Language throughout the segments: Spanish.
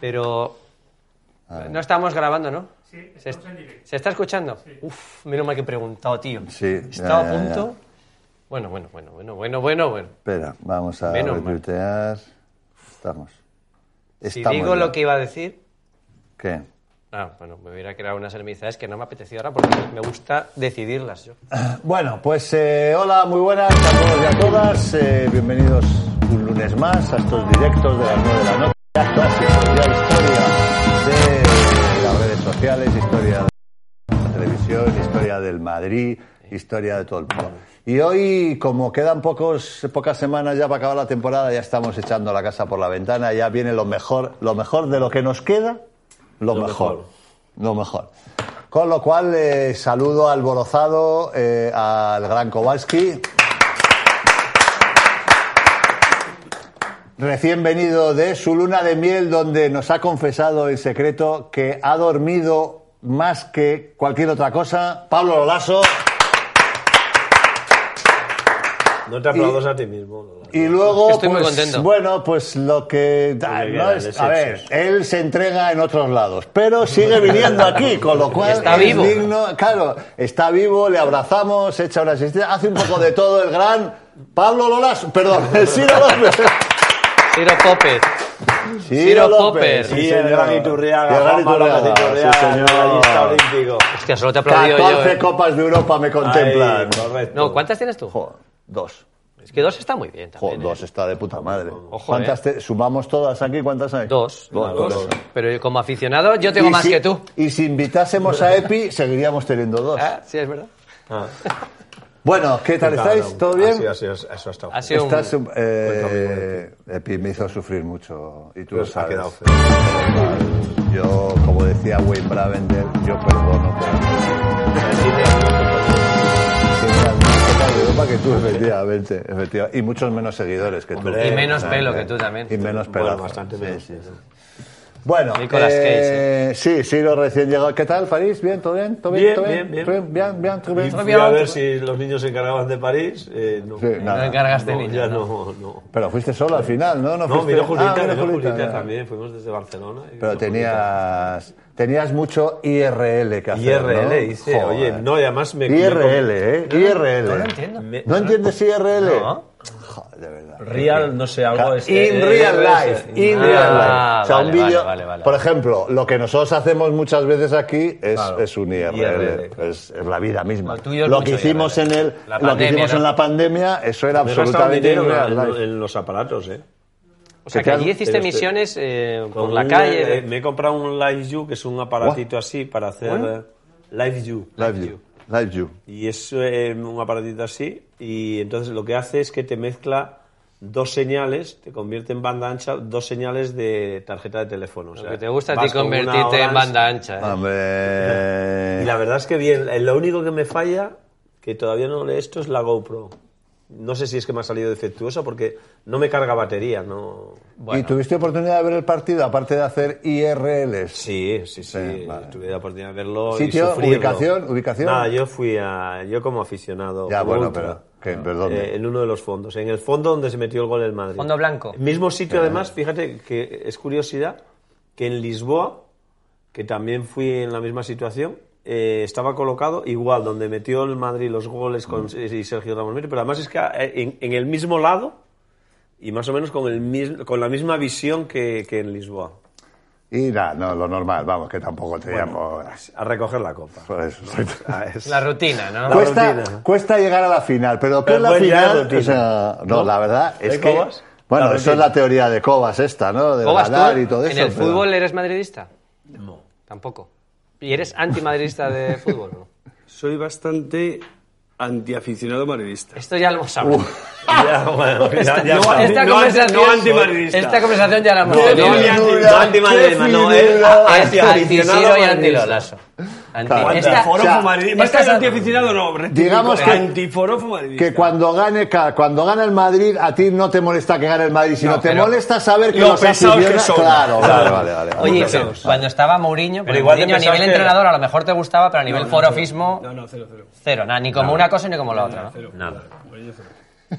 pero Ah. no estamos grabando, ¿no? Sí, ¿Se, estamos est- en directo. ¿se está escuchando? Uf, menos mal que he preguntado, tío. Sí, He ya, estado ya, a ya. punto. Bueno, bueno, bueno, bueno, bueno, bueno, bueno. Espera, vamos a Menos mal. retuitear. Estamos. Si Estamos digo ya. lo que iba a decir... ¿Qué? Ah, bueno, me hubiera creado unas enemistades que no me apetecía ahora porque me gusta decidirlas yo. Bueno, pues eh, hola, muy buenas a todos y a todas. Eh, bienvenidos un lunes más a estos directos de las 9 de la noche. Ya clásicos, ya historia de las redes sociales, historia de la televisión, historia del Madrid, historia de todo el mundo. Y hoy, como quedan pocos, pocas semanas ya para acabar la temporada, ya estamos echando la casa por la ventana, ya viene lo mejor, lo mejor de lo que nos queda, lo, mejor. Lo mejor. Con lo cual, eh, saludo alborozado eh, al gran Kowalski. Recién venido de su luna de miel, donde nos ha confesado en secreto que ha dormido más que cualquier otra cosa. Pablo Lolaso. No te aplaudas a ti mismo. Lola. Y luego. Estoy muy pues, contento. Bueno, pues lo que. ah, Lo que no queda, es- los a ver, hechos. él se entrega en otros lados, pero sigue viniendo aquí, con lo cual. Está es vivo. digno- claro, está vivo, le abrazamos, echa una asistencia, hace un poco de todo el gran. Pablo Lolas, perdón, Ciro López. Ciro Popper. Ciro Popper. Sí, señor. el gran Iturriaga. Y el gran Juanma López Iturriaga, Iturriaga, sí, el señor. medallista olímpico. Hostia, solo te he aplaudido yo. 14 eh. copas de Europa me contemplan. Ahí, correcto. No, ¿cuántas tienes tú? Jo, dos. Es que dos está muy bien Jo, también. ¿eh? dos está de puta madre. Ojo, eh. ¿Cuántas te- sumamos todas aquí? ¿Cuántas hay? Dos. Dos, Dos. por eso. eh. Pero yo como aficionado yo tengo Y más si- que tú. Y si invitásemos a Epi, seguiríamos teniendo dos. Ah, Sí, es verdad. Ah, Bueno, ¿qué tal claro. estáis? ¿Todo bien? Así, así, así, eso ha estado. Ha sido un- Estás, un- eh, Epi me hizo sufrir mucho y tú lo Pues ha sabes. quedado feo. Mal. Yo, como decía Wayne Bravender, yo perdono. Pero... Europa que tú, efectivamente, efectivamente. Y muchos menos seguidores que tú. Hombre, Y menos Eh, pelo eh, que tú también. Y menos pelo. Bueno, bastante Sí, menos. sí, sí. Bueno, Nicolas eh, sí, sí, lo recién llegado. ¿Qué tal, París? ¿Bien? ¿Todo bien? ¿Todo bien? Bien, ¿Todo bien, bien. ¿Todo bien? ¿Bien? ¿Bien? ¿Todo Y bien? fui a ver si los niños se encargaban de París. eh, no. Sí, No nada. encargaste No, niños, ya ¿no? no, no. Pero fuiste solo al final, ¿no? No, No, fuiste... miró Ah, Julita, miró miró Julita, Julita ya. también. Fuimos desde Barcelona. y Pero miró Julita. tenías, tenías mucho IRL que hacer, IRL, ¿no? dice. Joder. Oye, no, y además me. IRL, ¿eh? IRL. no lo entiendo. me- ¿No entiendes IRL? No. Joder, de verdad. Ah, Real, no sé, algo. este- in real life, in real life. Ah, o sea, vale, un vídeo, vale, vale, vale. por ejemplo, lo que nosotros hacemos muchas veces aquí es, Claro. es un IRL, IRL. Es, es la vida misma. Lo tuyo es Lo mucho que hicimos en IRL. el, La lo que pandemia, hicimos ¿no? en la pandemia, eso era Me he gastado absolutamente dinero in real en, life. en los aparatos, ¿eh? O sea ¿Qué que tal? allí hiciste Pero este- misiones eh, por Con la un, calle. eh, me he comprado un Live You, que es un aparatito así para hacer. eh, Live You. Live you, live you. Y es eh, un aparatito así. Y entonces lo que hace es que te mezcla dos señales, te convierte en banda ancha dos señales de tarjeta de teléfono. O sea, Lo que te gusta a ti vas con una convertirte en Orange. banda ancha. ¿eh? Hombre. Y la verdad es que bien. Eh, Lo único que me falla, que todavía no le esto, es la GoPro. No sé si es que me ha salido defectuosa porque no me carga batería, no. ¿Y tuviste oportunidad de ver el partido aparte de hacer IRLs? Sí, sí, sí. vale. Tuve la oportunidad de verlo. Sitio, y sufrirlo. ubicación, ubicación. Nada, yo fui a. Yo como aficionado. Ya, como bueno, ultra, pero que, perdón. eh, en uno de los fondos, en el fondo donde se metió el gol del Madrid. Fondo blanco. Mismo Eh. sitio, además, fíjate que es curiosidad que en Lisboa, que también fui en la misma situación, eh, estaba colocado igual, donde metió el Madrid los goles Mm. con, y Sergio Ramos Mir, pero además es que eh, en, en el mismo lado y más o menos con, el mis- con la misma visión que, que en Lisboa. Y nada, no, lo normal, vamos, que tampoco te llamo. A recoger la copa. Por eso, Ah, es- La rutina, ¿no? La cuesta, rutina. cuesta llegar a la final, pero ¿qué Pero es la puedes llegar a la final? rutina. O sea, no, la verdad es ¿De que. Cobas? Bueno, La eso rutina. es la teoría de Cobas, esta, ¿no? De Cobas, ganar tú, y todo eso. ¿En el pero- fútbol eres madridista? No. Tampoco. ¿Y eres antimadridista de fútbol? ¿no? Soy bastante antiaficionado madridista. Esto ya lo hemos hablado. Ya, bueno, ya- ya no, está. esta, no conversación, anti- no antimadridista. esta conversación ya la hemos No, tenido. no, ni anti- Figura, no antimadridismo, qué no, eh. es figura. anti, anti antiaficionado Ciro y anti madridista. Lolaso. Anti, Claro. esta- Foro- o sea, madridista. esta es- antiaficionado no. rectifico, Digamos que- Antiforofo madridista. Que cuando gane, ca- cuando gana el Madrid, a ti no te molesta que gane el Madrid, sino te pero- molesta saber que Lo los pesados que aficionados. son. Claro, vale, vale, vale. Oye, Vamos a pero ver. cuando estaba Mourinho, Pero porque igual te Mourinho a pensabas nivel que- entrenador a lo mejor te gustaba, pero a nivel No, no, forofismo, No, no, cero, cero. cero. Nada, ni como una cosa ni como la otra. ¿no? Cero. Nada. Oye, cero.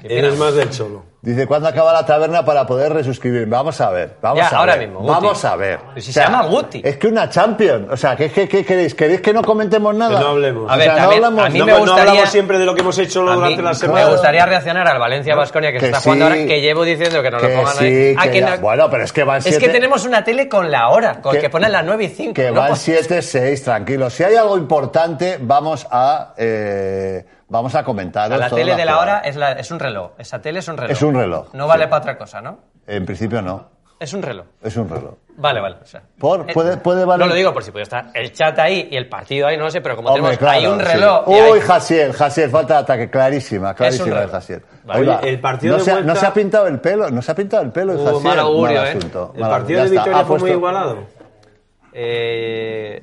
Eres más del cholo. Dice, ¿cuándo acaba la taberna para poder resuscribirme? Vamos a ver, vamos Ya, a ver. ahora mismo, Guti. Vamos a ver. Pero si se llama Guti. Es que una champion. O sea, ¿qué, qué, qué queréis? ¿Queréis que no comentemos nada? Que no hablemos. A ver, o sea, también, no hablamos. a mí no, me no gustaría- hablamos siempre de lo que hemos hecho A durante mí la semana. me gustaría reaccionar al Valencia Basconia que, Que está sí. jugando ahora, que llevo diciendo que no lo Que pongan sí, ahí. Ah, que que ya- no- Bueno, pero es que van es siete... que tenemos una tele con la hora, con Que- que ponen las 9 y 5. Que van 7-6, tranquilo. Si hay algo importante, vamos a, eh, vamos a comentar. la tele de la hora es, la- es un reloj. Esa tele es un reloj. Es un reloj, No vale para otra cosa, ¿no? En principio no, Es un reloj. es un reloj. Vale, vale. o sea, Por- eh, puede- puede valer- No lo digo por si puede estar el chat ahí y el partido ahí, no lo sé, pero como Hombre, tenemos ahí claro, un sí. reloj. y Uy, hay- Jaciel, Jaciel, falta de ataque. Clarísima, clarísima de reloj. Jaciel. Vale. Ahí va. Oye, el partido no, de se, ha- vuelta- no se ha pintado el pelo, no se ha pintado el pelo el Uh, Jaciel. mal augurio, ¿eh? asunto, El mal partido augurio. de Ya está, Victoria ha fue muy puesto- igualado. eh,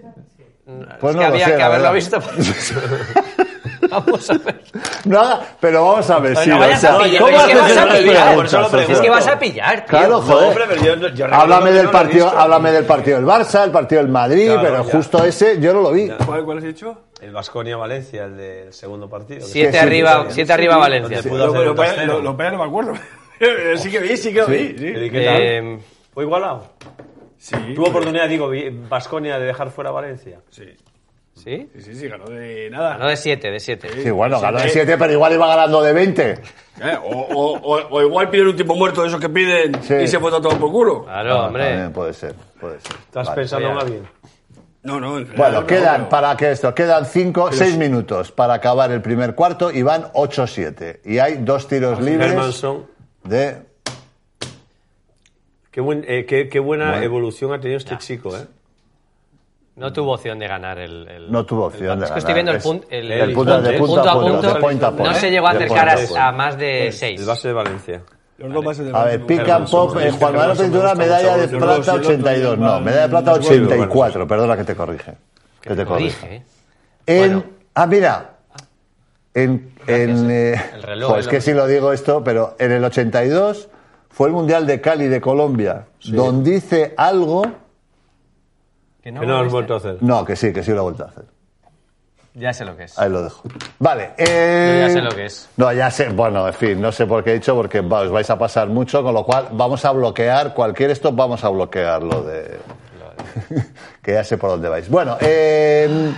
Pues es no que lo había sé, que la haberlo verdad. visto. Vamos a ver. No haga- pero vamos a ver, Bueno, sí, o vayas sea, a pillar, ¿cómo es que haces vas a esas pillar, por eso lo preguntas? pregunto. Es que vas a pillar, tío. Claro, No, joder. hombre, pero yo- yo realmente Háblame no del lo he partido, visto. háblame del partido del Barça, el partido del Madrid, Claro, pero ya. justo ese yo no lo vi. ¿Cuál, cuál has hecho? El Vasconia-Valencia, el del segundo partido. que Siete sí, arriba, sí, siete arriba Valencia. Sí. Lo, Pudo lo, hacer lo, un peor- 2-0. lo- lo peor no me acuerdo. Pero sí que vi, sí que lo vi. ¿Y Sí. qué tal? Eh, ¿Fue igualado? Sí. Tuvo oportunidad, digo, Vasconia de dejar fuera a Valencia. Sí, ¿Sí? sí, sí, sí, ganó de nada. No, de 7, de 7. Sí, bueno, ganó de Sí. 7, pero igual iba ganando de 20. Eh, O, o- o- o igual piden un tipo muerto de esos que piden Sí. y se vota todo por culo. Claro, hombre. También puede ser, puede ser. Estás Vale. pensando Vaya. más bien. No, no. en general, Bueno, no, quedan pero- para que esto, quedan 5, 6 minutos para acabar el primer cuarto y van 8-7. Y hay dos tiros libres Hermanson, de qué, buen- eh, qué, qué buena Bueno. evolución ha tenido este chico, ¿eh? No tuvo opción de ganar el. el- no tuvo el- opción de Es que estoy viendo ganar. el, punto el, el del punto, de punto, punto a punto, de punto. point a No point. se llegó a De acercar point a, a más de El 6. base de Valencia. Los dos pases de A ver, pick and pop, eh, Juan Manuel Pintura, medalla de plata 82, no, medalla de plata 84, perdona que te corrige. Que te corrige. Corrige. eh. En, Bueno. ah, mira, en, en, eh, El reloj, jo, el es que reloj. si lo digo esto, pero en el 82 fue el Mundial de Cali de Colombia, donde dice algo, que no este- has vuelto a hacer. no, que sí, que sí lo he vuelto a hacer. Ya sé lo que es. Ahí lo dejo. Vale. eh, Yo ya sé lo que es. No, ya sé. Bueno, en fin, no sé por qué he dicho, porque va- os vais a pasar mucho, con lo cual vamos a bloquear cualquier esto, vamos a bloquear lo de. que ya sé por dónde vais. Bueno, eh,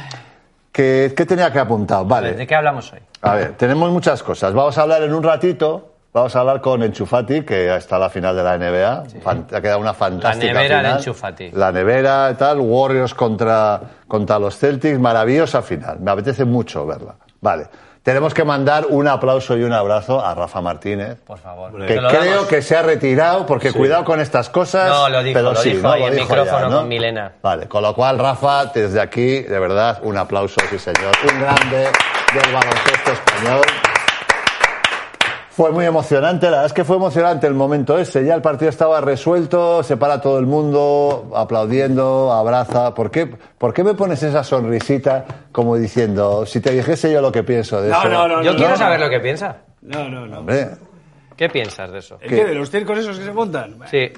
¿qué, qué tenía que apuntar? ¿De Vale. qué hablamos hoy? A ver, tenemos muchas cosas. Vamos a hablar en un ratito. Vamos a hablar con Enchufati, que está la final de la NBA. Fan- Ha quedado una fantástica nevera de final. Enchufati. La nevera, tal. Warriors contra, contra los Celtics. Maravillosa final. Me apetece mucho verla. Vale. Tenemos que mandar un aplauso y un abrazo a Rafa Martínez. Por favor. Que ¿Te lo creo damos? que se ha retirado, porque cuidado con estas cosas. No, lo dijo, pero lo sí, dijo ¿no? ahí Lo en dijo micrófono ya, ¿no? con Milena. Vale, con lo cual, Rafa, desde aquí, de verdad, un aplauso, sí señor. Un grande del baloncesto español. Fue muy emocionante, la verdad es que fue emocionante el momento ese. Ya el partido estaba resuelto, se para todo el mundo, aplaudiendo, abraza. ¿Por qué, ¿Por qué me pones esa sonrisita como diciendo, si te dijese yo lo que pienso de No, eso? no, no, Yo no, quiero no. saber lo que piensa. No, no, no. Hombre, ¿Qué piensas de eso? Es que de los circos esos que se montan. Sí.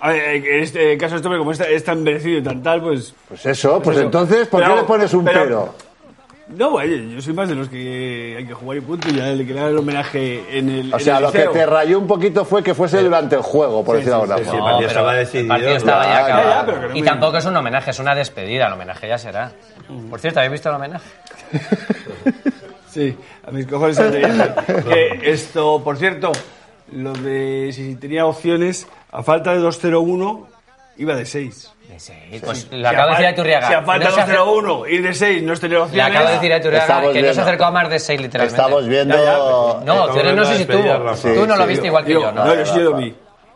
A ver, en este caso, esto, como es, es tan merecido y tan tal, pues. pues eso, pues eso. entonces, ¿por Pero- qué le pones un pero- pero? No, güey, yo soy más de los que hay que jugar y punto. Y ya le queda el homenaje en el. O sea, en el lo que liceo. te rayó un poquito fue que fuese durante el juego, por decirlo de alguna Sí, el forma. partido pero estaba decidido, el partido estaba ¿no? ya Ya, ya, acabado. pero que no y me- tampoco es un homenaje, es una despedida. El homenaje ya será. Por cierto, ¿habéis visto el homenaje? Sí, a mis cojones se reían. Que esto, por cierto, lo de si tenía opciones, a falta de 2-0-1, iba de 6. Sí, pues lo acabo de decir a Turriaga. Si a falta No se hace- 2-0-1, ir de 6, no es tener Le opciones. acabo de decir a Turriaga Estamos que no se viendo. acercó a más de 6 literalmente. Estamos viendo... ¿eh? Ya, ya, No, Acabo de Turriaga no sé si despedida, tuvo. Rafa. Tú no lo Sí, viste igual que Digo, yo, ¿no? No, yo sí lo vi.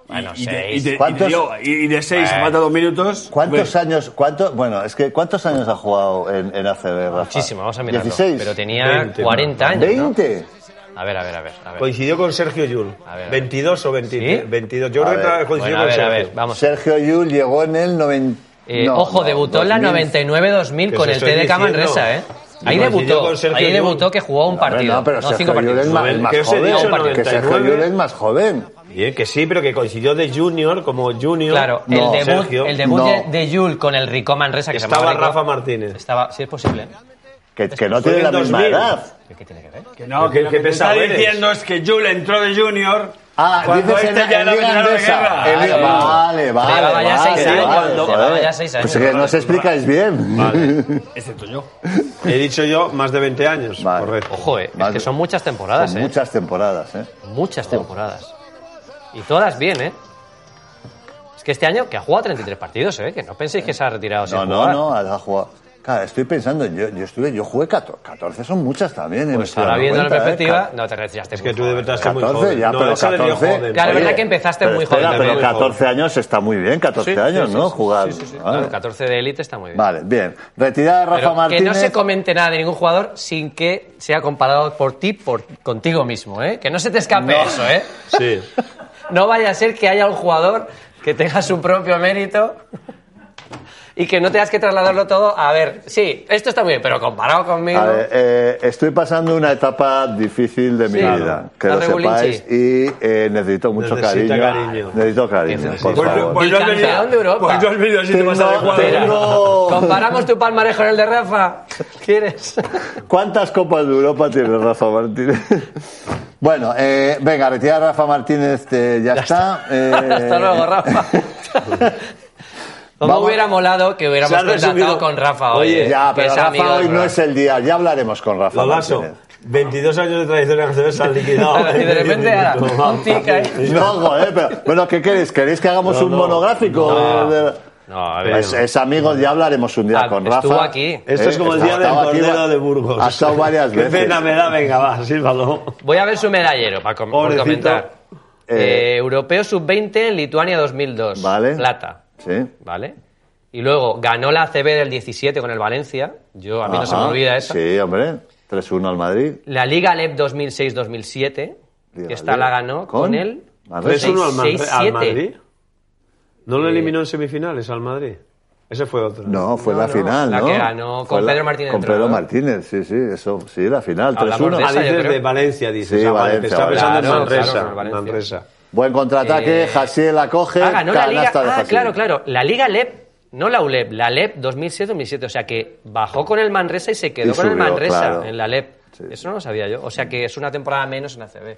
Bueno, y, y, te- seis. y te- y te ¿Cuántos- dio- y de 6, a falta 2 minutos. ¿Cuántos hombre, años, cuánto, bueno, es que ¿cuántos años ha jugado en, en ACB, Rafa? Muchísimo, vamos a mirarlo. 16. Pero tenía 20, 40 años. ¿no? ¿20? A ver, a ver, a ver. A ver. Coincidió con Sergio Yul. A ver, a ver. 22 o 23. ¿Sí? 22. Yo A creo que ver. coincidió Bueno, a con ver, a Sergio. ver, vamos. Sergio Yul llegó en el 90... Eh, no, ojo, no, debutó en la 2000. 99-2000 Que con os el estoy TDK diciendo. Manresa, ¿eh? Ahí Y coincidió debutó, con Sergio ahí Llull. debutó que jugó un Hombre, partido. No, pero cinco Sergio Yul partidos. es más, Joven, más ¿qué os he joven. dicho? que Sergio 99. Yul es más joven. Bien, que sí, pero que coincidió de junior como junior. Claro, No. el debut, Sergio. el debut No. de- de Yul con el Rico Manresa, que se Estaba llamaba Rico, Rafa Martínez. Estaba, si es posible. ¿eh? Que, que no Fue tiene en la misma 2000. edad. ¿Qué tiene que ver? Que no, Qué- que lo qué que te pesado está eres. diciendo es que Jule entró de Junior Ah, Cuando dices este en, ya en era Liga veterano de Andesa. Eh, guerra. En Liga- Vale, vale. Llevaba ya vale, seis vale, años, vale, Llevaba joder. ya seis años. Pues que no os explicáis bien. Excepto yo. He dicho yo más de 20 años. Vale. Correcto. Ojo, eh, es Madre. que son muchas temporadas, Son eh. muchas temporadas, ¿eh? Muchas temporadas. Y todas bien, ¿eh? Es que este año, que ha jugado 33 partidos, ¿eh? Que no penséis que se ha retirado sin No, no, jugar. no, ha jugado. Claro, estoy pensando, yo, yo estuve, yo jugué 14, 14 son muchas también. eh, me Pues estoy ahora dando viendo la cuenta, eh, perspectiva, no te retiraste. Es que muy tú joven. debutas muy 14 joven. ya, no, pero ese le dio 14. joven. Claro, es Oye, verdad que empezaste pero muy espera, joven. Pero también. 14 años está muy bien, 14 Sí, años, sí, ¿no? sí, sí, Jugar. sí, sí, sí. Vale. Claro, 14 de élite está muy bien. Vale, bien. Retirada de Rafa Pero Martínez. que no se comente nada de ningún jugador sin que sea comparado por ti, por contigo mismo, ¿eh? Que no se te escape eso, ¿eh? Sí. No vaya a ser que haya un jugador que tenga su propio mérito y que no tengas que trasladarlo todo a ver, sí, esto está muy bien, pero comparado conmigo... A ver, eh, estoy pasando una etapa difícil de mi Sí. vida, que La lo regulinchi. sepáis, y eh, necesito mucho Necesita cariño. cariño. Necesito cariño, por Pues- favor. pues- no has campeón venido- de Europa. pues no has venido así te más Tengo- adecuado. tengo- Mira, no. comparamos tu palmarés con el de Rafa. ¿Quieres? Eh. ¿Cuántas copas de Europa tiene Rafa Martínez? Bueno, eh, venga, retirar a Rafa Martínez, eh, ya, está. eh, Hasta luego, Rafa. ¿Cómo Vamos. hubiera molado que hubiéramos Se ha contratado resumido. con Rafa hoy? Oye, eh? Ya, Que pero es Rafa amigo del hoy no programa. es el día, ya hablaremos con Rafa Lolaso, Martínez. 22 años de trayectoria en ACB se han liquidado. Y de repente, ah, eh. ahora, un tic ahí. No, joder, pero bueno, ¿qué queréis? ¿Queréis que hagamos un no. monográfico? Eh, No. de- de- No, a ver. Es, es Pues amigo, ya hablaremos un día Ah, con Rafa. estuvo aquí. Esto es como el día del estaba aquí, Cordero de Burgos. Ha estado varias Qué veces. pena me da, venga, va, sílvalo. Voy a ver su medallero para com- por Pobrecito. comentar. Eh, Eh, Europeo sub-20 en Lituania 2002. Vale. Plata. Sí. ¿Vale? Y luego ganó la ACB del 17 con el Valencia. Yo, a mí no se me Ajá. olvida esa. Sí, hombre. 3-1 al Madrid. La Liga Alep 2006-2007. Liga que Esta Alep. la ganó ¿Con? con, él. Madrid. Pues 3-1 al, Man- 6-7. al Madrid. ¿No Eh. lo eliminó en semifinales al Madrid? Ese fue otro. No, fue No, la no, final, la ¿no? que ganó con Fue la- Pedro Martínez Con Pedro entrenador. Martínez, sí, sí, eso, sí, la final, Hablamos 3-1. de Ah, esa, yo dices creo. de Valencia, dices. Sí, ah, vale, te Valencia, estaba pensando en Valencia. Manresa. Claro, claro, Valencia. Manresa. Buen contraataque, Eh, Jassier la coge, Ah, ganó la Liga. canasta de Ah, Jassier. claro, claro. La Liga LEP, no la ULEP, la LEP 2007-2007. O sea que bajó con el Manresa y se quedó Y con el subió, Manresa claro. en la LEP. Sí. Eso no lo sabía yo. O sea que es una temporada menos en ACB.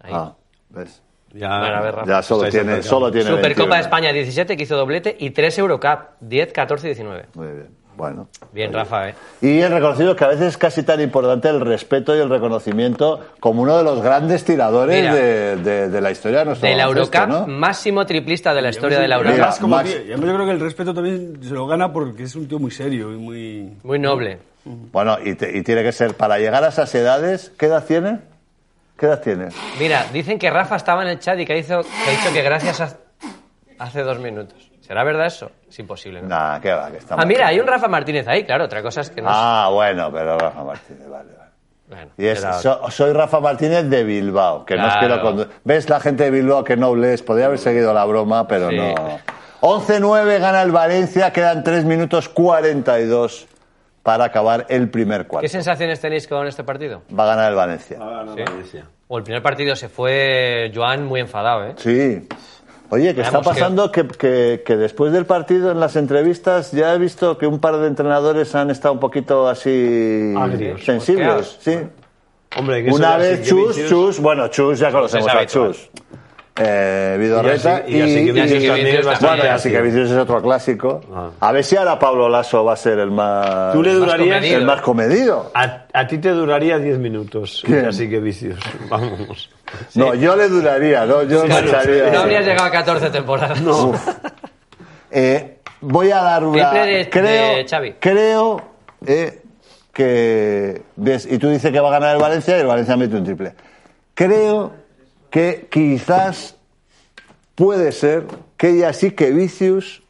Ahí. Ah, ves. Ya, Bueno, a ver, Rafa. Ya solo Estáis tiene, acercados. solo tiene Supercopa 21. de España 17, que hizo doblete, y 3 Eurocup, 10, 14 y 19. Muy bien, bueno. Bien, Rafa, ¿eh? Y el reconocido que a veces es casi tan importante el respeto y el reconocimiento como uno de los grandes tiradores Mira. de, de- de la historia de nuestro De la baloncesto, Eurocup, mm. ¿no? máximo triplista de la historia de la Mira, Eurocup. Además, como Max- tío, y además yo creo que el respeto también se lo gana porque es un tío muy serio y muy... Muy noble. Bueno, y, te- y tiene que ser, para llegar a esas edades, ¿qué edad tiene? ¿Qué edad tiene? Mira, dicen que Rafa estaba en el chat y que hizo, que ha dicho que gracias a... hace dos minutos. ¿Será verdad eso? Es imposible, ¿no? Nah, qué va, que está Ah, mal. mira, hay un Rafa Martínez ahí, claro. Otra cosa es que no... Ah, bueno, pero Rafa Martínez, vale, vale. Bueno, Y es, era- so- soy Rafa Martínez de Bilbao, que no os quiero Claro. condu- ¿Ves la gente de Bilbao que nobles? Podría haber seguido la broma, pero Sí. no. 11-9 gana el Valencia, quedan 3 minutos 42 para acabar el primer cuarto. ¿Qué sensaciones tenéis con este partido? Va a ganar el Valencia. ¿Sí? O el primer partido se fue Joan muy enfadado, ¿eh? Sí. Oye, que está Veamos qué- pasando que, que- que después del partido en las entrevistas ya he visto que un par de entrenadores han estado un poquito así Agrios. sensibles, Mosqueados. sí. Hombre, que eso Una era así, vez que Chus, Vinicius- Chus, bueno, Chus ya conocemos a habitual. Chus. Eh, Vidorreta Y así que y así Vinicius que también Vinicius es Bueno, también. bastante y así que Vinicius es otro clásico. Ah. A ver si ahora Pablo Lasso va a ser el más, Tú le durarías. comedido. el más comedido. A, a ti te duraría 10 minutos. ¿Quién? Así que vicios. Vamos. No, yo le duraría, no, yo marcharía. No habrías llegado a 14 temporadas. Uf. Eh, voy a dar una. Triple de- creo, de Xavi. creo eh, que. ¿ves? Y tú dices que va a ganar el Valencia y el Valencia mete un triple. Creo que quizás puede ser que ya sí que Vicius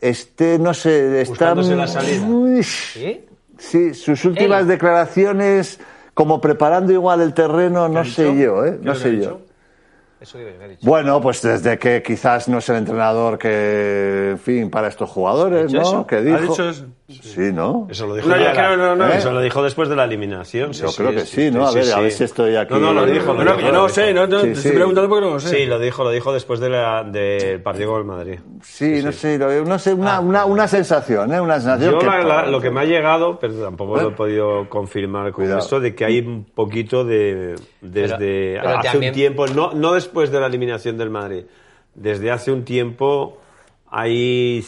esté, no sé, está. Buscándose la salida. Uy, ¿Sí? Sí, sus últimas Él. declaraciones, como preparando igual el terreno, no sé yo, ¿eh? No sé yo. Eso digo yo, me ha dicho. Bueno, pues desde que quizás no es el entrenador que, en fin, para estos jugadores, dicho ¿no? eso? Que ¿Ha dijo. dicho eso? Sí, ¿no? Eso lo dijo, ¿Eh? No, nada. yo creo- no, no. Eso lo dijo después de la eliminación. sí, Yo creo que sí, ¿no? A ver, a ver si estoy aquí. No, no, lo dijo. Bueno, lo que dijo, yo no lo lo dijo. sé, no, no, Sí, te sí. estoy preguntando porque no lo sé. Sí, lo dijo, lo dijo después de la- del partido con el Madrid. Sí, no sé, lo- no sé, una, una, una sensación, ¿eh? Una sensación Ah. Yo que... la- la- lo que me ha llegado, pero tampoco lo he Bueno. podido confirmar con Cuidado. esto, de que hay un poquito de... Desde Pero- pero hace también- un tiempo, no, no después de la eliminación del Madrid, desde hace un tiempo hay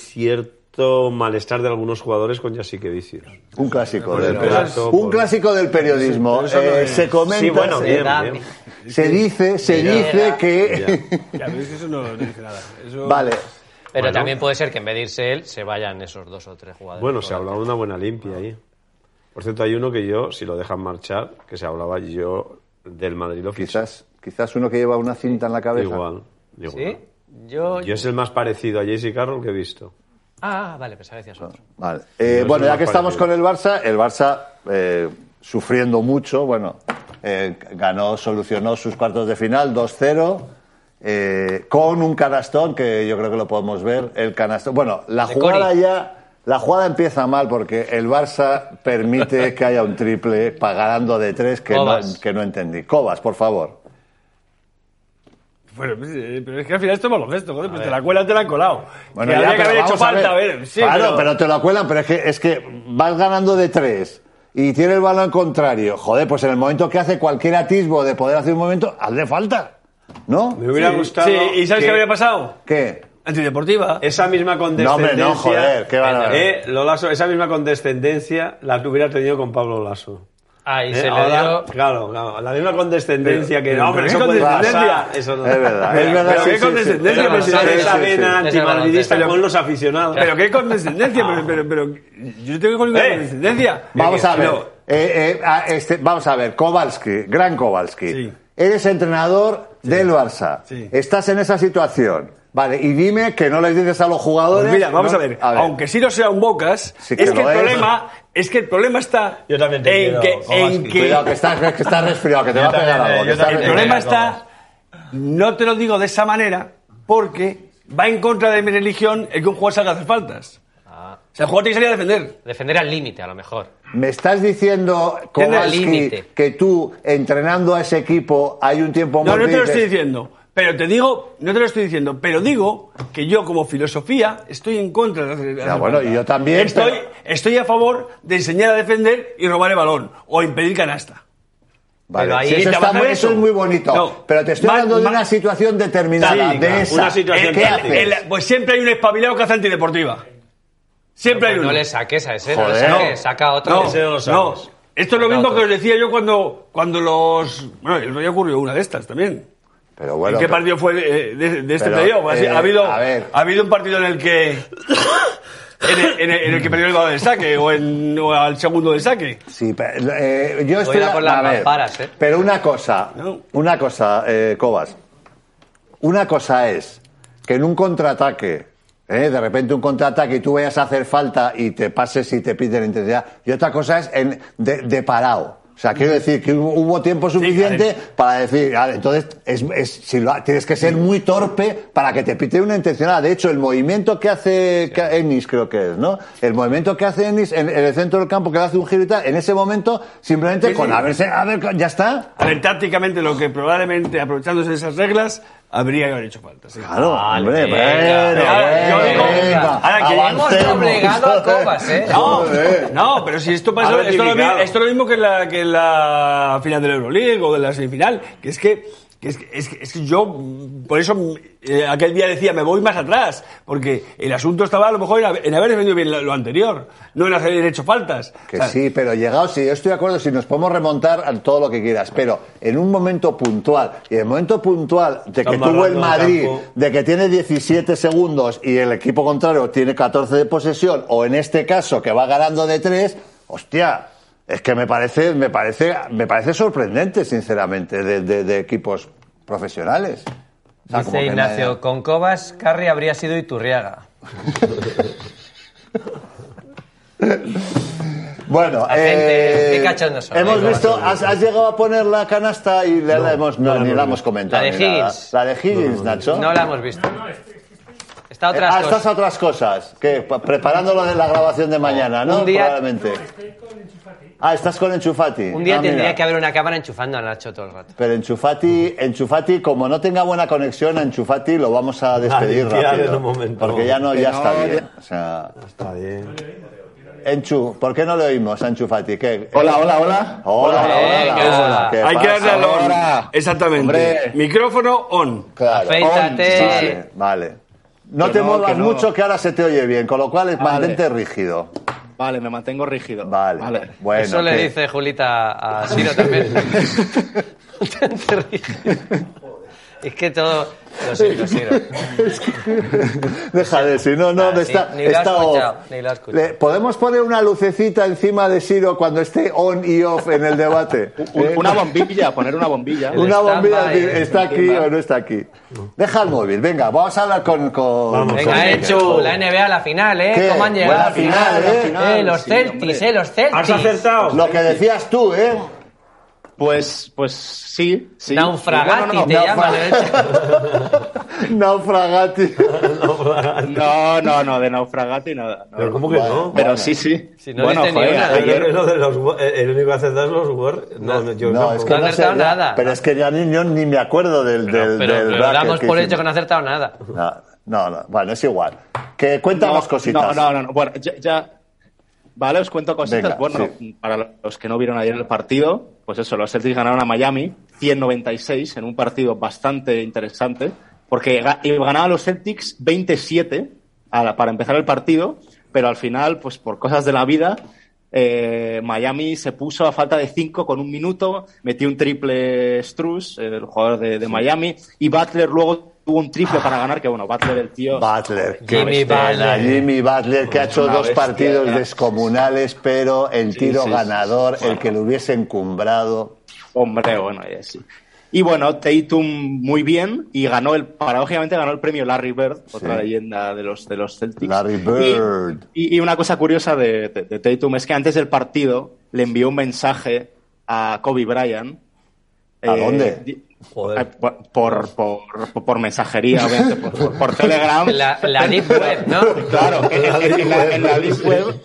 cierto malestar de algunos jugadores con Yasique Vicius. Un clásico del Pues el relato, periodismo. Un por- clásico del periodismo. eso no Eh, es- se comenta, Sí, bueno, se, bien, da- bien. se dice, se Mira. dice que... Ya. Ya, pero es que eso no no dice nada. Eso- vale. Pero Bueno. también puede ser que en vez de irse él, se vayan esos dos o tres jugadores. Bueno, se hablaba de una buena limpia ahí. Por cierto, hay uno que yo, si lo dejan marchar, que se hablaba yo del Madrid lo ficho. Quizás, quizás uno que lleva una cinta en la cabeza. Igual. igual. ¿Sí? Yo... Yo es el más parecido a Jesse Carroll que he visto. Ah, vale, pensaba que decías otro. Vale. Eh, No, bueno, eso ya me que estamos con parece. el Barça, el Barça eh, sufriendo mucho, bueno, eh, ganó, solucionó sus cuartos de final 2-0. eh, con un canastón que yo creo que lo podemos ver el canastón bueno la De jugada Cori. ya la jugada empieza mal porque el Barça permite que haya un triple pagando de tres que no, Cobas. que no entendí Cobas por favor Bueno, pues, eh, pero es que al final esto es baloncesto, joder, pues te la cuela te la han colado. Bueno, ya, que habría que pero haber hecho vamos a falta, a ver. ver. sí, claro, pero... te lo cuelan, pero es que, es que vas ganando de tres y tiene el balón contrario. Joder, pues en el momento que hace cualquier atisbo de poder hacer un movimiento, hazle falta. ¿No? Me hubiera Sí, gustado. sí, ¿y sabes qué que habría pasado? ¿Qué? Antideportiva. Esa misma condescendencia. No, hombre, no, joder, qué bárbaro. eh, lo Lasso, esa misma condescendencia la que hubiera tenido con Pablo Lasso. Ah, y Eh, se le ahora, dio... Claro, claro, la misma condescendencia que. pero, no, pero ¿qué eso puede condescendencia? pasar, Eso no. Es verdad, es verdad. Pero sí, qué sí, sí. condescendencia, condescendencia, pero sí, sí, esa sí, sí. vena Esa es la antimadridista noticia. con los aficionados. Pero qué condescendencia, pero, pero, pero yo tengo que con Eh. condescendencia. Vamos a ver. No, Eh, eh, a este- vamos a ver, Kowalski, gran Kowalski. Sí. Eres entrenador del Barça. Sí. Estás en esa situación. Vale, y dime que no les dices a los jugadores. Pues mira, vamos ¿no? a, ver, aunque sí no sea un Bocas, Sí que es que el lo es. problema es que el problema está Yo también te quiero, en que, en Kowalski. que- Cuidado, que estás, que estás resfriado, que te Yo va a pegar también, eh, algo. que yo estás también. resfriado. el problema Venga, está no te lo digo de esa manera porque va en contra de mi religión el que un jugador salga a hacer faltas. Ah, O sea, el jugador tiene que salir a defender. defender al límite, a lo mejor. ¿Me estás diciendo, Tiene Kowalski, límite. que tú, entrenando a ese equipo, hay un tiempo No, muerto no y te lo dices, estoy diciendo. Pero te digo, no te lo estoy diciendo, pero digo que yo como filosofía estoy en contra de hacer- hacer bueno, faltas. y yo también, Estoy, pero- estoy a favor de enseñar a defender y robar el balón o impedir canasta. Vale, Pero ahí sí, eso, te está vas a muy- eso. eso es muy bonito. No. Pero te estoy Ma- hablando de ma- una situación determinada, Sí, de claro, esa. una situación ¿Qué que- haces? El- pues siempre hay un espabilado que hace antideportiva. Siempre hay Pues uno. no le saques a ese, no le Joder. saques. Saca a otro. No, Ese no lo no. sabes. Esto es lo Saca mismo otro. que os decía yo cuando, cuando los... Bueno, el rollo ocurrió una de estas también. Pero bueno, ¿En qué pero- partido fue eh, de, de este pero, periodo? Ha, eh, ha habido, a ver. ha habido un partido en el que... En el, en el- en el que perdió el balón de saque o, en, o al segundo de saque. Sí, pero, eh, yo estoy... a por las a ver, mamparas, ¿eh? Pero una cosa, No. una cosa, eh, Cobas. Una cosa es que en un contraataque, ¿eh? de repente un contraataque y tú vayas a hacer falta y te pases y te piden intensidad. Y otra cosa es en, de, de parado. O sea, quiero decir que hubo, hubo tiempo suficiente para decir, "Ah, entonces es, es- si lo ha- tienes que ser muy torpe para que te pite una intencionada. De hecho, el movimiento que hace Ca- Ennis, creo que es, ¿no? El movimiento que hace Ennis en, en el centro del campo, que le hace un giro y tal, en ese momento, simplemente Sí, sí. con haberse, a ver, ya está. A ver, tácticamente lo que probablemente, aprovechándose de esas reglas, habría que haber hecho falta. sí. Claro, Vale, hombre, venga. bueno, Ahora, yo digo, venga, ahora que hemos avancemos, doblegado a joder. Cobas, ¿eh? No, Joder. no, pero si esto Ha pasa, esto, lo, mi- rectificado. esto lo mismo que en la, que en la final de la Euroleague o de la semifinal, que es que, que es, que- es que- es que yo, mm, por eso mm, eh, aquel día decía, me voy más atrás, porque el asunto estaba a lo mejor en, hab- en haber defendido bien lo, lo anterior, no en haber hecho faltas. Que O sea, sí, pero llegados, sí, yo estoy de acuerdo, si nos podemos remontar a todo lo que quieras, pero en un momento puntual, y el momento puntual de que Están tuvo el barrando Madrid, el campo. de que tiene 17 segundos y el equipo contrario tiene 14 de posesión, o en este caso que va ganando de 3, hostia, es que me parece, me parece, me parece sorprendente, sinceramente, de, de- de equipos profesionales. O sea, como Dice que me- Ignacio, con Cobas, Carri habría sido Iturriaga. Bueno, La gente, eh, qué cachondos son, hemos venga, visto, va, has, has llegado a poner la canasta y la, la hemos, no, no la ni hemos la visto. hemos comentado. La de ni nada. Higgins. La de Higgins, Nacho. No la hemos visto. Está a Eh, otras ah, estás cosas. a otras cosas, que preparando lo de la grabación de mañana, ¿no? Un día- Probablemente. Ah, estás con Enchufati. Un día Ah, tendría mira. que haber una cámara enchufando a Nacho todo el rato. Pero Enchufati, Enchufati, como no tenga buena conexión, a Enchufati lo vamos a despedir limpiar rápido. en un momento. Porque ya no, ya Que está no, bien. O sea, Está bien. Enchu, ¿por qué no le oímos a Enchufati? ¿Qué? Hola, hola, hola. Hola, hola, hola. Venga. hola. ¿Qué Hay que pasa? darle al on. ahora? Exactamente. Hombre. Micrófono on. Claro. Afeítate. Vale, vale. No Que te no, muevas que no. mucho que ahora se te oye bien, con lo cual es Vale. mantente rígido. Vale, me mantengo rígido. Vale. Bueno, Eso le ¿qué? dice Julita a Siro también. Te ríes. es que todo. Lo siento, Siro. Deja de si no, no, Ah, sí, está, ni lo has está off. escuchado, ni lo has escuchado. Le- ¿Podemos poner una lucecita encima de Siro cuando esté on y off en el debate? Un- ¿Eh? Una bombilla, poner una bombilla. El Una bombilla, stand-by, decir, eh, ¿está aquí encima. o no está aquí? Deja el móvil, venga, vamos a hablar con... con- Vamos. con- Venga, hecho la NBA a la final, ¿eh? ¿Qué? ¿Cómo han llegado? Buena final, ¿eh? Eh, los Sí, Celtics, hombre. ¿eh? Los ¿Has Celtics. acertado? Lo que decías tú, ¿eh? Pues, pues sí, sí. Naufragati Bueno, te no, llaman. ¿eh? Naufragati. No, no, no, de naufragati nada. no. Pero ¿cómo que no? Pero sí, sí. Si no dice ni una, Pero ayer- lo de los wo- el único acertado es los Word. No, no, yo No, no. es que No no, has sé, acertado ya- nada. Pero es que ya ni, yo ni me acuerdo del... del, del Pero, pero bracket damos que por hicimos. hecho que no ha acertado nada. No, no, no, bueno, es igual. Que cuenta No, más cositas. No, no, no, no. Bueno, ya, ya- Vale, os cuento cositas. Venga, bueno, sí. para los que no vieron ayer el partido, pues eso, los Celtics ganaron a Miami 196 en un partido bastante interesante, porque ga- y ganaban los Celtics 27 a la- para empezar el partido, pero al final, pues por cosas de la vida, eh, Miami se puso a falta de 5 con un minuto, metió un triple Struz, el jugador de, de Miami, y Butler luego tuvo un triple para ganar, que bueno, Butler el tío... Butler. que Jimmy bestia, Butler. Jimmy Butler, que ha hecho una dos bestia, partidos ¿verdad? descomunales, pero el Sí, tiro sí, sí. ganador, el que lo hubiese encumbrado. Hombre, bueno, eh, sí. Y bueno, Tatum muy bien y ganó el, paradójicamente ganó el premio Larry Bird, otra leyenda de los, de los Celtics. Larry Bird. Y, y- y una cosa curiosa de, de- de Tatum es que antes del partido le envió un mensaje a Kobe Bryant. eh, ¿A dónde? di- Joder. eh, Por, por, por- por mensajería, obviamente, por, por- por Telegram. La, la Deep Web, ¿no? Claro, en, en- en la, en la Deep Web.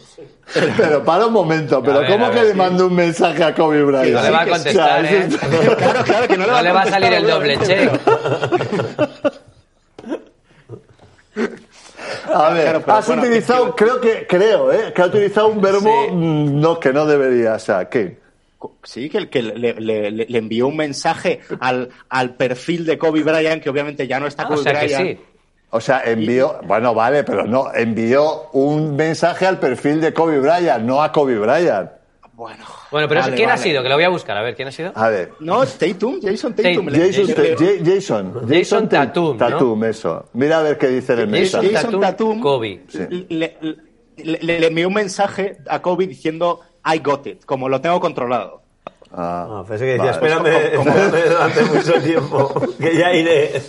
Pero para un momento, pero A ver, ¿cómo a que ver, le sí. mandó un mensaje a Kobe Bryant? No le va a Sí, que- contestar, o sea, eso ¿eh? está- Claro, claro, que no le va, No le va a contestar, salir el doble obviamente, check. A ver, Claro, pero has bueno, utilizado, creo que, creo, ¿eh? Que ha utilizado un verbo Sí. mm, no, que no debería, o sea, ¿qué? Co- Sí, que, el- que le, le- le- le envió un mensaje al, al perfil de Kobe Bryant, que obviamente ya no está Ah, o Kobe sea que Bryant. sí. O sea, envió, bueno, vale, pero no, envió un mensaje al perfil de Kobe Bryant, no a Kobe Bryant. Bueno, Bueno, pero eso, vale, ¿quién ha vale. sido? Que lo voy a buscar. A ver, ¿quién ha sido? A ver, No, Tatum, Jason Tatum. Tatum. le- Jason, le- Ta- le- Ja- Jason, Jason Ta- Tatum, ¿no? Tatum, eso. Mira a ver qué dice en el Jason mensaje. Jason Tatum, Tatum Kobe. Sí. le, le- le- le envió un mensaje a Kobe diciendo, I got it, como lo tengo controlado. Ah, Ah, pensé que decía, vale. espérame, espérame durante mucho tiempo, que ya iré.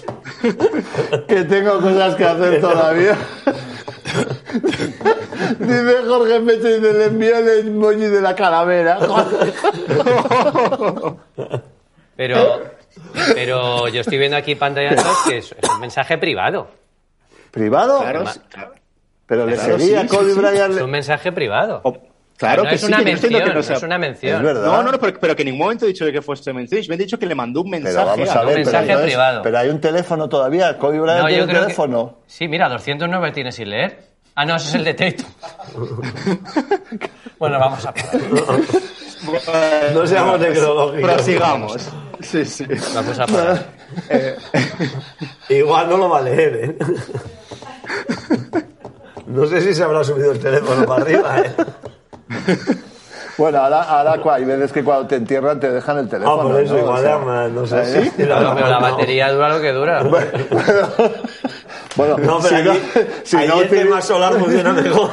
Que tengo cosas que hacer todavía. dice Jorge Meche, dice, le envió el emoji de la calavera. Pero, pero yo estoy viendo aquí pantallazos que es, es un mensaje privado. ¿Privado? Claro, ma- sí, claro. Pero le Claro, seguía sí, Kobe sí, sí. Bryant. Es un mensaje privado. O- claro no que es sí, una que yo mención, entiendo que no no sea- es una mención. Es verdad. No, no, no, pero, pero que en ningún momento he dicho que fuese mención. Me han dicho que le mandó un mensaje. Pero vamos a a ver, Kobe pero, mensaje entonces- privado. pero hay un teléfono todavía. Kobe Bryant No, tiene yo un creo que- teléfono. Sí, mira, 209 tiene sin leer. Ah, no, ese es el de Tatum. bueno, vamos a parar. Bryant. No seamos necrológicos. Prosigamos. Sí, sí. Vamos a parar. Igual no lo va a leer, ¿eh? No sé si se habrá subido el teléfono para arriba, ¿eh? Bueno, ahora, ahora cua- hay veces que cuando te entierran te dejan el Ah, teléfono. por eso, ¿no? O igual sea, ¿eh? llama, no sé si... Claro, pero la batería dura lo que dura. Bueno, No, pero si aquí, no, si ahí no el utiliza- tema solar funciona mejor.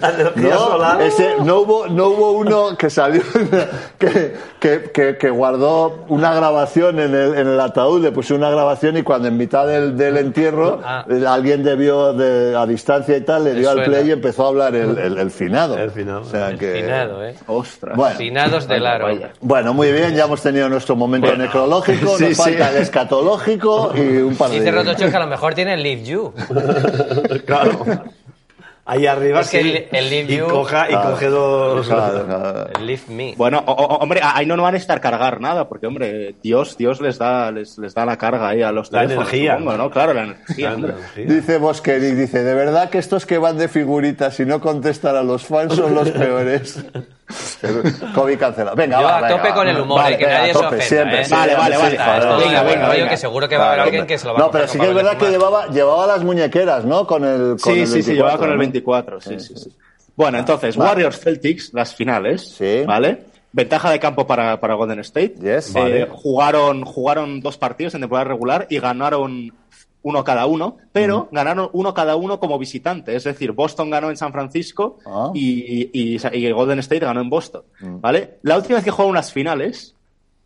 La energía solar. ese- no, hubo, no hubo uno que salió, que, que- que- que guardó una grabación en el, en el ataúd, le puso una grabación y cuando en mitad del, del entierro Ah. eh, alguien debió de, a distancia y tal, le dio al suena. play y empezó a hablar el, el- el finado. El finado. O sea que- Finado, ¿eh? Ostras. Bueno. Finados del aro. Vaya. Bueno, muy bien, ya hemos tenido nuestro momento necrológico, Sí, nos falta sí. el escatológico y un par de... Dice Rotocho que a lo mejor tiene Leave You. Claro. Ahí arriba Es que sí. el- el leave y you- coja y Claro. coge dos. Claro, claro. Leave Me. Bueno, o- o- hombre, a- ahí no, no van a estar cargar nada, porque, hombre, Dios, Dios les da, les, les da la carga ahí a los La teléfonos, energía. supongo, ¿no? Claro, la energía, hombre. Energía. Dice Bosqueric, dice, de verdad que estos que van de figuritas y no contestan a los fans son los peores. Covid cancela. Venga, Yo va, a venga, tope va. con el humor, eh, que venga, nadie a se tope, ofenda, siempre, eh. siempre, Vale, vale, vale. siempre, siempre, Ah, esto joder, es Venga, un venga, rollo venga. que seguro que va a haber Claro, alguien hombre. que se lo va a No, comprar pero sí para que es verdad que fumar. llevaba, llevaba las muñequeras, ¿no? Con el, con Sí, el sí, sí, llevaba con el ¿no? Ah, 24, sí, sí, sí. Bueno, entonces, vale. Warriors Celtics, las finales, Sí. ¿vale? Ventaja de campo para, para Golden State. Yes. Eh, Vale. jugaron, jugaron dos partidos en temporada regular y ganaron uno cada uno, pero ganaron uno cada uno como visitante. Es decir, Boston ganó en San Francisco Ah. Mm. y, y- y- y Golden State ganó en Boston. ¿Vale? La última vez que jugaron unas finales,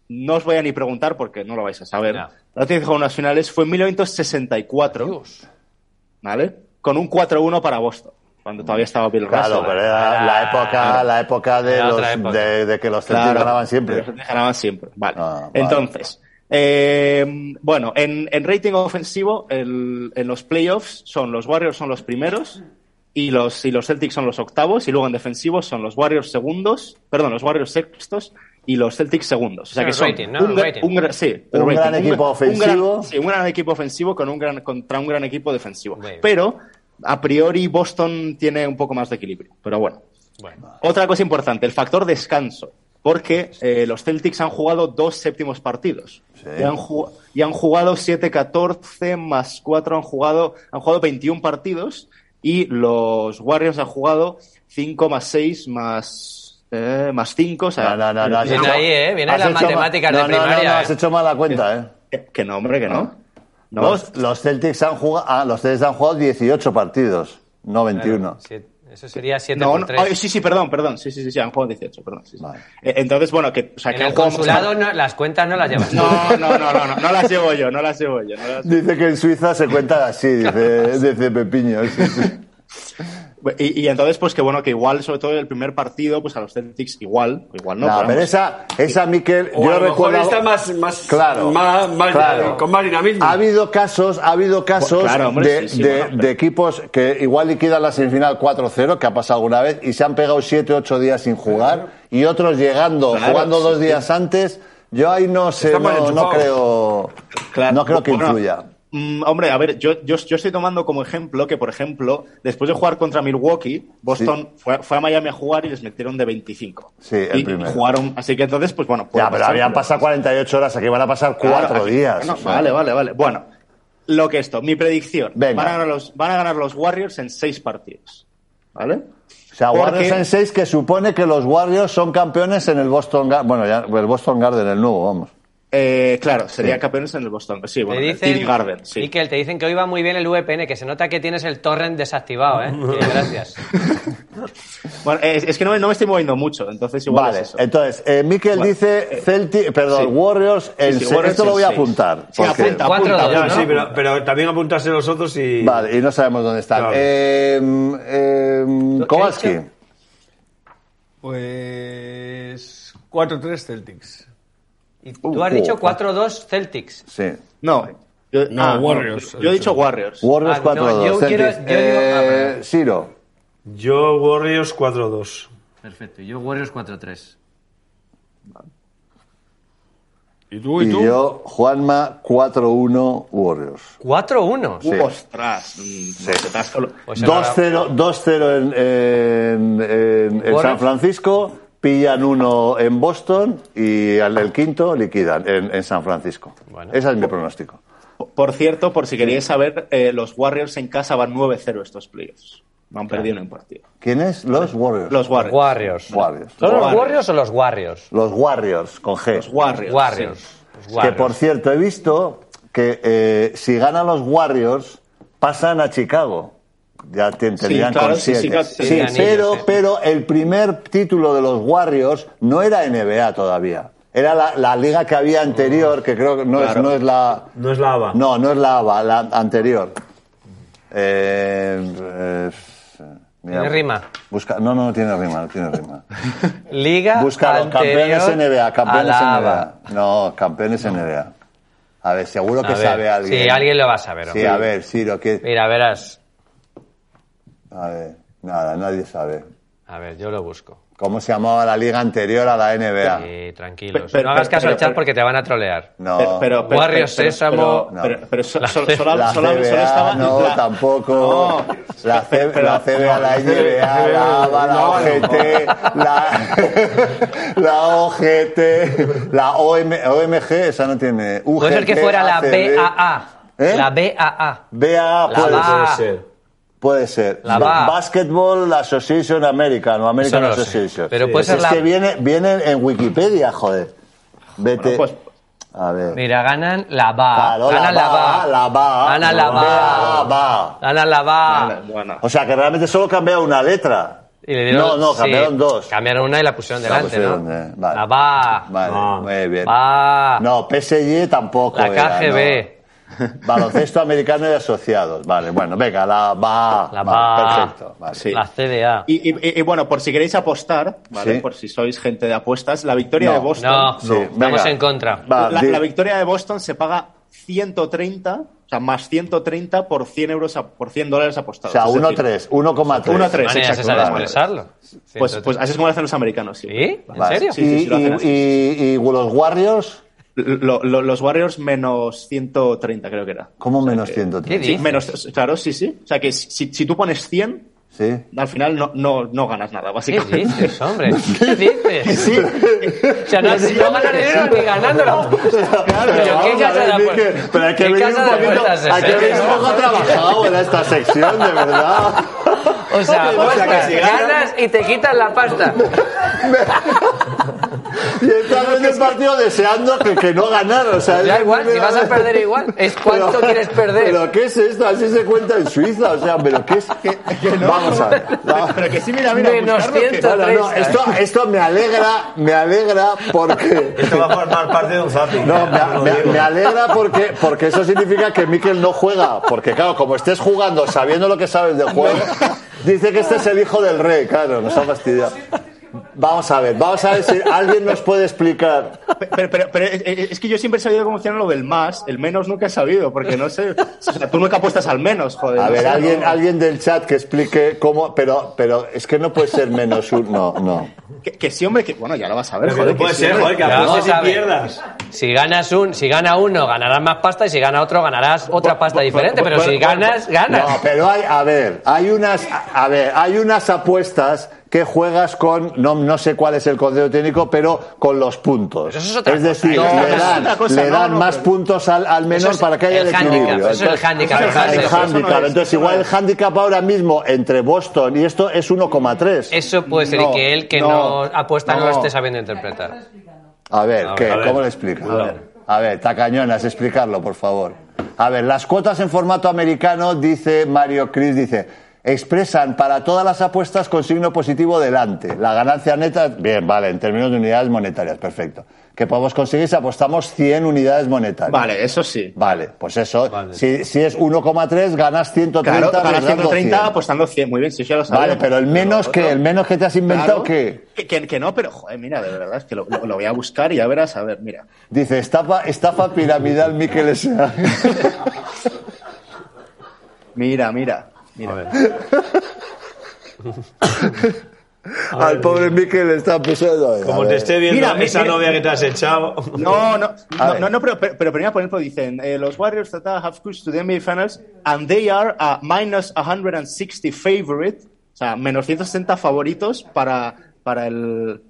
no os voy a ni preguntar porque no lo vais a saber. Ya. La última vez que jugaron unas finales fue en 1964. Dios. ¿vale? Con un 4-1 para Boston, cuando todavía estaba Bill Claro, Russell. pero era la época, la época de Era los, otra época. de, de que los Celtics Claro, ganaban siempre. pero Ganaban siempre, vale. Ah, vale. Entonces, eh, bueno, en, en rating ofensivo, el- en los playoffs son los Warriors son los primeros y los, y los Celtics son los octavos y luego en defensivos son los Warriors segundos, perdón, los Warriors sextos y los Celtics segundos. O sea Sí, que el son rating, ¿no? un, El gra- rating. un gra- sí, el Un rating. gran equipo gra- un gran- ofensivo. sí, un gran equipo ofensivo con un gran, contra un gran equipo defensivo. Muy bien. Pero a priori Boston tiene un poco más de equilibrio. Pero bueno. Bueno, Otra cosa importante, el factor descanso. Porque eh, los Celtics han jugado dos séptimos partidos. Y, han ju- y han jugado 7-14 más 4, han jugado, han jugado 21 partidos. Y los Warriors han jugado 5 más 6 más, eh, más 5. O sea, No, no, no, no, has Viene hecho- ahí, ¿eh? Viene has las hecho mal- matemáticas de No, no, no, primaria, no, ¿eh? has hecho mala cuenta, ¿eh? Que, que no, hombre, que Ah. no. No, Los, los Celtics han jugado, ah, los Celtics han jugado 18 partidos, no 21. siete- eso sería 7 no, por no. 3. Ay, sí, sí, perdón, perdón. Sí, sí, sí, sí han jugado 18, perdón. sí, sí. Vale. Eh, Entonces, bueno, que, o sea, en que han el jugado más consulado no- las cuentas no las llevas. tú. No, no, no, no, no, no las llevo yo, no las llevo yo. No las- Dice que en Suiza se cuenta así, dice, dice Pepiño. sí, sí. Y, y entonces, pues que bueno, que igual, sobre todo el primer partido, pues a los Celtics igual, o igual no. No, pero pero vamos. esa, esa Miquel, O yo a lo mejor recuerdo. está más, más, Claro, más- más- claro. con más dinamismo. Ha habido casos, ha habido casos Pues Claro, hombre, de, sí, sí, de- bueno, pero- de equipos que igual liquidan la semifinal 4-0, que ha pasado alguna vez, y se han pegado 7, 8 días sin jugar, y otros llegando, Claro, jugando sí, dos sí. días antes. Yo ahí no sé, Están mal no, no enchufados. creo, Claro. no creo que Bueno, influya. mm, hombre, a ver, yo, yo, yo estoy tomando como ejemplo que, por ejemplo, después de jugar contra Milwaukee, Boston fue, fue a Miami a jugar y les metieron de 25. Sí, el y, primero. y jugaron, así que entonces, pues bueno. puede Ya, pero pasar, habían pasado 48 horas, aquí van a pasar Claro, 4 aquí- días. bueno, o sea. Vale, vale, vale. Bueno, lo que esto, mi predicción. Venga. Van a ganar los, van a ganar los Warriors en seis partidos. ¿Vale? O sea, Porque- Warriors en 6 que supone que los Warriors son campeones en el Boston Garden. Bueno, ya, el Boston Garden, el nuevo, vamos. Eh, claro, serían Sí. campeones en el Boston. Sí, Te bueno, en el TD dicen, Garden. Sí. Miquel, te dicen que hoy va muy bien el VPN, que se nota que tienes el torrent desactivado, ¿eh? Sí, gracias. Bueno, es, es que no, me- no me estoy moviendo mucho, entonces igual Vale, es eso. entonces, eh, Miquel Bueno, dice eh, Celtic, perdón, sí. Warriors en Sí, sí, seis. Warriors Esto lo en voy a seis. apuntar. Sí, apunta, Cuatro, apunta. dos, apunta. ¿no? Sí, pero, pero también apuntarse los otros y. Vale, y no sabemos dónde están. Claro. Eh, eh, Kowalski, dicho? Pues 4-3 Celtics. Y tú has dicho 4-2 Celtics. sí. No, yo, ah, No, Warriors, Yo he dicho Warriors. Warriors Ah, no, 4-2. yo Celtic. quiero- yo digo- ah, Eh, perdón. Ciro, Yo, Warriors 4-2. Perfecto, yo Warriors 4-3. ¿Y tú? ¿Y, y tú? yo, Juanma, 4-1 Warriors. 4-1. Sí. Ostras. mm, se te has colo- Pues ahora- 2-0 2-0 en, en- en- en Warriors. San Francisco, pillan uno en Boston y al del quinto liquidan en, en San Francisco. Bueno. Ese es mi pronóstico. Por cierto, por si queríais saber, eh, los Warriors en casa van 9-0 estos playoffs. No han perdido ni un partido. ¿Quién es? Los Warriors. Los Warriors. Warriors. Warriors. ¿Son los Warriors. Warriors o los Warriors? Los Warriors, con G. Los Warriors. Warriors. sí. Los Que Warriors. por cierto, he visto que eh, si ganan los Warriors, pasan a Chicago. ya te tendrían claro, con sí, sí, siete. claro, Sí, sí, anillos, pero, sí. pero el primer título de los Warriors no era NBA todavía. Era la, la liga que había anterior, que creo que no, Claro. es, no es la... No es la ABA. No, no es la ABA, la anterior. Eh, eh, mira, Tiene rima. Busca, no, no, no tiene rima, no tiene rima. Liga Busca los campeones anterior NBA, campeones a la NBA. ABA. No, campeones NBA. A ver, seguro que A ver, sabe alguien. Sí, alguien lo va a saber. Sí, hombre. a ver, Ciro, que... Mira, verás. A ver, nada, nadie sabe. A ver, yo lo busco. ¿Cómo se llamaba la liga anterior a la NBA? Sí, tranquilos. Pero- no hagas pero- caso al pero- chat pero- porque te van a trolear. No. Barrios Sésamo. pero- pero- No. pero so- La so- C- solo- La solo- solo CBA, estaba- no, la- tampoco. No. La, C- Pero- la CBA, la NBA, la ABA, la No, no. OGT, la, la OGT, la OM, OMG, esa no tiene. UGT, Puede ser que fuera la ACB. BAA. ¿Eh? La BAA. BAA, La puede BAA. ser. Puede Ah. ser. Puede ser. La Ba- va. Basketball Association American o American Eso no lo sé. Association. Pero puede Pues ser es la- que viene, viene en Wikipedia, joder. Vete. Bueno, pues- A ver. Mira, ganan la BAA. Claro, ganan la BAA. la va, Ganan la BAA. va. Ganan la Ah. BAA. Bueno, O sea que realmente solo cambia una letra. Y le dieron- no, no, sí, cambiaron dos. Cambiaron una y la pusieron La delante, pusieron, ¿no? eh, vale. La BAA. Vale, No. muy bien. BAA. No, PSG tampoco. La era, KGB. no. Baloncesto americano y asociados. Vale, bueno, venga, la va. La Vale, BAA. Perfecto. Vale. Sí. La CDA. Y, y- y, bueno, por si queréis apostar, ¿vale? Sí. Por si sois gente de apuestas, la victoria No. de Boston. No, Sí, estamos venga. en contra. Va, la, di- la victoria de Boston se paga 130, o sea, más 130 por 100 euros a- por 100 dólares O apostados. sea, Es decir, 1-3, 1,3. Uno a tres. Manías, exacto, se sabe vale. expresarlo. Pues, pues así es como lo hacen los americanos, sí. ¿Sí? ¿En Vale. serio? Sí, sí, sí, lo y, hacen así. y- y- y los Warriors, Lo- lo- los Warriors menos 130, creo que era. ¿cómo menos 130? ¿Qué Sí, dices? menos, claro, sí, sí. O sea, que si, si tú pones 100, Sí. al final no, no, no ganas nada, ¿Qué básicamente. dices, hombre? ¿Qué dices? Sí, O sea, no, si no ganas dinero ni ganando la apuesta. claro, Pero vamos ¿qué a casa ver, de Miquel, apuestas? Pero hay que ¿Qué venir un casa de poquito, apuestas es hay que esa, venir eh? un poco trabajado en esta sección, de verdad. O sea, O sea, que apuestas, si ganas- ganas y te quitan la pasta. Y estás en el partido deseando que, que no ganar, o sea... Da es- igual, si vas a perder igual. Es cuánto Pero- quieres perder. Pero ¿qué es esto? Así se cuenta en Suiza, o sea, pero ¿qué es? Vamos a ver. la- Pero que sí, mira, mira. Menos buscarlo, que- 100. Bueno, no, esto, esto me alegra, me alegra porque... Esto va a formar parte de un zapping. No, me, Lo me- digo. me alegra porque, porque eso significa que Miquel no juega. Porque, claro, como estés jugando sabiendo lo que sabes del juego, dice que este es el hijo del rey. Claro, nos ha fastidiado. Vamos a ver, vamos a ver si alguien nos puede explicar. Pero, pero- pero es- es es que yo siempre he sabido cómo funciona lo del más, el menos nunca he sabido, porque no sé. O sea, tú nunca apuestas al menos, joder. A no ver, sé, alguien, no. alguien del chat que explique cómo. Pero, pero es que no puede ser menos uno, no. Que, que sí, hombre, que bueno, ya lo vas a ver, Pero que joder. no puede que sí, ser, hombre. joder, que Ya apuestes se y sabe. pierdas. Si ganas un, si gana uno, ganarás más pasta y si gana otro, ganarás otra pasta diferente. Pero si ganas, No, ganas. pero hay, a ver, hay unas, a ver, hay unas apuestas que juegas con, no, no sé cuál es el código técnico, pero con los puntos. Pero eso es otra cosa. decir, No, le eso es dan, otra cosa, le no, dan no, más pero- puntos al, al menor es para que haya el el handicap, equilibrio. eso es el handicap, el eso no es, eso no es, handicap. Entonces, eso no igual el es. handicap ahora mismo entre Boston y esto es 1,3. Eso puede ser No, que él que no, no, apuesta no. no. lo esté sabiendo interpretar. A ver, A ¿qué? ver, a ver. ¿cómo lo explicas? A ver, a ver, tacañonas, explicarlo, por favor. A ver, las cuotas en formato americano, dice Mario Cris, dice, expresan para todas las apuestas con signo positivo delante. La ganancia neta, bien, vale, en términos de unidades monetarias, perfecto. Que podemos conseguir si apostamos 100 unidades monetarias. Vale, eso sí. Vale, pues eso, si, si es 1,3 ganas 130. Claro, para arriesgando 130 100. apostando 100, muy bien, sí, eso ya lo sabía. Vale, pero el menos pues, otro- que el menos que te has Claro, inventado que que, que- que no, pero joder, mira, de verdad, es que lo, lo- lo voy a buscar y ya verás, a ver, mira. Dice, estafa, estafa piramidal Miquel S.A. Mira, mira. mira. Al pobre Miquel le está pesado. Como te esté viendo Mira, mi- esa mira. novia que te has echado. No, no, A no, ver. no, no, pero, pero, pero primero, por ejemplo, dicen, eh, los Warriors tata have pushed to the NBA Finals and they are a minus 160 favorite, o sea, menos 160 favoritos para, para el...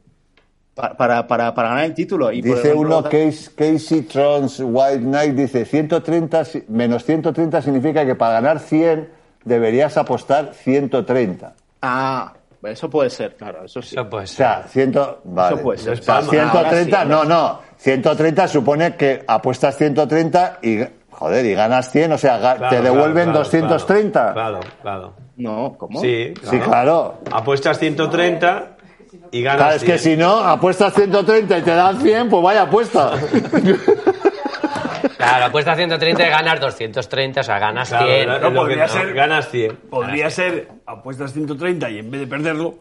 Para, para, para, para ganar el título. Y por Dice ejemplo, uno, Casey, Casey Trons White Knight, dice 130, si- menos 130 significa que para ganar 100 deberías apostar 130. Ah, eso puede ser, claro, eso sí. Eso puede O ser. sea, 100, vale. puede ser. O sea, Palma, ahora 130, sí, no, no. 130 supone que apuestas 130 y Joder, y ganas 100, o sea, ga- Claro, te claro, devuelven claro, 230. Claro, claro. No, ¿cómo? Sí, Sí, claro. Apuestas 130 y ganas. Claro, es que 100. si no, apuestas 130 y te dan 100, pues vaya apuesta. Claro, apuestas 130 y ganas 230, o sea, ganas Claro, 100. es no lo que podría ser. Ganas 100. Podría ser apuestas 130 y en vez de perderlo,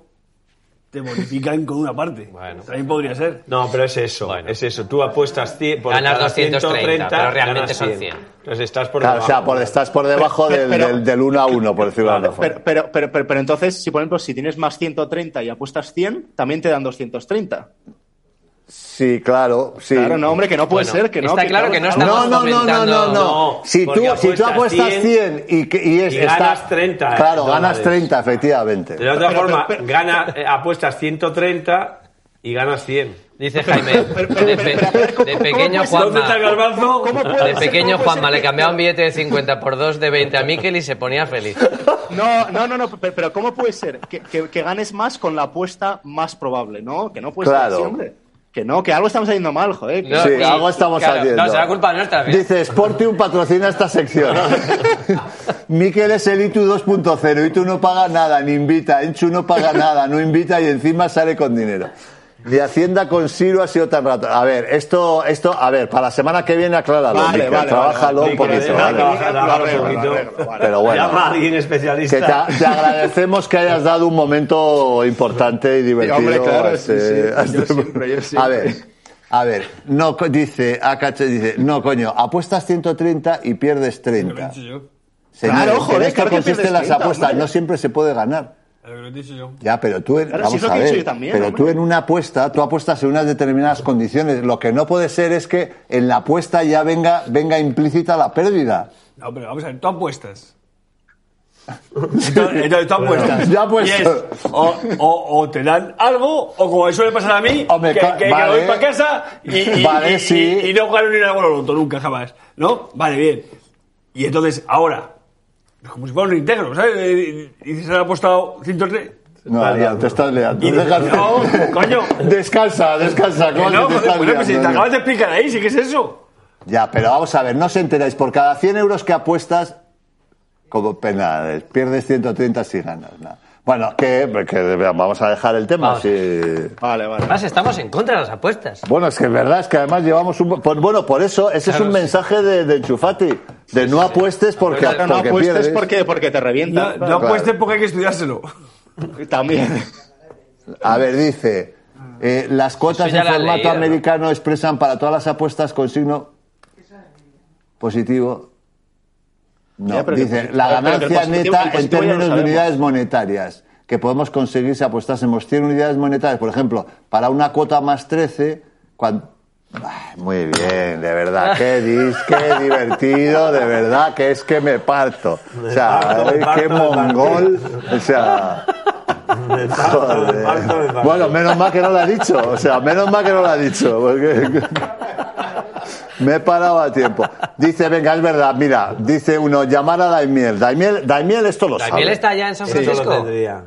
te bonifican con una parte. Bueno. También podría ser. No, pero es eso, es eso. Tú apuestas 100 por Ganas cada 230, pero realmente ganas son 100. 100. Entonces estás por Claro, o debajo. sea, por, estás por debajo Pero- del, pero- del, 1 a 1, por decirlo de alguna Pero, forma. pero, pero, pero- pero entonces, si por ejemplo, si tienes más 130 y apuestas 100, también te dan 230. Sí, claro, sí. Claro, no, hombre, que no puede Bueno, ser. Que no, está que claro que no está- No, Estamos no, no, no, no, comentando- no. No, Si tú, porque si tú apuestas apuestas 100 y, que- y es, y está- ganas 30 Claro, ganas dólares. 30, efectivamente. De la otra Pero- forma, pero- pero- gana, eh, apuestas 130 y ganas 100. Dice Jaime, de, pe- de pequeño ¿Dónde está el Juanma, garbanzo? de pequeño Juanma le cambiaba un billete de 50 por 2 de 20 a Miquel y se ponía feliz. No, no, no, no, pero, pero ¿cómo puede ser que, que- que ganes más con la apuesta más probable? No, que no puede Claro. ser así, hombre. Que no, que algo estamos haciendo mal, joder. que- No, sí, y- algo estamos claro, haciendo. no, será culpa nuestra, bien. Dice, Sportium patrocina esta sección. Miquel es el ITU 2.0. ITU no paga nada, ni invita. Enchu no paga nada, no invita y encima sale con dinero. De Hacienda con Siro ha sido tan rato. A ver, esto, esto, a ver, para la semana que viene acláralo, Vale, Miquel. vale, vale, Trabájalo vale, un Miquel, poquito, venga, ¿vale? trabaja. Pero bueno. Llama a Que alguien te, especialista. te agradecemos que hayas dado un momento importante y divertido. Sí, hombre, claro, a este- sí, sí. a Yo siempre, yo siempre. A ver, a ver, no, co- dice, Acache dice, no, coño, apuestas 130 y pierdes 30. Señores, Claro, en joder, esto claro que consisten pierdes las 30, apuestas, hombre. no siempre se puede ganar. Ya, pero tú, en, Claro, vamos sí, es lo a que he ver, dicho yo también, pero hombre. tú en una apuesta, tú apuestas en unas determinadas condiciones. Lo que no puede ser es que en la apuesta ya venga, venga implícita la pérdida. No, pero vamos a ver, tú apuestas. Entonces, entonces tú apuestas. Yo apuesto. Y es, o, o- o te dan algo, o como me suele pasar a mí, Hombre, que, ca- que- que vale. voy para casa y, y- Vale, y- sí. y- y no gano ni una loto nunca, jamás. ¿No? Vale, bien. Y entonces, ahora, como si fuera un íntegro, ¿sabes? Eh, Y dices, han apostado 103. No, Adrián, te estás liando. Y dices, Déjate. no, coño. Descansa, descansa. Que coño, no, te joder, estás bueno, pues si te liando. acabas de explicar ahí, ¿sí que es eso? Ya, pero vamos a ver, no os enteráis. Por cada 100 euros que apuestas, como penales, pierdes 130 si ganas. nada. Bueno, que, que vamos a dejar el tema. Vamos. sí. Vale, vale. Además, estamos en contra de las apuestas. Bueno, es que es verdad, es que además llevamos un... por- bueno, por eso, ese es Claro, un sí. mensaje de, de Enchufati. De no apuestes porque, Claro, no porque apuestes pierdes. porque, porque te No, revienta. no apuestes porque hay que estudiárselo. También. A ver, dice, eh, las cuotas Eso ya en la he formato leído, ¿no? americano expresan para todas las apuestas con signo positivo. No, Ya, pero que dice, positivo- la pero que el ganancia positivo- el neta en positivo ya lo términos de sabemos. unidades monetarias que podemos conseguir si apostásemos 100 unidades monetarias. Por ejemplo, para una cuota más 13, cuan- Ay, Muy bien, de verdad, qué, dis, qué divertido, de verdad, que es que me parto. O sea, eh, parto, me qué parto, me parto. mongol. O sea... Joder. Me parto, me parto. Bueno, menos mal que no lo ha dicho. O sea, menos mal que no lo ha dicho. Porque... Me he parado a tiempo. Dice, venga, es verdad, mira, dice uno, llamar a Daimiel. Daimiel, Daimiel esto lo Daniel sabe. está ya en San Esto lo Francisco. tendría.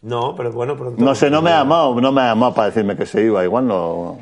No, pero bueno, pronto. No sé, no me ha llamado, no me ha llamado para decirme que se iba, igual no.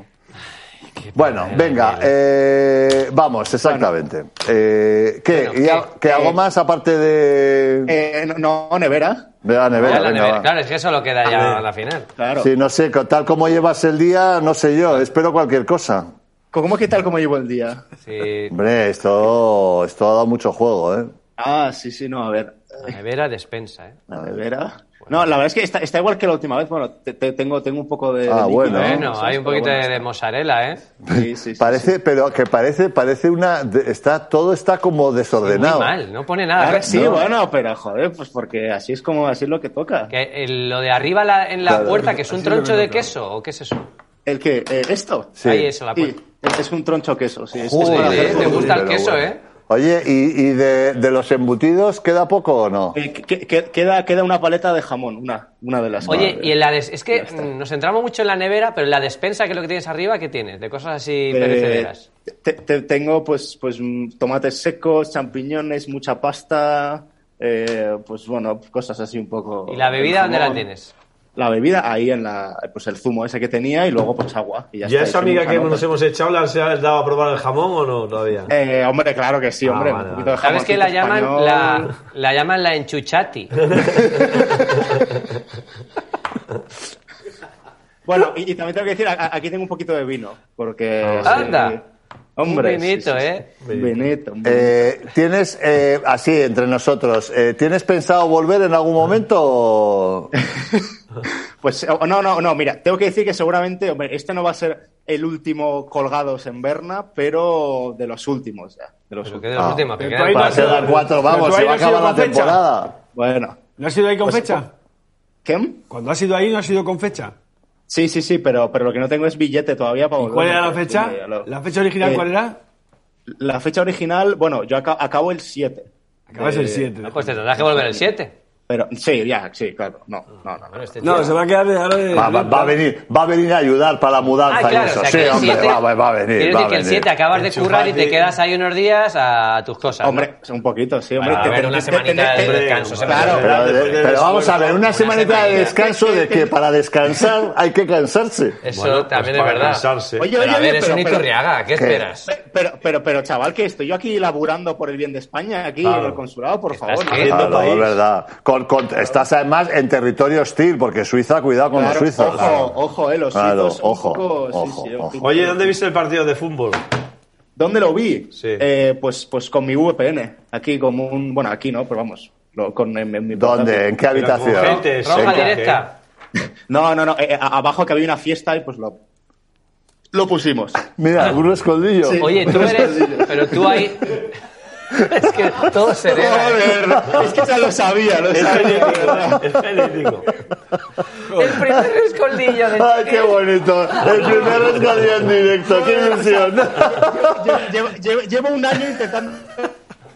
Bueno, venga, eh, vamos, exactamente. Eh, ¿Qué? Bueno, ¿Y a- ¿qué? ¿Qué hago más aparte de, Eh, no, no, nevera. de la nevera? Ya la Venga, nevera. va. Claro, es que eso lo queda ya a la final. Claro. Sí, no sé, co- tal como llevas el día, no sé yo, espero cualquier cosa. ¿Cómo que tal como llevo el día? Sí, Hombre, esto, esto ha dado mucho juego, ¿eh? Ah, sí, sí, no, a ver. la nevera despensa, ¿eh? La nevera. No, la verdad es que está, está igual que la última vez. Bueno, te- te- tengo, tengo un poco de. de Ah, líquido, bueno. ¿eh? Bueno, ¿Sabes? hay Pero un poquito de, bueno, de mozzarella, ¿eh? está- sí, sí, sí, Parece, pero que parece, parece una, de- está, todo está como Muy desordenado. mal, Ah, no pone sí. pues nada. Claro, Ah, sí, No. bueno, pero joder, pues porque así es como así es lo que toca. Que el- lo de arriba la- en la Claro. puerta, que es un troncho de queso, ¿o qué es eso? ¿El que esto. Sí. Ahí eso, la Sí, puerta. es un troncho queso, sí. es- es Joder, para hacer- ¿eh? te gusta el Pero queso, bueno. ¿eh? Oye, ¿y, y de, de los embutidos queda poco o no? Eh, que- que- queda, queda una paleta de jamón, una, una de las. Oye, y en la des- es que Ya está. mm, nos centramos mucho en la nevera, pero en la despensa, que es lo que tienes arriba, ¿qué tienes? De cosas así Eh, perecederas. te- te- tengo pues, pues mm, tomates secos, champiñones, mucha pasta, eh, pues bueno, cosas así un poco. ¿Y la bebida dónde la jamón. tienes? la bebida ahí en la, pues el zumo ese que tenía y luego pues agua. Y ya, ¿Ya está, esa y amiga que nunca, ¿no? nos hemos echado la se has dado a probar el jamón o no todavía? Eh, hombre, claro que sí, Ah, hombre. vale, un poquito de ¿Sabes que la jamoncito llaman español. la, la llaman la enchuchati? Bueno, y, y también tengo que decir, a- a- aquí tengo un poquito de vino, porque... Ah, Anda. sí, Hombre, Un vinito, sí, sí, sí. ¿eh? Vinito, un vinito. Eh, ¿Tienes, eh, así entre nosotros, eh, ¿tienes pensado volver en algún momento? o- Pues eh, no, no, no, mira, tengo que decir que seguramente, hombre, este no va a ser el último colgados en Berna, pero de los últimos ya. De los Pero últimos. que de los últimos, que Pero quedan tú ahí Para vas- cuatro. ser la cuatro, Pero vamos, tú se ahí va a no has ido acabar la con fecha. temporada. Bueno, ¿No has ido ahí con Pues, fecha? ¿qué? Cuando has ido ahí, no has ido con fecha. Sí, sí, sí, pero, pero lo que no tengo es billete todavía para Pues, volver. ¿Y cuál era la Pero fecha? sí, ya lo- ¿La fecha original Eh, cuál era? La fecha original, bueno, yo aca- acabo el 7. Acabas el 7. Ah, Pues te tendrás que volver el 7. Pero sí, ya, sí, claro. No, no, no. Bueno, este No, tío- se va a quedar de ahora de- Va, va- va a venir, va a venir a ayudar para la mudanza Ah, y claro, eso. o sea, sí, que el hombre, siete- va, va- va a venir. Quiero Va a decir que el venir. 7 acabas de currar y te Enchufate. quedas ahí unos días a tus cosas. ¿no? Hombre, un poquito, sí, hombre. Bueno, a te- ver, te- una te- semanita te- de te- descanso, se Claro, me Pero, Después del pero vamos a ver, esfuerzo, una una semanita de semanita. descanso de que para descansar hay que cansarse. Eso Bueno, también pues es para verdad. cansarse. Oye, Pero a ver, es pero- un pero- Iturriaga, ¿qué esperas? Pero, pero, pero, chaval, que estoy yo aquí laburando por el bien de España, aquí en el consulado, por Estás favor. que- ¿no? Claro, país. Ah, es verdad. Con- con- estás además en territorio hostil, porque Suiza, cuidado con Claro, los suizos. ojo, ojo, eh, los Claro, suizos son un ojo, poco- sí, ojo, sí, ojo. sí. Oye, ¿dónde viste el partido de fútbol? ¿Dónde lo vi? Sí. Eh, pues, pues con mi VPN. Aquí como un... Bueno, aquí no, pero vamos. lo- con en- en mi ¿Dónde? portátil. ¿En qué Pero con habitación? gente, Roja sí, directa. No, no, no. eh, eh, a- abajo que había una fiesta y pues lo... Lo pusimos. Mira, un escondillo. Sí. Oye, tú eres. Pero tú ahí. Es que todo se hereda, ¿eh? Joder, es que ya lo sabía, lo Es sabía. genético, ¿verdad? Es genético. El primer escondillo de. Ay, qué bonito. El primer escondillo en directo. Qué ilusión. Lle- Llevo, llevo- llevo un año intentando...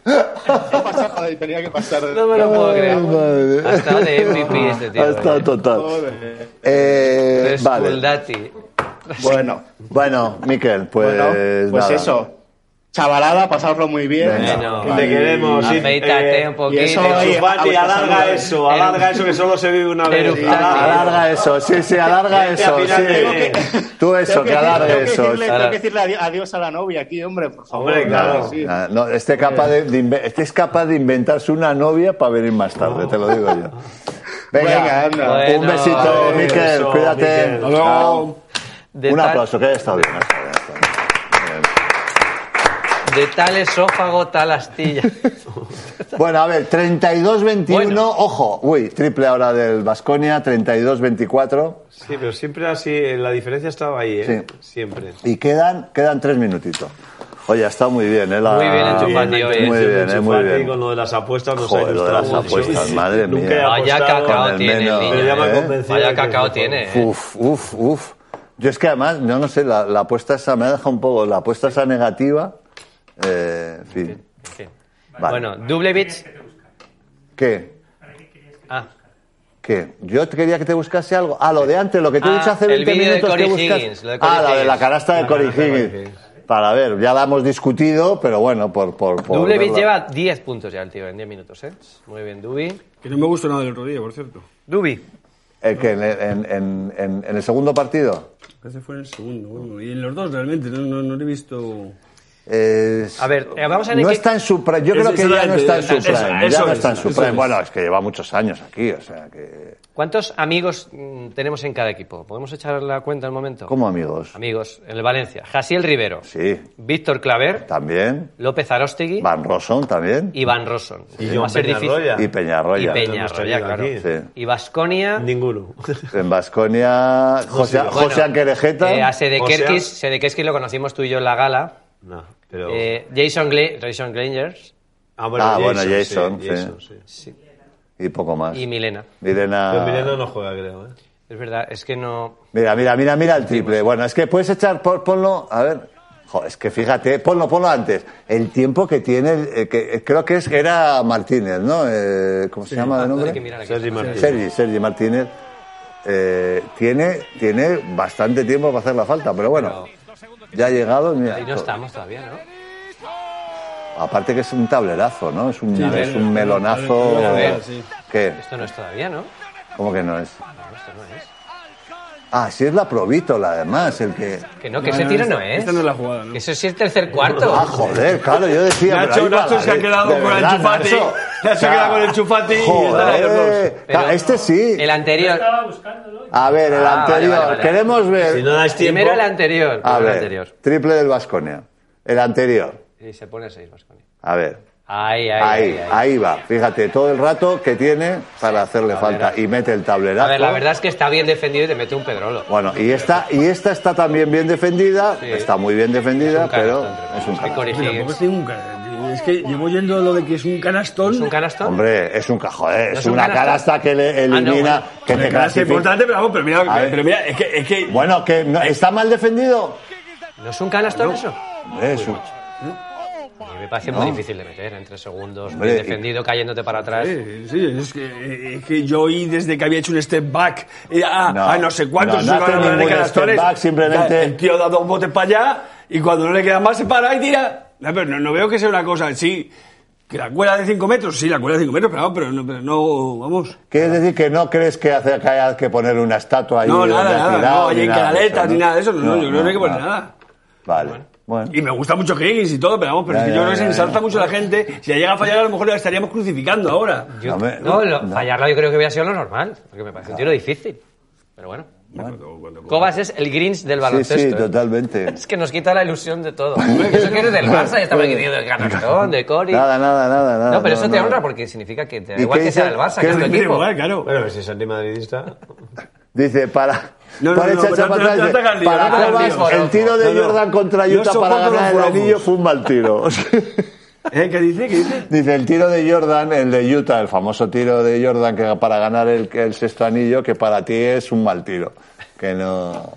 Pasar, joder, tenía que pasar. No me lo puedo Ay, creer. madre. Ah, Ha estado de MVP este tío. Ha estado total. Eh, Es vale. Soldati. Bueno, Bueno, Miquel, pues, bueno, pues nada. eso. Chavalada, pasarlo muy bien. Venga. Bueno, Te Pues queremos. sí. Afeítate Eh, un poquito. y eso, oye, Chupati, a- a- alarga a- eso, alarga eso que solo se vive una vez. Eructate. Alarga, alarga. Ah, Alarga eso, sí, sí, alarga Vete eso. a final de- Sí. Tú eso, Tengo que decir- alargue tengo que eso. decirle- tengo que decirle adi- adiós a la novia aquí, hombre, por favor. Hombre, claro. Claro, sí. nada, no, este, capaz de, de inve- este es capaz de inventarse una novia para venir más tarde, te lo digo yo. Venga, Venga, anda. un Bueno, besito, adiós, Miquel, eso, cuídate. Miquel. Hasta luego. Chao. De Un tal- aplauso, que haya estado bien. ha estado bien, ha estado bien. De tal esófago, tal astilla. Bueno, a ver, 32-21, Bueno. ojo, uy, triple ahora del Vasconia, 32-24, Sí, pero siempre así, eh, la diferencia estaba ahí, ¿eh? Sí. Siempre. y quedan, quedan tres minutitos. Oye, ha estado muy bien, ¿eh? la- Muy bien hecho, Fati, oye. Muy bien, ¿eh? muy Chupati bien. Con lo de las apuestas nos Joder, lo ha de ilustrado las mucho. apuestas, Sí, sí. madre Nunca mía. he Vaya apostado. cacao el tiene menos. el niño. Pero ya me ha ¿eh? convencido de Vaya que cacao es tiene. ¿eh? Uf, uf, uf. Yo es que además, no, no sé, la, la apuesta esa me ha dejado un poco, la apuesta esa negativa. Eh, en fin. En fin. Vale. Bueno, Dublevich. ¿Qué? Ah, ¿Qué? Yo te quería que te buscase algo. Ah, lo de antes, lo que tú Ah, dices hace el 20 vídeo de minutos Corey que buscas- Higgins, lo de Corey ah, la de la Higgins. canasta de Cory Higgins. Para ver, ya la hemos discutido, pero bueno, por. por, por Dublevich verla. lleva 10 puntos ya el tío en 10 minutos, ¿eh? Muy bien, Dubi. Que no me gustó nada el otro día, por cierto. Dubi. ¿El Eh, que en, en- en- en- en el segundo partido? Ese fue en el segundo, bueno. Y en los dos realmente, no, no, no lo he visto. Eh, A ver, eh, vamos a ver No qué- está en su prime. Yo Eso- creo que eso ya no es- está en su eso- prime. eso ya no es, está en su eso prime. es. Bueno, es que lleva muchos años aquí, o sea que. ¿Cuántos amigos mm, tenemos en cada equipo? ¿Podemos echar la cuenta al momento? ¿Cómo amigos? Amigos, en el Valencia. Jasiel Rivero. Sí, Víctor Claver. también. López Arostegui. Van Rosson también. Y Van Rosson. Y John Peñarroya. Y Peñarroya. Y Peñarroya, No claro. hemos tenido aquí. Y Vasconia. eh, Ninguno. En Vasconia, José, Bueno, José Anquerejeta. Eh, a Sedekerkis, O Sedekerkis lo conocimos tú y yo en la gala. No, pero... Eh, Jason, Gla- Jason Grangers ah, bueno, ah, Jason, bueno, sí, Jason, sí. sí. y poco más. y Milena. Milena- Pero Milena no juega, creo, ¿eh? Es verdad, es que no. Mira, mira, mira, mira el triple. Bueno, es que puedes echar, pon- ponlo, a ver. Jo, es que fíjate, ponlo, ponlo antes. El tiempo que tiene, el- eh, que eh, creo que es que era Martínez, ¿no? Eh, ¿Cómo se llama de ah, Hay que nombre? mirar aquí. Sergi Martínez. Sergi, Sergi Martínez. Eh, tiene, tiene bastante tiempo para hacer la falta, pero bueno, ya ha llegado. mira, Ahí no estamos todavía, ¿no? Aparte que es un tablerazo, ¿no? Es un, es un melonazo. a ver, a ver, ¿Qué? Esto no es todavía, ¿no? ¿Cómo que no es? Ah, sí es la provítola, además, el que... Que no, que ese tiro no es. Esta no es la jugada, ¿no? Que eso sí es tercer cuarto. Ah, joder, claro, yo decía... pero Nacho, ahí va Nacho la se ha ley. quedado De con el verdad, chufati. Nacho. Nacho se ha quedado con el chufati y están ahí los dos. Joder, Pero- este sí. El anterior. A ver, el Ah, vale, anterior. vale, vale. Queremos ver... Si no dais tiempo. Primero el anterior. A primero ver, el anterior. triple del Vasconia. El anterior. Y se pone 6 Vasconi. A ver. Ahí, ahí, Ahí, ahí. ahí, ahí. va. Fíjate, todo el rato que tiene para hacerle falta. Y mete el tablerazo. A ver, la verdad es que está bien defendido y te mete un pedrolo. Bueno, y esta, y esta está también bien defendida. Sí. Está muy bien defendida, un canastón, pero tremendo. es un Es que cajón. Corey Pero Higgins- tampoco es un canastón. Es que llevo yendo a lo de que es un canastón. ¿Es un canastón? Hombre, es un cajón. ¿eh? No Es es un una canasta. canasta que le Ah, no, elimina, bueno. que te Claro, es que es clasifica. importante, pero, vamos, pero mira, A ver. pero mira, es que, es que Bueno, que no- está mal defendido. ¿No es un canastón eso? Hombre, es un- A mí me parece muy difícil de meter. En tres segundos, Hombre, bien defendido, cayéndote para atrás. Eh, Sí, es que, eh, es que yo oí desde que había hecho un step back eh, a, a No. no, sé cuántos No, no se hace van a ganar de ningún canastones. step back, simplemente- Ya, El tío da dos botes para allá y cuando no le queda más se para y tira. No, pero no, no veo que sea una cosa así. Que la cuela de 5 metros, sí, la cuela de 5 metros, pero, vamos, pero, no, pero no, vamos. ¿Quieres decir que no crees que, hace, que haya que poner una estatua ahí? No, donde nada, ha nada, tirado, no, hay en nada de eso, canaletas ni nada de eso, no, yo creo que no hay que poner no. nada. Vale. bueno. Y me gusta mucho Higgins y todo, pero vamos, pero Ya, es que ya, yo creo que se ya, ensalza mucho la gente. Si la llega a fallar, a lo mejor la estaríamos crucificando ahora. Yo- No me- no, lo- no. fallarla yo creo que hubiera sido lo normal. Porque me parece un tiro difícil. Pero bueno. Cobas es el Greens del Sí, baloncesto. sí, ¿eh? totalmente. Es que nos quita la ilusión de todo. Eso que eres del Barça y estamos aquí diciendo del canastón, de Cori. Nada, nada, nada, nada. no, pero eso te no. honra porque significa que te da ¿Y igual qué que sea dice? del Barça, ¿Qué que es tu dice? Me da equipo. igual, claro. Bueno, pero si es antimadridista. Dice, para. No, no, para no, echar no, para no, no, atrás, no, dice, no, no, no, para no, no, Cobas, no, no, el tiro de no, no. Jordan contra Yo Utah soporto para los ganar el bromos. anillo fue un mal tiro. ¿Eh? ¿Qué dice? ¿Qué dice? Dice, el tiro de Jordan, el de Utah, el famoso tiro de Jordan que para ganar el, el sexto anillo, que para ti es un mal tiro. Que no.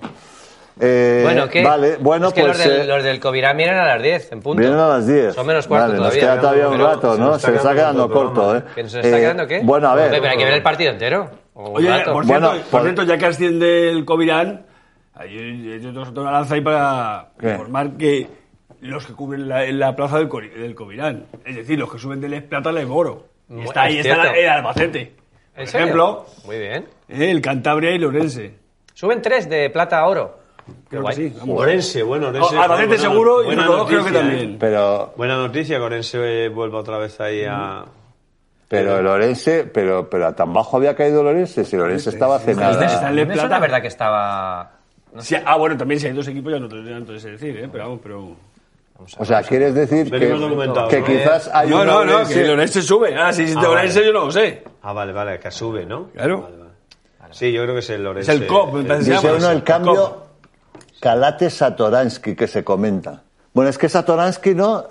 Eh, Bueno, ¿qué? Vale, bueno, es que pues. los del, eh, los del Covirán vienen a las 10, en punto. Vienen a las 10. Son menos cuarto Vale, todavía. Nos queda todavía un Pero- rato, ¿no? Se, está quedando corto, ¿eh? ¿Que nos está Eh, quedando qué? Bueno, a Hombre, pero hay ver. que ver el partido entero. o un Oye, rato. por cierto, Bueno, por por- cierto, ya que asciende el Covirán, ahí yo tengo una lanza ahí para ¿Qué? informar que los que cubren la, en la plaza del, Cori- del Covirán, es decir, los que suben del Es Plata les Moro. Y Bueno, está ahí, Mm, es está la- cierto. el Albacete. Por ¿En serio? ejemplo, Muy bien. eh, el Cantabria y el Orense. Suben tres de plata a oro. Qué Creo que guay. sí. vamos. Orense, bueno, Orense. Oh, Albacete buena- seguro y buena Rodó creo que noticia, también. ¿eh? Pero, Buena noticia que Orense eh, vuelva otra vez ahí a. pero el Orense, pero, pero a tan bajo había caído el Orense, si el Orense estaba Está cenado. en el Me suena plata. verdad que estaba... Sí, ah, bueno, también si hay dos equipos ya no tendría tanto que decir, ¿eh? pero vamos, pero... O sea, quieres decir que, Venimos documentados, que ¿no? quizás hay no, un no, no, Orense- que el Orense sube. Ah, sí, si Ah, de Orense vale. yo no lo sé. Ah, vale, vale, que sube, ¿no? Claro. Vale, vale. Sí, yo creo que es el Es Orense. el COP, me parece que se Dice llama. uno el COP. cambio Kalate Satoransky que se comenta. Bueno, es que Satoransky, ¿no?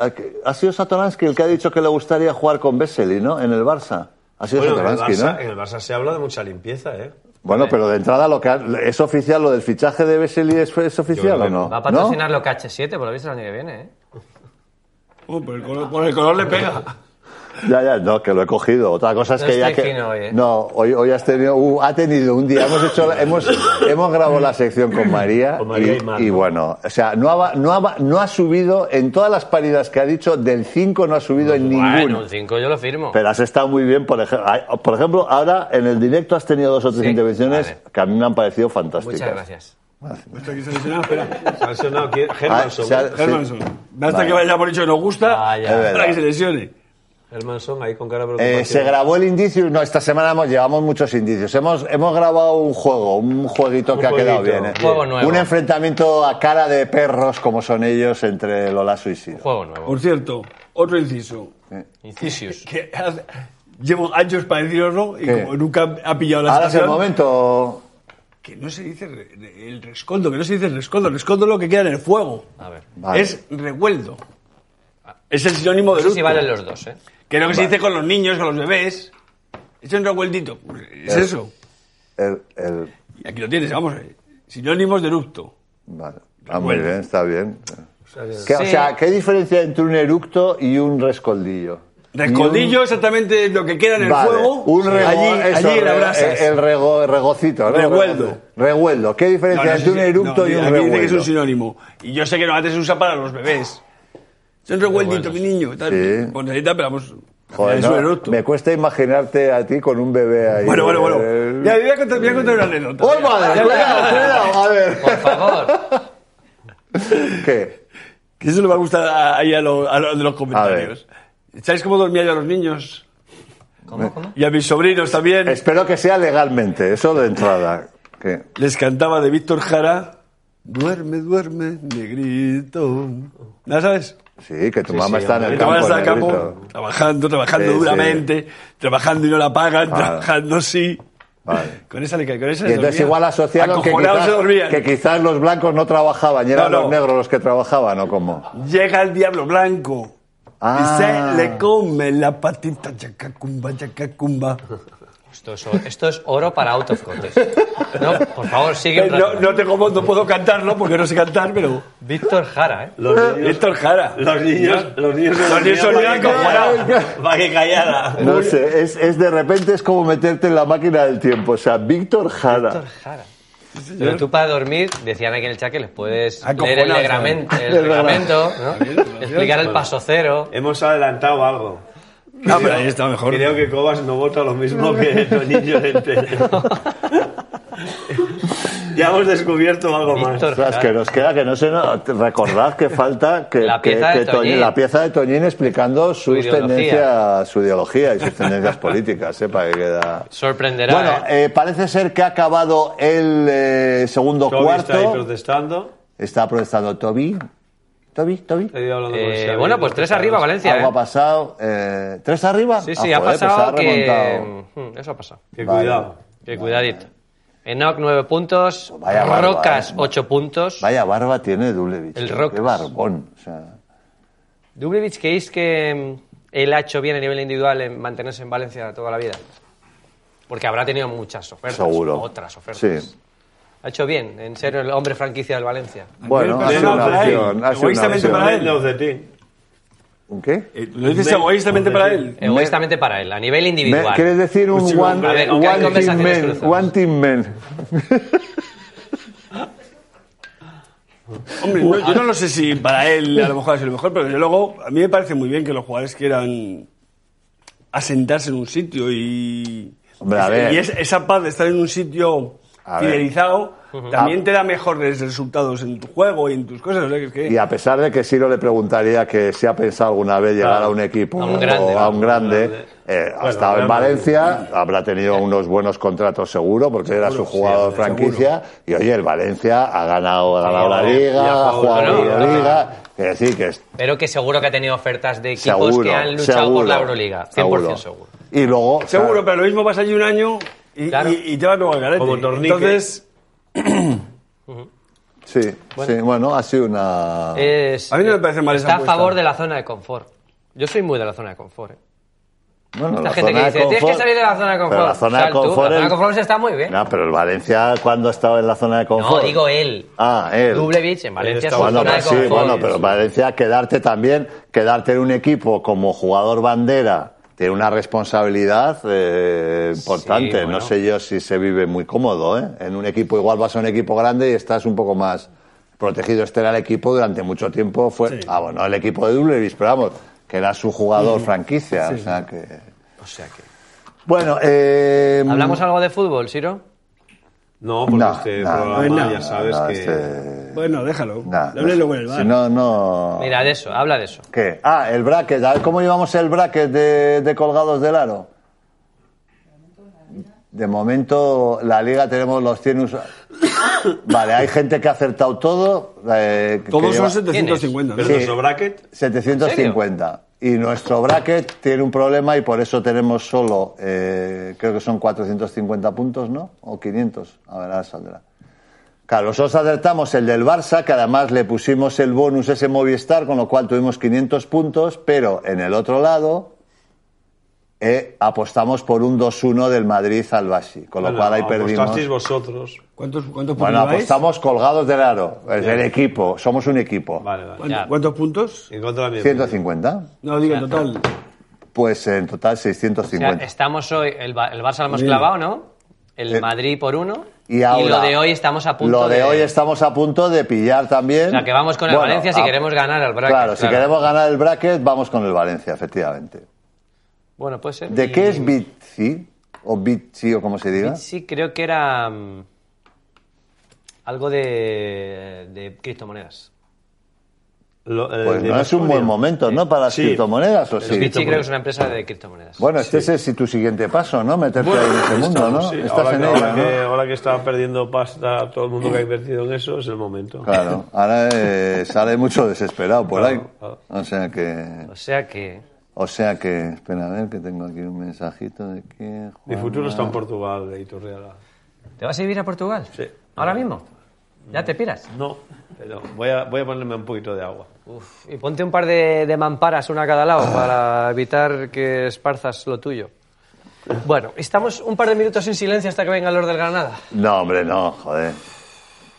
Ha sido Satoransky el que ha dicho que le gustaría jugar con Vesely, ¿no? En el Barça. Ha sido Bueno, en el, Satoransky, Barça, ¿no? en el Barça se habla de mucha limpieza, ¿eh? Bueno, pero de entrada lo que ha- es oficial, lo del fichaje de Vesely es, es oficial creo o que no? Va a ¿No? patrocinar lo KH7, por lo visto, el año que viene, ¿eh? Uh, por, el color, por el color le pega. Ya, ya, no, que lo he cogido. Otra cosa es No que ya estoy que fino hoy, ¿eh? no, hoy, hoy has tenido, uh, ha tenido un día. Hemos hecho, hemos, hemos grabado la sección con María, Con María y Mar, ¿no? bueno, o sea, no ha, no ha, no ha subido en todas las paridas que ha dicho del 5 no ha subido en Bueno, ninguno. un 5 yo lo firmo. Pero has estado muy bien, por ejemplo, por ejemplo, ahora en el directo has tenido dos o tres Sí, intervenciones vale. que a mí me han parecido fantásticas. Muchas gracias. Hasta que se lesionaba, espera. Se ha lesionado ¿quién? Ah, Hermanson. se ha- ¿no? Hermanson. Basta Vale. que vaya por hecho que nos gusta Ah, ya. Es verdad. para que se lesione. Hermanson ahí con cara de Eh, preocupación. se grabó el indicio, no, esta semana hemos, llevamos muchos indicios. Hemos, hemos grabado un juego, un jueguito Un que ha quedado jueguito, bien. ¿eh? un juego nuevo. Un enfrentamiento a cara de perros, como son ellos, entre Lolaso y Siro. Juego nuevo. Por cierto, otro inciso. Incisius. Que hace- llevo años para deciroslo y ¿Qué? como nunca ha pillado la Ahora es el situación, momento. que no se dice re- el rescoldo, que no se dice el rescoldo. El rescoldo es lo que queda en el fuego. A ver. Vale. Es recueldo. Es el sinónimo No de sé luto. si valen los dos, ¿eh? Que es lo que se dice con los niños, con los bebés. Es un recueldito. Es Eh. eso. El, el- Y aquí lo tienes, vamos. eh. Sinónimos de luto. vale. Ah, muy bien, está bien. ¿Qué, O Sí. sea, ¿qué diferencia entre un eructo y un rescoldillo? Rescoldillo exactamente lo que queda en el Vale, fuego. Un rego, allí, eso, allí en la re- brasa. El rego- regocito, ¿no? Revueldo. Revueldo. ¿Qué diferencia No, no, entre un sí, eructo no, y un aquí dice revueldo? que es un sinónimo. Y yo sé que no antes se usa para los bebés. Es un revueldito, mi niño. Tal. Sí. Pues ahí está, pero vamos. Joder, Es un no, eructo. me cuesta imaginarte a ti con un bebé ahí. Bueno, bueno, bueno. Eh, Ya, voy a contar, voy a contar una anécdota. ¡Oh, madre! Ya, ya, ya. Cuidado, cuidado. A ver, Por favor. ¿qué? Que eso le va a gustar a- ahí a, lo- a lo- de los comentarios. ¿Sabéis cómo dormía yo a los niños? ¿Cómo, cómo? Y a mis sobrinos también. Espero que sea legalmente, eso de entrada. ¿Qué? Les cantaba de Víctor Jara. Duerme, duerme, negrito. ¿Ya sabes? Sí, que tu mamá está en Que el te vas campo. al campo negrito. trabajando, trabajando Sí, sí. duramente, trabajando y no la pagan, trabajando sí. Vale. Con esa le ca- con esa Y se entonces dormía. igual asociaron que Acojonados quizás, se dormían. que quizás los blancos no trabajaban y eran No, no. los negros los que trabajaban, ¿o cómo? Llega el diablo blanco Ah. y se le come la patita, yacacumba, yacacumba. Esto es, oro- esto es oro para out of context. No, por favor, sigue Eh, un No, rato. no, tengo voz, no puedo cantarlo porque no sé cantar, pero... Víctor Jara, ¿eh? Los niños, Víctor Jara. los niños, los niños, se Los niños dormían para son que blancos, callara, claro. para que callara. No sé, es, es de repente es como meterte en la máquina del tiempo. O sea, Víctor Jara. Víctor Jara. Pero tú para dormir, decían aquí en el chat que les puedes Ah, leer el Acojonados, reglamento, el reglamento ¿no? explicar el paso cero. Hemos adelantado algo. Ah, pero ahí está mejor. Creo que Cobas no vota lo mismo que los niños del Telecom. ya hemos descubierto algo más. Víctor Ostras, Jara. que nos queda que no se nos- recordad que falta que, La que- pieza de que Toñín. la pieza de Toñín explicando sus ideología. tendencias, su ideología y sus tendencias políticas, sepa que queda. Sorprenderá. Bueno, ¿eh? eh, parece ser que ha acabado el eh, segundo Toby está ahí cuarto. protestando. Está protestando Toby. Toby, Toby. He ido hablando con Eh, Xavi. bueno, pues tres arriba, Valencia. Algo ¿eh? ha pasado. eh, ¿Tres arriba? Sí, sí, Ah, ha joder, pues pasado ha que... remontado. Mm, Eso ha pasado. Que Vale. cuidado. Que cuidadito. Enoch, nueve puntos. Vaya barba, Rocas, eh. ocho puntos. Vaya barba tiene Dulevich. El eh, Rock. Qué barbón. o sea. Dublevich, ¿creéis que mm, él ha hecho bien a nivel individual en mantenerse en Valencia toda la vida? Porque habrá tenido muchas ofertas. Seguro. Otras ofertas. Sí. Ha hecho bien, en serio, el hombre franquicia del Valencia. Bueno, Pero ha sido no, una para él. opción. Ha sido una Egoístamente opción. para él. Men of the team. ¿Un ¿Qué? Eh, Lo dices egoístamente para él. Egoístamente para él, a nivel Me- individual. ¿Quieres decir un Muchísimo, one, a ver, one aunque hay team conversaciones men? cruzadas. One team men. Hombre, ah. no, yo no lo sé si para él a lo mejor ha sido lo mejor, pero desde luego a mí me parece muy bien que los jugadores quieran asentarse en un sitio y, Hombre, a ver. y es- esa paz de estar en un sitio A ver. Ah. fidelizado también te da mejores resultados en tu juego y en tus cosas. o sea, que es que- Y a pesar de que Siro le preguntaría que si ha pensado alguna vez llegar a un equipo A un grande, o a un vamos, grande, eh, ha Bueno, estado en grande. Valencia, habrá tenido unos buenos contratos seguro, porque era su jugador franquicia, y oye, el Valencia ha ganado, ha ganado la Seguro. Y ha liga, ha jugado jugado la la Liga. Euroliga, es decir, que es Pero que seguro que ha tenido ofertas de equipos seguro, que han luchado seguro, por la Euroliga. 100% seguro. Y luego, Seguro, claro, pero lo mismo vas allí un año y, Claro. y- y te vas luego al garete. Como tornique. Entonces, sí, bueno. sí, bueno, ha sido una... Es- A mí no me parece mal esa Está a apuesta. favor de la zona de confort. Yo soy muy de la zona de confort. ¿eh? bueno, La gente que de dice, tienes que confort- salir de la zona de confort. Pero la zona Sal de tú, confort... La zona de el- confort se está muy bien. No, pero el Valencia, ¿cuándo ha estado en la zona de No, confort? digo él. Ah, él. Dublevich en Valencia está su Bueno, zona pero de sí, confort. bueno, pero Valencia, quedarte también, quedarte en un equipo como jugador bandera, tiene una responsabilidad eh, importante. Sí, bueno. No sé yo si se vive muy cómodo, ¿eh? En un equipo, igual vas a un equipo grande y estás un poco más protegido. Este era el equipo durante mucho tiempo, fue, ah, bueno, el equipo de Dublevich, pero vamos, que era su jugador franquicia, o sea que... O sea que... Bueno, eh, ¿Hablamos algo de fútbol, Siro? No, porque No, este no, programa no, ya sabes no, que. este- bueno, déjalo. no, no. Háblalo con el bar. Si no, no... Mira, de eso, habla de eso. ¿Qué? Ah, el bracket. A ver, ¿Cómo llevamos el bracket de, de colgados del aro? De momento, la liga tenemos los 100 usuarios. Vale, hay gente que ha acertado todo. eh, que- Todos que son lleva 750. Pero ¿no? Sí. nuestro bracket. 750. Y nuestro bracket tiene un problema y por eso tenemos solo, eh, creo que son 450 puntos, ¿no? O 500. A ver, ahora saldrá. Claro, nosotros acertamos el del Barça, que además le pusimos el bonus ese Movistar, con lo cual tuvimos 500 puntos, pero en el otro lado eh, apostamos por un 2-1 del Madrid al Baxi, con lo bueno, cual ahí apostasteis perdimos. vosotros. ¿Cuántos, cuántos puntos Bueno, vais? apostamos colgados del aro, es del equipo, somos un equipo. Vale, vale. ¿Cuántos, cuántos puntos? En contra de mi 150. No, digo, en total. Pues en total O sea, 650. estamos hoy, el, Ba- el Barça lo hemos clavado, ¿no? El Eh, Madrid por uno. y, ahora, lo de hoy estamos a punto Lo de, hoy estamos a punto de pillar también. O sea, que vamos con el Valencia si queremos ganar al bracket, Claro, si claro. queremos ganar el bracket, vamos con el Valencia, efectivamente. Bueno, puede ser. ¿De Y- qué es Bitsi? O Bitsi, o como se diga. Sí, creo que era mm, algo de, de criptomonedas. Lo- eh, Pues de no es un Vasconia. buen momento, ¿no? Para las Sí. criptomonedas, ¿o sí? Bitsi creo que es una empresa de criptomonedas. Bueno, este es el- tu siguiente paso, ¿no? Meterte ahí en ese mundo, ¿no? Sí, Estás ahora, en que, ella, ahora, que, ¿no? ahora que está perdiendo pasta todo el mundo que ha invertido en eso, es el momento. Claro, ahora eh, sale mucho desesperado por ahí. claro. O sea que... O sea que... O sea que... Espera, a ver, que tengo aquí un mensajito de que... Mi Juan- futuro está en Portugal, de Iturriaga. ¿Te vas a vivir a Portugal? Sí. ¿Ahora mismo? ¿Ya te piras? No, pero voy a, voy a ponerme un poquito de agua. Uf, y ponte un par de, de mamparas, una a cada lado, para evitar que esparzas lo tuyo. Bueno, estamos un par de minutos en silencio hasta que venga Lord del Granada. No, hombre, no, joder.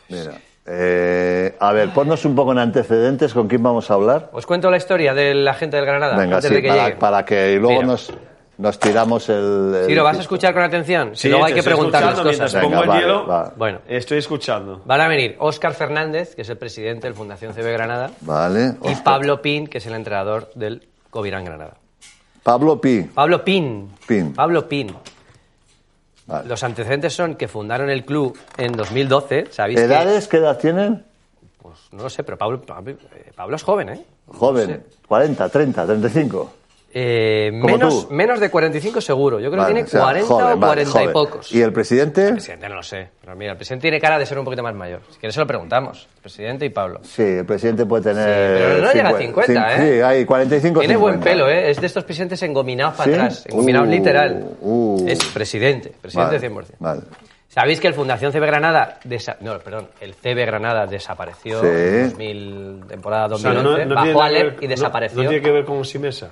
Mira. eh, a ver, ponnos un poco en antecedentes con quién vamos a hablar. Os cuento la historia de la gente del Granada Venga, antes sí, de que llegue. para, para que luego Mira. nos, nos tiramos el... el- Ciro, vas a escuchar con atención. Si Sí, luego te hay que estoy preguntar las escuchando cosas. mientras Venga, pongo el vale, hielo. vale. Bueno, Estoy escuchando. van a venir Óscar Fernández, que es el presidente del Fundación CB Granada, Vale. y hostia. Pablo Pin, que es el entrenador del Covirán Granada. Pablo Pi. Pablo Pin. Pin. Pablo Pin. Vale. Los antecedentes son que fundaron el club en 2012, ¿sabéis? que- ¿Edades? ¿Qué edad tienen? Pues no lo sé, pero Pablo, Pablo, eh, Pablo es joven, ¿eh? Joven. 40, 30, 35. Eh, Como menos, tú. menos de 45 seguro. Yo creo Vale, que o tiene sea, 40 joven, o vale, 40 joven. y pocos. ¿Y el presidente? presidente no lo sé. Pero mira, el presidente tiene cara de ser un poquito más mayor. Si quieres se lo preguntamos. El presidente y Pablo. Sí, el presidente puede tener... Sí, pero no llega a 50, Eh, cin- ¿eh? Sí, hay 45, Tiene buen 50. pelo, ¿eh? Es de estos presidentes engominados para ¿Sí? atrás. Engominados Uh, literal. uh. Es presidente. Presidente 100%. Vale. ¿Sabéis que el Fundación CB Granada... desa- No, perdón. El CB Granada desapareció Sí. en 2000, temporada O sea, 2011. tiene bajó a nada que ver- Alep y no- desapareció No, tiene que ver con Simesa.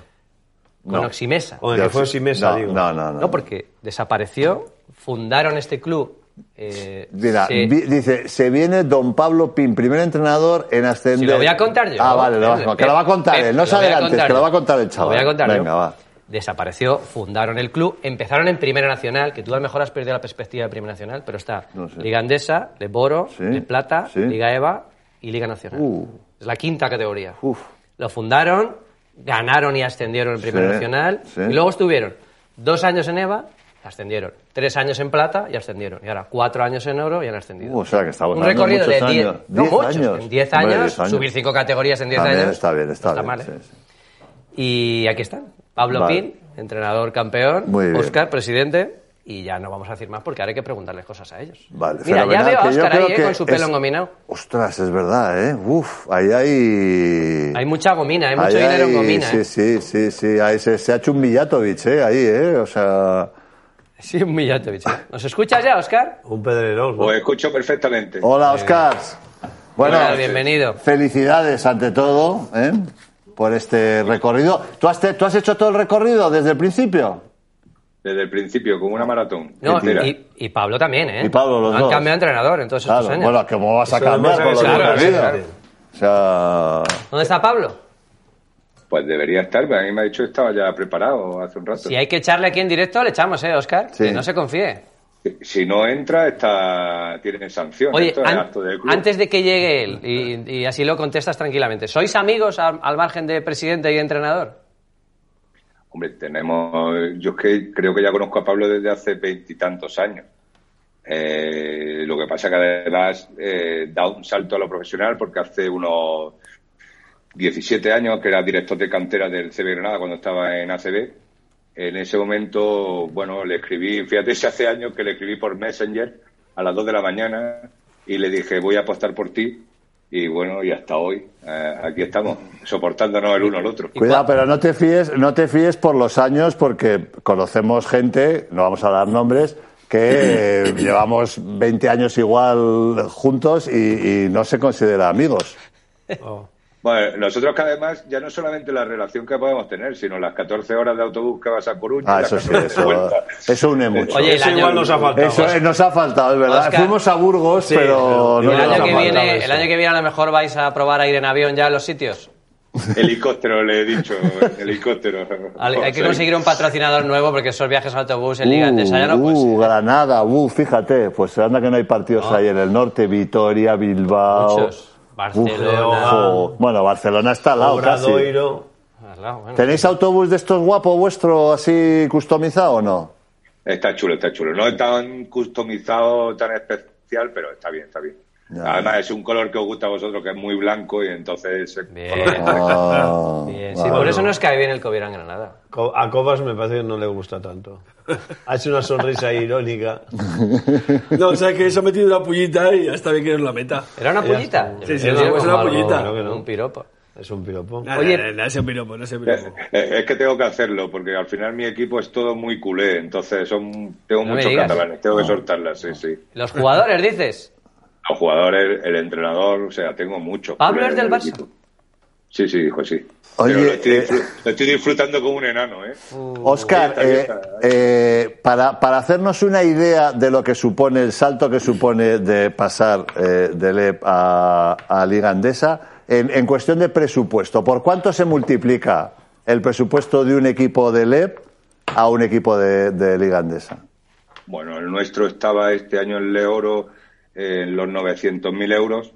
con No. Oximesa. O en que Ya fue sé. Simesa, no, digo. No, no, no. No, porque desapareció, fundaron este club. eh, Mira, se- vi- dice, se viene don Pablo Pin, primer entrenador en ascender. si lo voy a contar yo. Ah, vale, lo vas a- que lo va a contar Pep, él, lo no se voy a adelantes, contar que lo yo. va a contar el chaval. Lo voy a contar Venga, yo. va. Desapareció, fundaron el club, empezaron en Primera Nacional, que tú a lo mejor has perdido la perspectiva de Primera Nacional, pero está No sé. Liga Andesa, de Boro, Sí, de Plata, sí. Liga EVA y Liga Nacional. Uh. Es la quinta categoría. Uf. Lo fundaron, ganaron y ascendieron en Primera Sí, Nacional, sí. y luego estuvieron dos años en EVA, ascendieron, tres años en Plata y ascendieron, y ahora cuatro años en Oro y han ascendido. Uh, o sea que estamos Un hablando recorrido de muchos 10 años. no, 10 muchos, años. En 10 Hombre, años, 10 años. subir 5 categorías en 10 Está bien, años. está bien, está no bien, mal, ¿eh? sí, sí. Y aquí están. Pablo Vale. Pin, entrenador campeón. Muy bien. Oscar, presidente. Y ya no vamos a decir más porque ahora hay que preguntarles cosas a ellos. Vale, Mira, ya fenomenal, veo a que yo Oscar creo ahí, ¿eh? que con su pelo es- engominado. Ostras, es verdad, ¿eh? Uf, ahí hay... Hay mucha gomina, hay mucho Ahí dinero en hay- gomina. Sí, ¿eh? sí, sí, sí. Ahí se, se ha hecho un Mijatovic, ¿eh? Ahí, ¿eh? O sea... Sí, un millón, bicho. ¿Nos escuchas ya, Oscar? Un pedrerol. ¿no? Pues Os Pues escucho perfectamente. Hola, Oscars. Bueno, Eh, Hola, bienvenido. felicidades ante todo ¿eh? por este recorrido. ¿Tú has, te- ¿Tú has hecho todo el recorrido desde el principio? Desde el principio, como una maratón. No, Entera. y, y Pablo también, ¿eh? Y Pablo, los Han dos. cambiado de entrenador en todos estos Claro, años. bueno, ¿cómo vas a Eso además cambiar con lo es que claro, has vivido? claro. O sea, ¿Dónde está Pablo? Pues debería estar, pero a mí me ha dicho que estaba ya preparado hace un rato. Si hay que echarle aquí en directo, le echamos, ¿eh, Oscar? Sí. Que no se confíe. Si no entra, está... tiene sanción. Oye, Esto es an- acto del club. antes de que llegue él, y, y así lo contestas tranquilamente, ¿sois amigos al, al margen de presidente y de entrenador? Hombre, tenemos. Yo es que creo que ya conozco a Pablo desde hace veintitantos años. Eh, lo que pasa que además eh, da un salto a lo profesional porque hace unos 17 años que era director de cantera del CB Granada cuando estaba en ACB. En ese momento, bueno, le escribí, fíjate si hace años que le escribí por Messenger a las 2 de la mañana y le dije, voy a apostar por ti. Y bueno, y hasta hoy, eh, aquí estamos, soportándonos el uno al otro. cuidado, pero no te fíes, no te fíes por los años porque conocemos gente, no vamos a dar nombres, que eh, llevamos 20 años igual juntos y, y no se considera amigos. Oh. Bueno, nosotros que además ya no solamente la relación que podemos tener, sino las 14 horas de autobús que vas a Coruña. Ah, y las eso sí, 14 de eso, vuelta. eso une mucho. Oye, el Eso año- igual nos ha faltado. Eso eh, nos ha faltado, es verdad. Oscar. Fuimos a Burgos, Sí, pero no pero el, nos año que ha llegamos. faltado viene, eso. el año que viene a lo mejor vais a probar a ir en avión ya a los sitios. Helicóptero, le he dicho, helicóptero. Al- Hay que José. conseguir un patrocinador nuevo porque esos viajes en autobús en Liga Andesa ya no pues, Uh, puede uh, ser. Granada, uh, fíjate, pues anda que no hay partidos ahí en el norte, Vitoria, Bilbao. Muchos. Barcelona. jo. bueno, Barcelona está al lado casi. Obradoiro. Al lado, bueno. ¿Tenéis autobús de estos guapos vuestro así customizado o no? Está chulo, está chulo. No es tan customizado, tan especial, pero está bien, está bien. Ya. Además, es un color que os gusta a vosotros, que es muy blanco, y entonces. ese Bien. color está Ah, Bien, sí, vale. por eso nos cae bien el Coviera en Granada. Co- A Cobas me parece que no le gusta tanto. Hace una sonrisa irónica. No, o sea que eso ha metido una pullita y hasta bien que es la meta. ¿Era una pullita? Sí, sí, Yo era digo una como algo- pullita. Creo que no. Un piropo. Es un piropo. Oye- Oye, no, no, ese piropo, no ese piropo. Eh, Es que tengo que hacerlo, porque al final mi equipo es todo muy culé, entonces son tengo No me muchos digas. catalanes, Ah. tengo que soltarlas, sí, sí. Los jugadores, dices. Los jugadores, el entrenador, o sea, tengo muchos. ¿Pablo culés es del en el Barça? equipo. Sí, sí, hijo, sí. Oye, Pero lo estoy, eh, disfru- lo estoy disfrutando como un enano, ¿eh? Oscar, Ahí está, ahí eh, eh, para, para hacernos una idea de lo que supone el salto que supone de pasar eh, de LEP a, a Liga Andesa, en, en cuestión de presupuesto, ¿por cuánto se multiplica el presupuesto de un equipo de LEP a un equipo de, de Liga Andesa? Bueno, el nuestro estaba este año en Leoro eh, en los 900.000 euros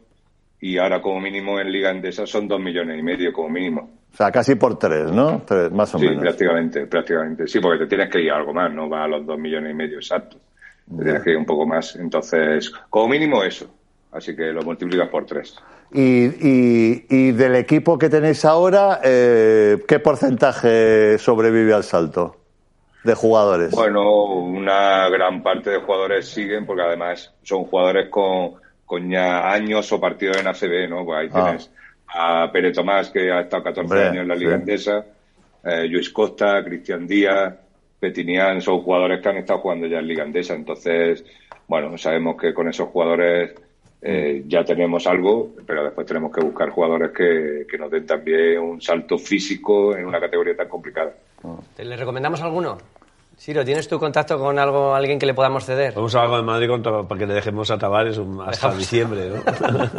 y ahora como mínimo en Liga Endesa son 2 millones y medio como mínimo. O sea, casi por tres, ¿no? Tres, más o Sí, menos. prácticamente, prácticamente. Sí, porque te tienes que ir a algo más, no va a los dos millones y medio exacto. Te tienes que ir un poco más. Entonces, como mínimo eso. Así que lo multiplicas por tres. Y, y- y del equipo que tenéis ahora, eh, ¿qué porcentaje sobrevive al salto de jugadores? Bueno, una gran parte de jugadores siguen porque además son jugadores con, con ya años o partidos en ACB, ¿no? Pues ahí Ah. tienes a Pere Tomás, que ha estado 14 Hombre, años en la Liga sí. Endesa, eh, Luis Costa, Cristian Díaz, Petinian, son jugadores que han estado jugando ya en Liga Endesa. Entonces, bueno, sabemos que con esos jugadores eh, Mm. ya tenemos algo, pero después tenemos que buscar jugadores que, que nos den también un salto físico en una categoría tan complicada. ¿Te ¿Le recomendamos alguno? Siro, ¿tienes tu contacto con algo, alguien que le podamos ceder? Vamos a algo de Madrid contra, para que le dejemos a Tavares un- hasta Dejamos- diciembre, ¿no?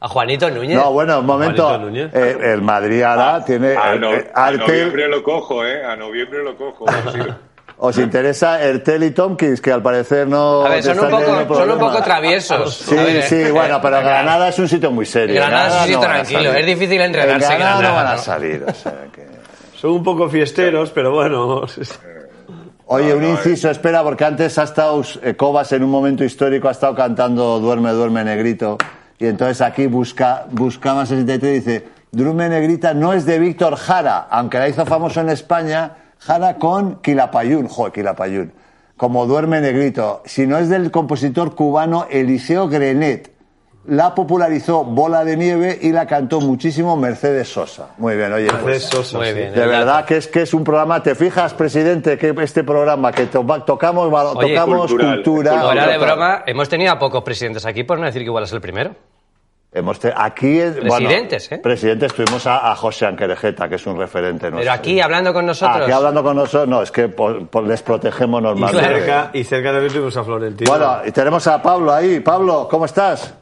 ¿A Juanito Núñez? No, bueno, un Juanito momento. Núñez. Eh, el Madrid ahora tiene. A, eh, Ah, no- eh, a Artel- noviembre lo cojo, ¿eh? A noviembre lo cojo. sí. ¿Os interesa Ertel y Tompkins? Que al parecer no. A ver, son un están teniendo poco, son un problemas. poco traviesos. Sí, A ver, sí, eh. bueno, pero Granada es un sitio muy serio. Granada es un sitio van a tranquilo, salir. es difícil En entrenarse en Granada, no Granada, van a ¿no? salir, o sea que. Son un poco fiesteros, pero bueno. Oye, No, un no, inciso, espera, porque antes ha estado eh, Cobas en un momento histórico, ha estado cantando Duerme, duerme, negrito. Y entonces aquí busca, buscaba 63 y dice, Duerme, negrita no es de Víctor Jara, aunque la hizo famoso en España, Jara con Quilapayún, jo, Quilapayún, como Duerme, negrito, sino es del compositor cubano Eliseo Grenet. La popularizó Bola de Nieve y la cantó muchísimo Mercedes Sosa. Muy bien, oye. pues- Muy bien. eh. de el dato. verdad que es que es un programa, te fijas, presidente, que este programa que to- tocamos, valo- Oye, tocamos cultural, cultura. Fuera de Total. broma, hemos tenido a pocos presidentes aquí, por no decir que igual es el primero. Hemos te- aquí es- bueno, Presidentes, ¿eh? Presidentes, tuvimos a, a José Anquerejeta, que es un referente nuestro. Pero aquí, hablando con nosotros... Aquí hablando con nosotros, no, es que por- por- les protegemos Y normalmente. cerca, y cerca también tuvimos a Florentino. Bueno, y tenemos a Pablo ahí. Pablo, ¿cómo estás?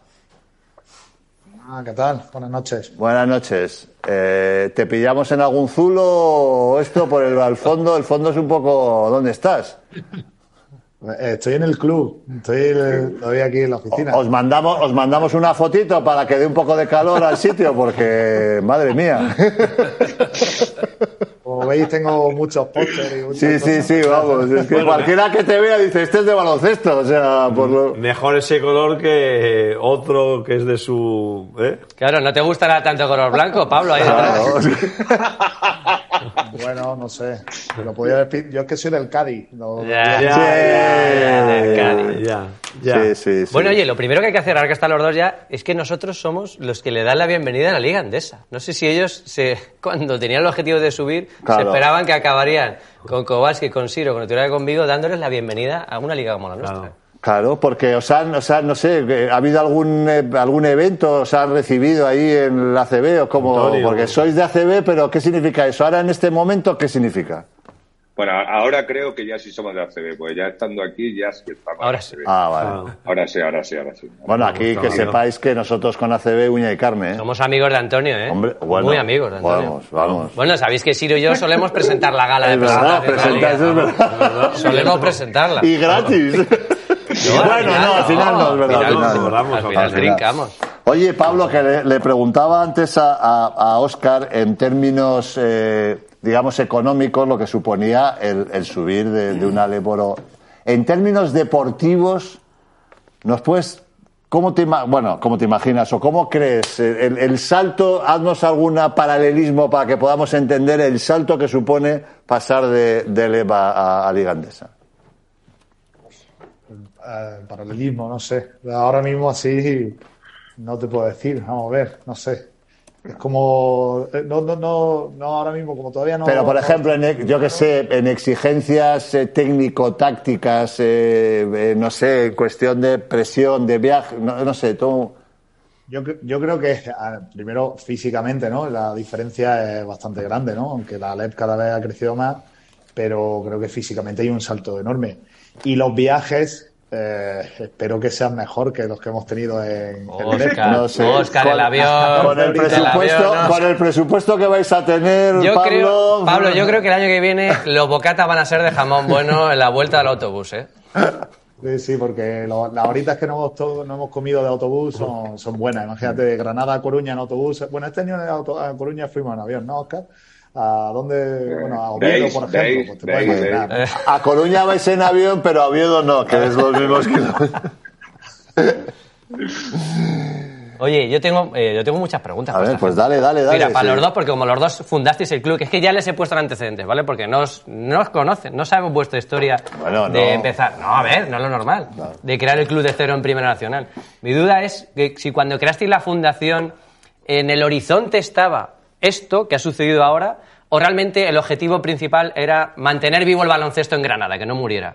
Ah, ¿qué tal? Buenas noches. Buenas noches. Eh, ¿Te pillamos en algún zulo o esto por el al fondo? El fondo es un poco... ¿Dónde estás? Eh, Estoy en el club, estoy el- todavía aquí en la oficina. Os mandamos, os mandamos una fotito para que dé un poco de calor al sitio, porque madre mía. Como veis, tengo muchos pósteres y oh. muchas Sí, sí, cosas. sí, vamos. Es que cualquiera que te vea dice, este es de baloncesto. O sea, por lo... Mejor ese color que otro que es de su. ¿eh? Claro, no te gustará tanto color blanco, Pablo, ahí detrás. Claro. Bueno, no sé. Lo podía haber pi- Yo es que soy del Cádiz. lo- Ya, Ya, ya, ya, ya, ya. Ya, ya. Sí, sí, sí. Bueno, oye, lo primero que hay que hacer ahora que están los dos ya es que nosotros somos los que le dan la bienvenida a la Liga Andesa. No sé si ellos, se, cuando tenían el objetivo de subir, Claro. se esperaban que acabarían con Kovaski, con Siro, con Turán y conmigo, dándoles la bienvenida a una liga como la nuestra. Claro. Claro, porque os han, os han, no sé, que ¿ha habido algún, eh, algún evento, os han recibido ahí en la ACB o como, Antonio. porque sois de ACB, pero ¿qué significa eso? Ahora en este momento, ¿qué significa? Bueno, a- ahora creo que ya sí somos de ACB, pues ya estando aquí ya sí estamos. Ahora de sí. ACB. Ah, vale. Ah. Ahora sí, ahora sí, ahora sí. Bueno, aquí que sepáis que nosotros con ACB, uña y carne. ¿eh? Somos amigos de Antonio, ¿eh? Hombre, bueno, Muy amigos de Antonio. vamos, vamos. Bueno, sabéis que Siro y yo solemos presentar la gala de Es verdad, presentación. de la presentáis, es liga. verdad. Solemos presentarla. Y gratis. No, bueno, no, al final no, es verdad. Al al final, final. al final Al final. trincamos. Oye, Pablo, que le, le preguntaba antes a, a, Oscar en términos, eh, digamos, económicos, lo que suponía el, el subir de, de un Aleboro. En términos deportivos, ¿nos puedes, cómo te, ima- bueno, cómo te imaginas o cómo crees eh, el, el salto, haznos algún paralelismo para que podamos entender el salto que supone pasar de, de Leva a, a Liga Andesa? eh, paralelismo, no sé. Ahora mismo así no te puedo decir, vamos a ver, no sé. Es como, eh, no, no, no, no, ahora mismo como todavía no. Pero, por no- ejemplo, en ex- yo que sé, en exigencias eh, técnico-tácticas, eh, eh, no sé, en cuestión de presión, de viaje, no, no sé, tú. Yo, cre- yo creo que ah, primero físicamente, ¿no? La diferencia es bastante grande, ¿no? Aunque la Alep cada vez ha crecido más, pero creo que físicamente hay un salto enorme. Y los viajes, eh, espero que sean mejor que los que hemos tenido en, E en Alep. Oscar, No sé. Oscar, el Con- avión. Con el, presupuesto, avión, no. con el presupuesto que vais a tener, Yo Pablo. creo, Pablo, yo creo que el año que viene los bocatas van a ser de jamón bueno en la vuelta del autobús, ¿eh? Sí, sí, porque lo- las horitas que no hemos, to- no hemos comido de autobús son, son buenas. Imagínate, de Granada a Coruña en autobús. Bueno, este año en auto- a Coruña fuimos en avión, ¿no, Oscar? ¿A dónde? Bueno, a Oviedo, Veis, por ejemplo. veis, Pues te puedes veis, imaginar. veis. A Coruña vais en avión, pero a Oviedo no, que es los mismos kilómetros. Oye, yo tengo, eh, yo tengo muchas preguntas. A para ver, esta pues gente. dale, dale, dale. Mira, para sí. los dos, porque como los dos fundasteis el club, que es que ya les he puesto en antecedentes, ¿vale? Porque no os, no os conocen, no sabemos vuestra historia Bueno, de no. empezar. No, a ver, no es lo normal, de crear el club de cero en Primera Nacional. Mi duda es que si cuando creasteis la fundación, en el horizonte estaba esto que ha sucedido ahora, o realmente el objetivo principal era mantener vivo el baloncesto en Granada, que no muriera.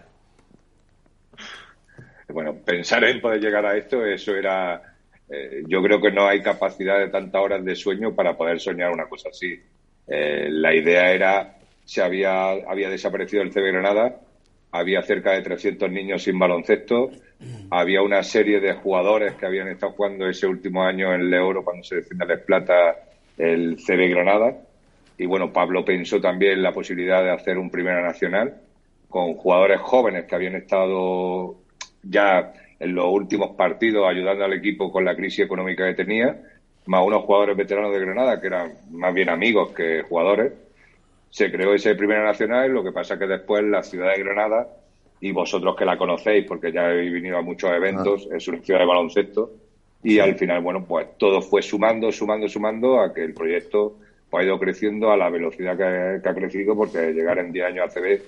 Bueno, pensar en poder llegar a esto, eso era. eh, yo creo que no hay capacidad de tantas horas de sueño para poder soñar una cosa así. Eh, la idea era: se había, había desaparecido el CB Granada, había cerca de 300 niños sin baloncesto, había una serie de jugadores que habían estado jugando ese último año en el Euro cuando se defiende Les Plata el CB Granada. Y bueno, Pablo pensó también la posibilidad de hacer un Primera Nacional con jugadores jóvenes que habían estado ya en los últimos partidos ayudando al equipo con la crisis económica que tenía, más unos jugadores veteranos de Granada que eran más bien amigos que jugadores. Se creó ese Primera Nacional, lo que pasa que después la ciudad de Granada, y vosotros que la conocéis porque ya habéis venido a muchos eventos, es una ciudad de baloncesto, y al final, bueno, pues todo fue sumando, sumando, sumando a que el proyecto pues, ha ido creciendo a la velocidad que, que ha crecido porque llegar en 10 años a CB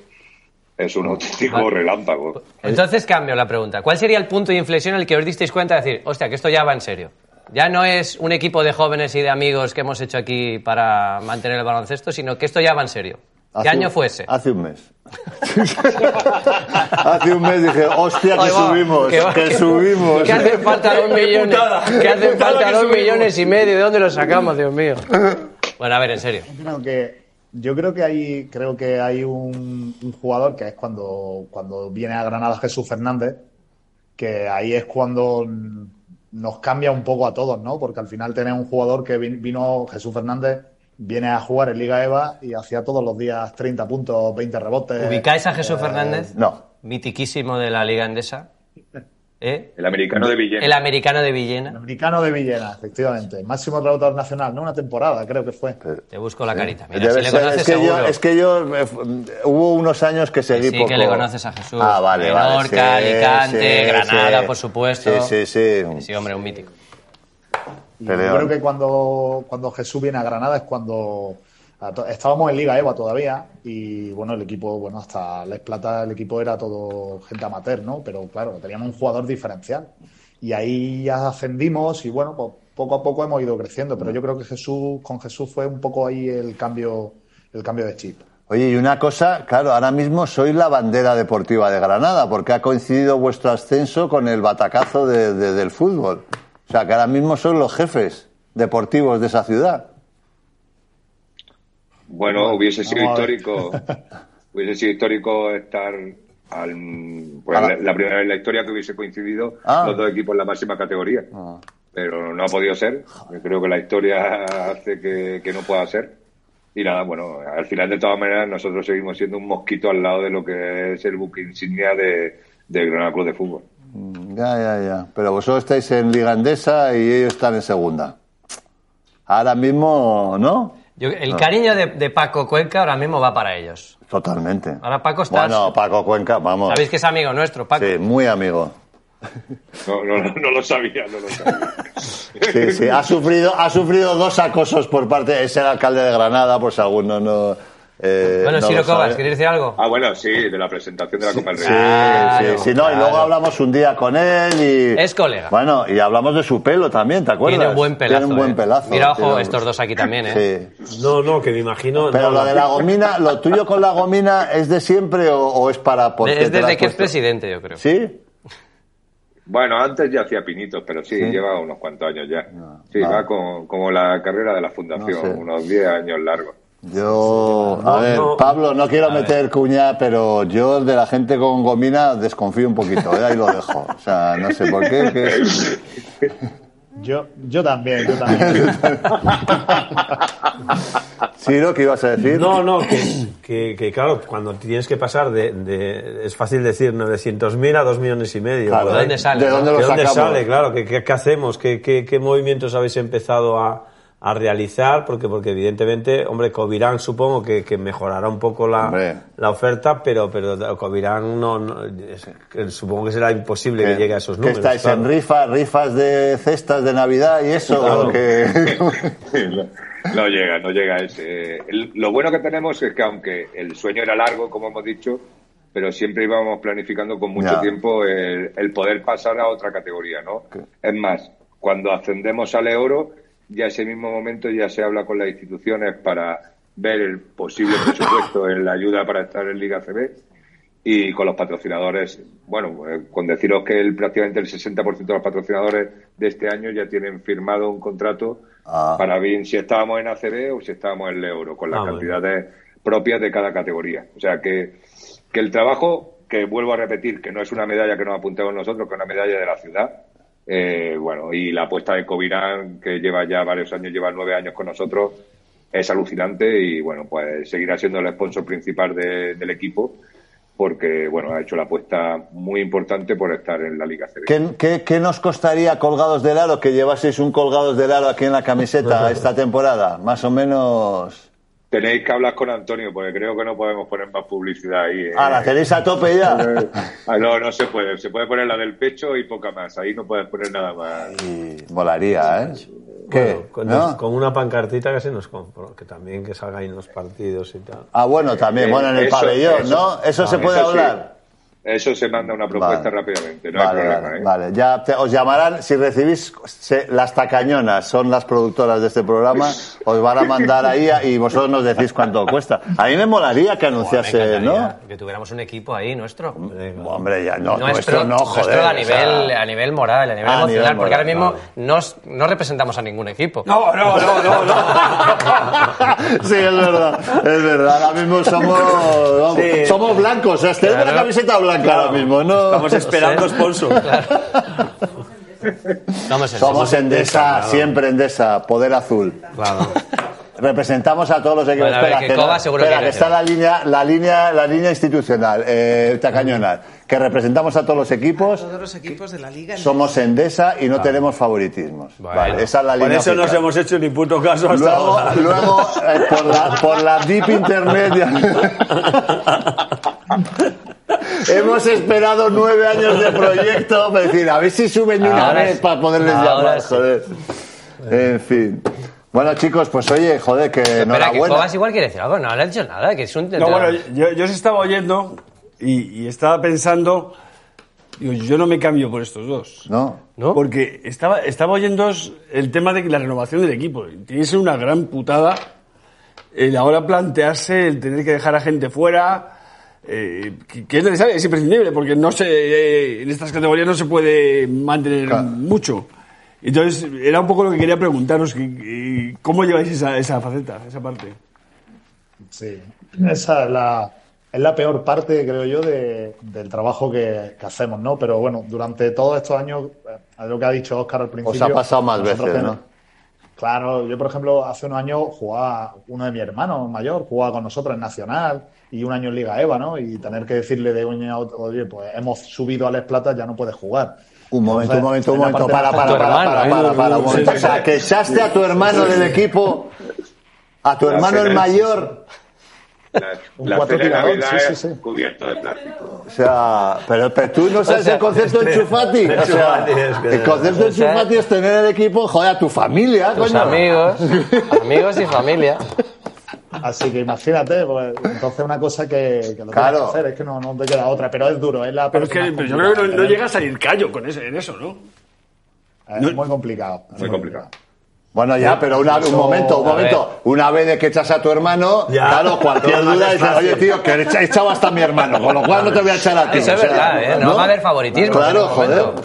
es un auténtico relámpago. Entonces cambio la pregunta. ¿Cuál sería el punto de inflexión en el que os disteis cuenta de decir, hostia, que esto ya va en serio? Ya no es un equipo de jóvenes y de amigos que hemos hecho aquí para mantener el baloncesto, sino que esto ya va en serio. ¿Qué Hace año un- fue ese? Hace un mes. hace un mes dije, hostia, que Ahí va, subimos, que, va, subimos. Que hacen falta dos millones. putada, que qué hacen putada falta que dos subimos. millones y medio. ¿De dónde lo sacamos, Dios mío? Bueno, a ver, en serio. Yo creo que yo creo que hay creo que hay un, un jugador que es cuando cuando viene a Granada Jesús Fernández que ahí es cuando mm, nos cambia un poco a todos no porque al final tenés un jugador que vin- vino Jesús Fernández viene a jugar en Liga Eva y hacía todos los días 30 puntos 20 rebotes ¿Ubicáis a Jesús Fernández? Eh, No. Mitiquísimo de la Liga Endesa. ¿Eh? El americano de Villena. El americano de El Villena. americano de Villena efectivamente máximo traductor nacional no una temporada creo que fue Te busco la carita. Mira, Debe si le ser- conoces es, que yo, seguro. es que yo, eh, fu- hubo unos años que seguí Sí, que poco. le conoces a Jesús. Ah, vale, vale. Menorca, sí, Alicante, sí, Granada, sí. por supuesto. Sí, sí, sí. Sí, hombre, un mítico. Y Peleón. yo creo que cuando, cuando Jesús viene a Granada es cuando a to- estábamos en Liga Eva todavía y bueno, el equipo, bueno, hasta Les Plata el equipo era todo gente amateur, ¿no? Pero claro, teníamos un jugador diferencial. Y ahí ya ascendimos y bueno, pues poco a poco hemos ido creciendo, pero yo creo que Jesús con Jesús fue un poco ahí el cambio el cambio de chip. Oye, y una cosa, claro, ahora mismo soy la bandera deportiva de Granada, porque ha coincidido vuestro ascenso con el batacazo de- de- del fútbol. O sea, que ahora mismo son los jefes deportivos de esa ciudad. Bueno, hubiese sido Vamos a ver. histórico. Hubiese sido histórico estar al, pues, A la- la, la primera vez en la historia que hubiese coincidido Ah. los dos equipos en la máxima categoría. Pero no ha podido ser. Yo creo que la historia hace que, que no pueda ser. Y nada, bueno, al final de todas maneras nosotros seguimos siendo un mosquito al lado de lo que es el buque insignia de, de Granada Club de Fútbol. Ya, ya, ya. Pero vosotros estáis en Liga Endesa y ellos están en segunda. Ahora mismo, ¿no? Yo- el cariño de, de Paco Cuenca ahora mismo va para ellos. Totalmente. Ahora Paco estás- Bueno, Paco Cuenca, vamos. Sabéis que es amigo nuestro, Paco. Sí, muy amigo. No, no, no lo sabía, no lo sabía. Sí, sí. Ha sufrido, ha sufrido dos acosos por parte. Es el alcalde de Granada, por si alguno no. eh, bueno, no Siro lo Cobas, sabe. ¿quieres decir algo? Ah, bueno, sí, de la presentación de la Copa del Sí, Rey. Claro, sí, sí, no, y luego hablamos un día con él y... Es colega. Bueno, y hablamos de su pelo también, ¿te acuerdas? Tiene un buen pelazo. Tiene un buen eh. pelazo. Mira, ojo, Tiene- estos dos aquí también, ¿eh? Sí. No, no, que me imagino. Pero no, lo no. de la gomina, ¿lo tuyo con la gomina es de siempre o, o es para... porque es te la has desde que es puesto? presidente, yo creo. ¿Sí? Bueno, antes ya hacía pinitos, pero sí, lleva unos cuantos años ya. sí, vale. va con, como la carrera de la fundación, Ah, No sé. unos 10 años largos. Yo, a ver, no. Pablo, no quiero meter cuña, pero yo de la gente con gomina desconfío un poquito, ¿eh? ahí lo dejo. O sea, no sé por qué. que- Yo, yo también, yo también. Ciro, ¿qué ibas a decir? No, no, que, que- que, claro, cuando tienes que pasar de, de- es fácil decir 900.000 a 2 millones y medio. Claro. ¿eh? por ¿De ahí. dónde sale? ¿De dónde ¿De lo dónde sacamos? sale? Claro, ¿qué, qué, qué hacemos? ¿Qué, qué, qué movimientos habéis empezado a, a realizar? Porque, porque evidentemente, hombre, Covirán supongo que, que mejorará un poco Hombre. la, la oferta, pero, pero Covirán no, no- es- que supongo que será imposible que, llegue a esos que números. estáis claro. en rifas, rifas de cestas de Navidad y eso? Claro. que- no, no llega, no llega ese. eh, El- lo bueno que tenemos es que aunque el sueño era largo, como hemos dicho, pero siempre íbamos planificando con mucho Ya. tiempo el, el poder pasar a otra categoría, ¿no? Es más, cuando ascendemos al euro, ya ese mismo momento ya se habla con las instituciones para ver el posible presupuesto en la ayuda para estar en Liga CB y con los patrocinadores, bueno, eh, con deciros que el, prácticamente el 60% de los patrocinadores de este año ya tienen firmado un contrato Ah. para bien si estábamos en ACB o si estábamos en el euro, con las Ah, bueno. cantidades propias de cada categoría. O sea que, que el trabajo, que vuelvo a repetir, que no es una medalla que nos apuntamos nosotros, que es una medalla de la ciudad, eh, bueno, y la apuesta de Covirán, que lleva ya varios años, lleva nueve años con nosotros, es alucinante y bueno, pues seguirá siendo el sponsor principal de- del equipo porque bueno, ha hecho la apuesta muy importante por estar en la Liga CB. ¿Qué, qué, qué nos costaría colgados del aro? Que llevaseis un colgados del aro aquí en la camiseta esta temporada. Más o menos. Tenéis que hablar con Antonio porque creo que no podemos poner más publicidad ahí. ¿eh? Ah, la tenéis a tope ya. Ah, no, no se puede. Se puede poner la del pecho y poca más. Ahí no puedes poner nada más. Y molaría, ¿eh? ¿Qué? Bueno, con, ¿No? con una pancartita casi nos compro, que también que salga ahí en los partidos y tal. Ah, bueno, también. Eh, Bueno, en el eso- pabellón, eso- ¿no? Eso se Ah, puede eso sí. hablar. Eso se manda una Vale. propuesta rápidamente. No vale, hay problema. vale, ¿eh? vale. Ya te- os llamarán, si recibís se- las tacañonas, son las productoras de este programa, Pues- os van a mandar ahí a- y vosotros nos decís cuánto cuesta. A mí me molaría que Buah, me anunciase, encantaría ¿no? Que tuviéramos un equipo ahí nuestro. Hombre, ya no, nuestro, nuestro, no, joder. nuestro a, o sea, nivel, a nivel moral, a nivel Ah, a nivel emocional, porque ahora moral, mismo vale. no, os- no representamos a ningún equipo. No, no, no, no, no. sí, es verdad, es verdad. Ahora mismo somos, vamos, Sí. somos blancos, o sea, tenemos Claro. la camiseta blanca ahora mismo, ¿no? Estamos esperando O sea, sponsor. Somos el- Somos Endesa, siempre Endesa, poder azul. Claro. Representamos a todos los equipos. Bueno, a ver, espera, que que, no- Coba seguro espera, que que quiere está la línea, la línea, la línea institucional, eh, tacañona, que representamos a todos los equipos, Todos los equipos de la liga. somos Endesa y no tenemos favoritismos. Bueno. Vale, esa es la Por línea. eso no nos oficial. hemos hecho ni puto caso hasta Luego, ahora. luego eh, por, la, por la deep internet Hemos esperado nueve años de proyecto para decir, a ver si suben de una Ahora vez sí. para poderles Ahora llamar, sí. joder. En fin. Bueno, chicos, pues oye, joder, que Espera, que enhorabuena. Cobas igual quiere decir algo, no le ha dicho nada, que es un... No, bueno, yo, yo os estaba oyendo y, y estaba pensando, digo, yo no me cambio por estos dos. ¿No? ¿No? Porque estaba, estaba oyendo el tema de la renovación del equipo. Tiene que ser una gran putada el ahora plantearse el tener que dejar a gente fuera, eh, que, que es necesario, es imprescindible, porque no se, eh, en estas categorías no se puede mantener Claro. mucho. Entonces, era un poco lo que quería preguntaros, que- que- ¿cómo lleváis esa, esa faceta, esa parte? Sí. Esa es la, es la peor parte, creo yo, de- del trabajo que, que hacemos, ¿no? Pero bueno, durante todos estos años, eh, a lo que ha dicho Oscar al principio. Pues ha pasado más nosotros veces, tenemos- ¿no? Claro, yo por ejemplo hace unos años jugaba, uno de mis hermanos mayor jugaba con nosotros en Nacional y un año en Liga EVA, ¿no? Y tener que decirle de un año a otro, oye, pues hemos subido a Les Plata, ya no puedes jugar. Un momento, un momento, un momento. Para, para, Tu para, para, hermano, para, ¿eh? para, para, un momento. O sea, que echaste a tu hermano del equipo, a tu hermano el mayor. La, Un la cuatro cena de tirador, Navidad sí, es sí, sí. cubierta de plástico. O sea, pero, pero tú no sabes el concepto de Chufati. este, O sea, Chufati, es que- el concepto de O sea- Chufati es tener el equipo, joder, a tu familia, Tus coño. amigos, amigos y familia. Así que imagínate, pues, entonces una cosa que, que Claro. lo tienes que hacer, es que no, no te queda otra, pero es duro, es la Pero es parte que más pero yo creo que no, no complicada, llega a salir callo con ese, en eso, ¿no? ¿eh? Es muy complicado. Muy complicado. Bueno, ya, pero una- un momento, un A momento. Una vez de que echas a tu hermano, Ya. claro, cualquier Todo más duda dices, despacio. oye, tío, que he echa- he echado hasta a mi hermano, con lo cual no te voy a echar a ti. Eso es O sea, verdad, ¿eh? No, va a haber favoritismo. en Claro, ningún joder. momento.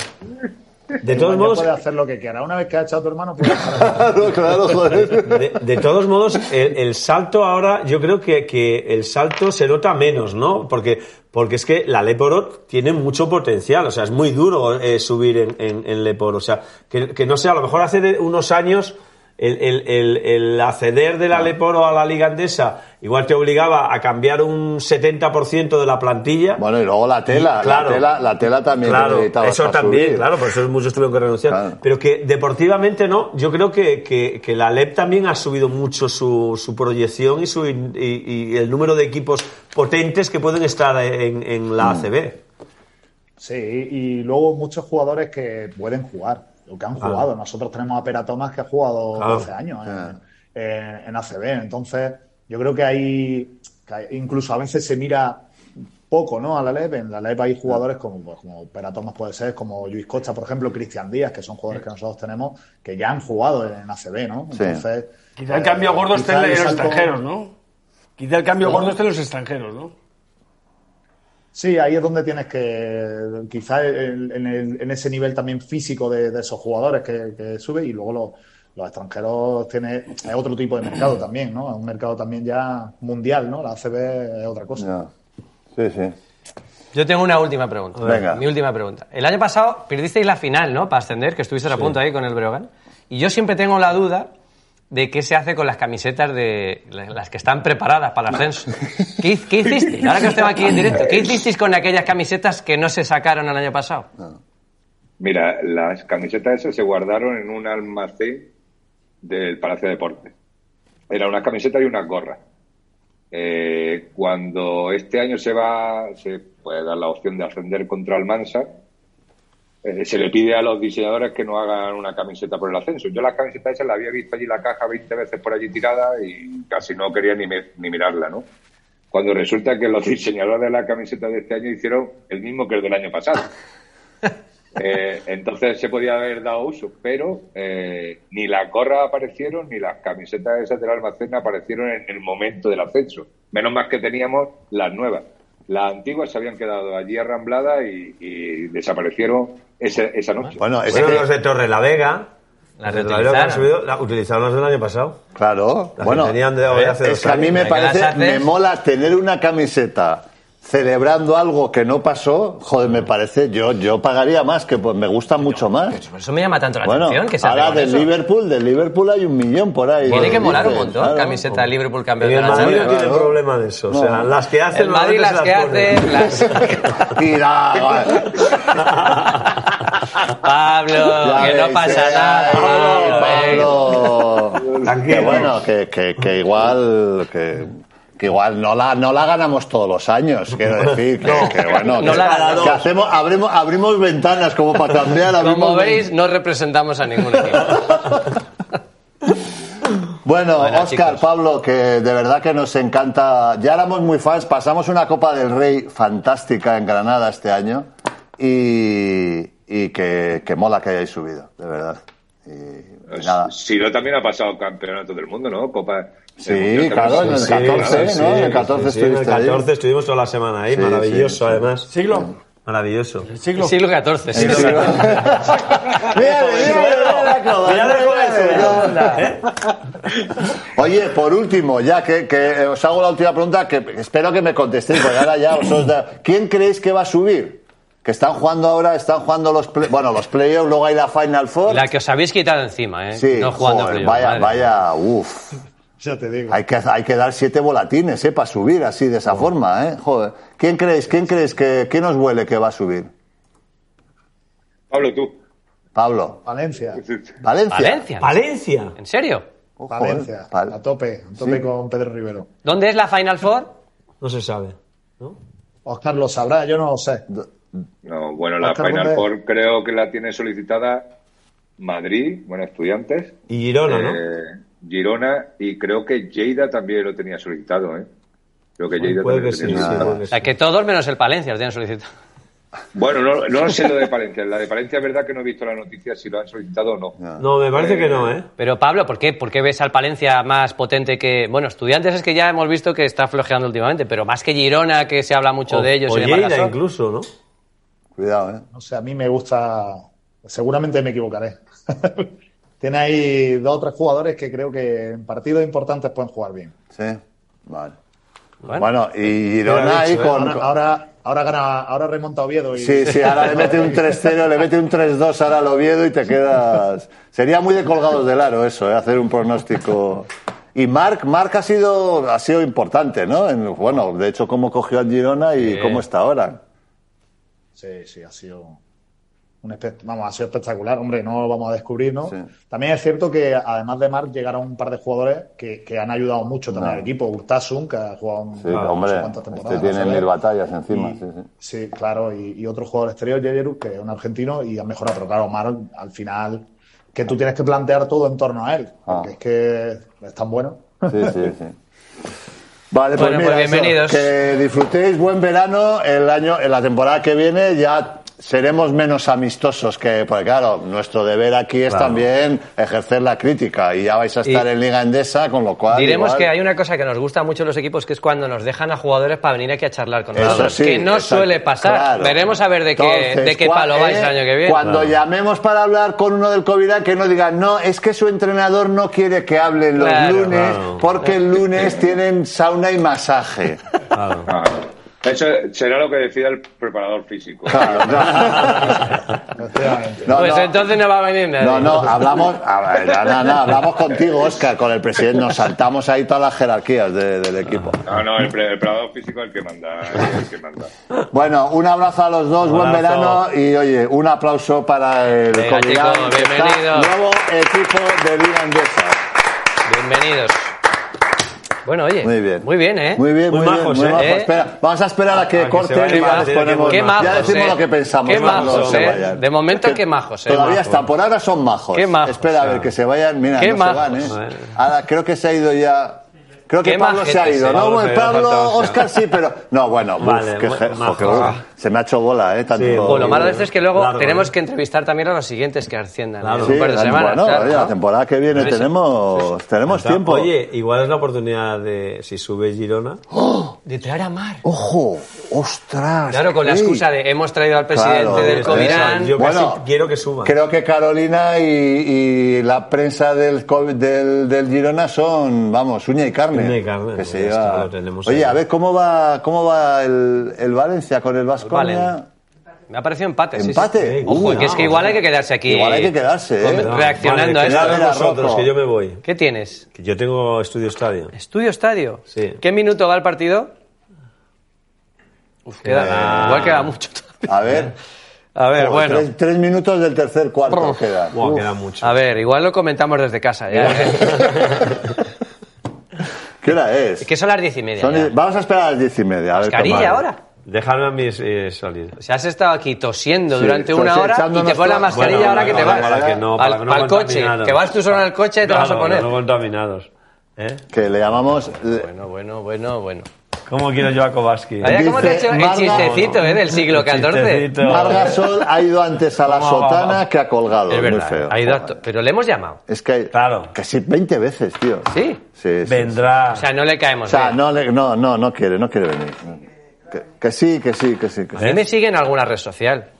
De De todos todos modos, puede hacer lo que quiera. Una vez que ha echado a tu hermano, puede Claro, claro, joder. de, de todos modos, el, el salto ahora, yo creo que, que el salto se nota menos, ¿no? Porque, porque es que la Leporot tiene mucho potencial, o sea, es muy duro eh, subir en, en, en Lepor, o sea, que, que no sé, a lo mejor hace de- unos años el, el, el, el acceder de la Leporo a la Liga Andesa igual te obligaba a cambiar un 70% de la plantilla. Bueno, y luego la tela, Claro. la tela, la tela también Claro, necesitabas eso para también, subir. claro, por eso muchos tuvieron que renunciar. Claro. Pero que deportivamente no, yo creo que, que- que la LEP también ha subido mucho su, su proyección y, su, in- y, y el número de equipos potentes que pueden estar en, en Mm. la ACB. Sí, y luego muchos jugadores que pueden jugar, o que han Claro. jugado. Nosotros tenemos a Pera Tomás que ha jugado Ah. Claro. 12 años en, Claro. en- en ACB. Entonces, yo creo que ahí, que ahí incluso a veces se mira poco ¿no? a la LEP. En la LEP hay jugadores como, pues, como Pera Tomás puede ser, como Luis Costa, por ejemplo, Cristian Díaz, que son jugadores que nosotros tenemos que ya han jugado en ACB, ¿no? Sí. Entonces, eh, Quizá el cambio gordo esté en quizá los el salto- extranjeros, ¿no? Quizá el cambio gordo esté en los extranjeros, ¿no? Sí, ahí es donde tienes que, quizás en, en el- en ese nivel también físico de, de esos jugadores que, que sube y luego los, los extranjeros tiene es otro tipo de mercado también, ¿no? Es un mercado también ya mundial, ¿no? La ACB es otra Ya. cosa. Sí, sí. Yo tengo una última pregunta. Venga. Mi última pregunta. El año pasado perdisteis la final, ¿no? Para ascender, que estuvisteis a punto ahí con el Breogán. Y yo siempre tengo la duda de qué se hace con las camisetas de las que están preparadas para el ascenso. ¿Qué, hic- qué hicisteis? Ahora que os tengo aquí en directo, ¿qué hicisteis con aquellas camisetas que no se sacaron el año pasado? Mira, las camisetas esas se guardaron en un almacén del Palacio de Deportes. Era una camiseta y una gorra. Eh, cuando este año se va, se puede dar la opción de ascender contra Almansa, eh, se le pide a los diseñadores que no hagan una camiseta por el ascenso. Yo las camisetas esas las había visto allí en la caja 20 veces por allí tirada y casi no quería ni, mi- ni mirarla, ¿no? Cuando resulta que los diseñadores de la camiseta de este año hicieron el mismo que el del año pasado. Eh, entonces se podía haber dado uso, pero eh, ni las gorras aparecieron ni las camisetas esas del almacén aparecieron en el momento del ascenso. Menos mal que teníamos las nuevas. Las antiguas se habían quedado allí arrambladas y, y desaparecieron ese- esa noche. Bueno, es Bueno, que- los de Torre la Vega, Las de Torrelavega que han reutilizaron. subido, la- utilizaron las del año pasado. Claro, Las que bueno, eh, tenían de hoy hace es dos que a mí me años. ¿Para qué parece, las me haces? mola tener una camiseta celebrando algo que no pasó, joder, me parece, yo, yo pagaría más, que pues me gusta mucho más. Por eso me llama tanto la Bueno, atención que se hace ahora con del eso. Liverpool, del Liverpool hay un millón por ahí. Tiene de que molar un dices, montón. claro. camiseta de Liverpool campeón Y de el la Madrid no Champions. tiene problema de eso. O sea, No. las que hacen El Madrid las que hace, las... Y la- Pablo, Ya que no veis, pasa eh, nada. ay, Pablo. Que Tranquilo. bueno, que, que, que igual que, que igual no la, no la ganamos todos los años, quiero decir, que, que bueno, No que, la ganamos. que hacemos, abrimos, abrimos ventanas como para cambiar Como abrimos veis, no representamos a ningún equipo. Bueno, Bueno, Oscar, chicos. Pablo, que de verdad que nos encanta. Ya éramos muy fans, pasamos una Copa del Rey fantástica en Granada este año y, y que, que mola que hayáis subido, de verdad. Y- y pues nada. Si no, también ha pasado campeonato del mundo, ¿no? Copa. del Sí, Mundo también. claro, en el Sí, 14, claro, sí. ¿no? En el 14 sí, en el estuviste ahí. 14 estuvimos toda la semana ahí, Sí, maravilloso sí, sí. además. Siglo. Maravilloso. Siglo. Siglo Sí, XIV, siglo sí. XIV. Mira, mira, mira la coba, Mira la coba mira esa, la anda, coba. Oye, por último, ya que, que eh, os hago la última pregunta, que espero que me contestéis, porque ahora ya os os da- ¿Quién creéis que va a subir? Que están jugando ahora, están jugando los play- bueno, los playoffs, luego hay la Final Four. La que os habéis quitado encima, ¿eh? Sí, no jugando joder, playoff, vaya, madre. vaya, uff. Ya te digo. Hay que, hay que dar siete volatines, ¿eh? Para subir así, de esa forma, ¿eh? Joder. ¿Quién creéis, quién creéis que, quién os huele que va a subir? Pablo, tú. Pablo. Valencia. Valencia. Valencia. Valencia. ¿En serio? Ojo, eh. Valencia. Val- A tope, a tope con Pedro Rivero. ¿Dónde es la Final Four? No se sabe. ¿no? Oscar lo sabrá, yo no lo sé. No, bueno, la Oscar Final Bunde. Four creo que la tiene solicitada Madrid, bueno, estudiantes. Y Girona, ¿no? eh, Girona y creo que Lleida también lo tenía solicitado, ¿eh? Creo que Eh, Lleida Puede que también lo sí, tenía sí, solicitado. puede que O sí. sea, que todos menos el Palencia lo tienen solicitado. Bueno, no, no sé lo de Palencia. La de Palencia es verdad que no he visto la noticia si lo han solicitado o no. No, me parece que no, ¿eh? Pero Pablo, ¿por qué? ¿Por qué ves al Palencia más potente que... Bueno, estudiantes es que ya hemos visto que está flojeando últimamente, pero más que Girona, que se habla mucho O- de ellos. o y de Lleida Margasol. incluso, ¿no? Cuidado, ¿eh? No sé, a mí me gusta. Seguramente me equivocaré. Tiene ahí dos o tres jugadores que creo que en partidos importantes pueden jugar bien. Sí. Vale. Bueno. Bueno, y Girona ahí dicho, ¿eh? con. Ahora, ahora, ahora gana, ahora remonta Oviedo y Sí, sí, ahora le mete un 3-0, le mete un 3-2 ahora al Oviedo y te quedas. Sería muy de colgados del aro eso, ¿eh? hacer un pronóstico. Y Marc, Marc ha sido, ha sido importante, ¿no? En- bueno, de hecho, cómo cogió al Girona y cómo está ahora. Sí, sí, ha sido un espect- vamos, ha sido espectacular, hombre, no lo vamos a descubrir, ¿no? Sí. También es cierto que además de Marc llegaron un par de jugadores que, que han ayudado mucho también No. al equipo, Urtasun, que ha jugado un, Sí, no sé hombre, cuántas este temporadas, tiene ¿sabes? mil batallas encima. Y- sí, sí. sí, claro, y, y otro jugador exterior, Yeyeru, que es un argentino y ha mejorado, pero claro, Omar, al final, que tú tienes que plantear todo en torno a él, porque Ah. es que es tan bueno. Sí, sí, sí. Vale, pues, Bueno, pues mira, eso, bienvenidos. que disfrutéis buen verano el año, en la temporada que viene ya seremos menos amistosos que, porque claro, nuestro deber aquí es también ejercer la crítica y ya vais a estar Y- en Liga Endesa, con lo cual. Diremos igual- que hay una cosa que nos gusta mucho en los equipos, que es cuando nos dejan a jugadores para venir aquí a charlar con Eso nosotros. sí, que no exacto, suele pasar. claro. Veremos a ver de qué, Entonces, de qué cua- palo vais eh, el año que viene. Cuando llamemos para hablar con uno del COVID, que no digan, no, es que su entrenador no quiere que hablen los Claro, lunes, claro. porque el lunes tienen sauna y masaje. Claro. Ah, Eso será lo que decida el preparador físico. Efectivamente. No, pues no. entonces no va a venir nadie. No, no, hablamos, a ver, no, no, no, hablamos contigo, Oscar, con el presidente. Nos saltamos ahí todas las jerarquías de- del equipo. No, no, el, pre- el preparador físico es el que manda. El que manda. Bueno, un abrazo a los dos, buen verano y oye, un aplauso para el Venga, Covirán, chicos, que está bienvenidos. nuevo equipo de Liga Endesa. Bienvenidos. Bueno, oye. Muy bien. Muy bien, ¿eh? Muy bien, muy, Muy bien. majos, muy ¿eh? majos. ¿Eh? Espera, vamos a esperar a que A que corten se vayan, y ya les qué ponemos. Qué majos, ya decimos eh. lo que pensamos. Qué cuando majos, se eh. vayan. De momento, qué majos, eh. Todavía Majos. están, por ahora son majos. Qué majos, Espera ah. a ver que se vayan. Mira, Qué no majos, se van, eh. ¿eh? Ahora creo que se ha ido ya. Creo que Qué Pablo se ha majetes, ido, eh. ¿no? Pablo se Bueno, ha ido, Pablo, faltaba, o sea. Oscar sí, pero. No, bueno, uf, Vale, qué bu- je- jo, majos. qué bola. se me ha hecho bola, ¿eh? Tanto. Sí, Pues lo malo de Joder, esto es que luego largo, tenemos ¿eh? que entrevistar también a los siguientes que asciendan. Claro. en Sí, un par de la, semanas. bueno, claro. oye, la temporada que viene Eso. tenemos, tenemos Entonces, tiempo. Oye, igual es la oportunidad de, si sube Girona, De traer a Mar. Ojo, ostras. Claro, con la ey. excusa de hemos traído al presidente Claro, del eso, Covirán. Yo casi Bueno, quiero que suba. Creo que Carolina y, y la prensa del, co- del, del Girona son, vamos, uña y carne. Uña y carne, Que se pues lleva- esto lo tenemos Oye, ahí. a ver, ¿cómo va, cómo va el, el Valencia con el Valen. Vasconia? Me ha parecido empate. sí, sí. ¿Empate? sí. Ojo, Uy, que es que igual hay que quedarse aquí. Igual hay que quedarse, ¿eh? Con- Reaccionando vale, a quedad esto. Mira, vosotros, Rocco. que yo me voy. ¿Qué tienes? Que Yo tengo estudio estadio. ¿Estudio estadio? Sí. ¿Qué minuto va el partido? Uf, queda- Eh, Igual queda mucho. A ver, A ver, oh, bueno. tres, tres minutos del tercer cuarto Brr. quedan. Buah, Uf. queda mucho. A ver, igual lo comentamos desde casa ya. ¿eh? ¿Qué hora es? Es que son las diez y media. Son- ya. vamos a esperar a las diez y media. a ver cómo Mascarilla va. ahora. Dejadme a mis eh, salir. O sea, has estado aquí tosiendo Sí, durante una tosi- hora y te echándonos pones la todo- mascarilla Bueno, ahora que te para- vas. para que no- al al coche, contaminados. que vas tú solo en el coche y te Claro, vas a poner. No contaminados. ¿Eh? Que le llamamos... Bueno, bueno, bueno, bueno. ¿Cómo quiero yo a Kovaski? Vaya, ¿cómo te ha Dice hecho el Marga- chistecito eh, del siglo XIV? Chistecito. Margasol ha ido antes a la sotana que ha colgado. Es muy verdad, feo. ha ido a to- pero le hemos llamado. Es que Claro. casi 20 veces, tío. Sí. Sí, sí, sí. Vendrá. O sea, no le O caemos. sea, bien. no, le- no, no, no quiere, no quiere venir. Que, que sí, que sí, que sí. que sí. A mí me siguen en alguna red social.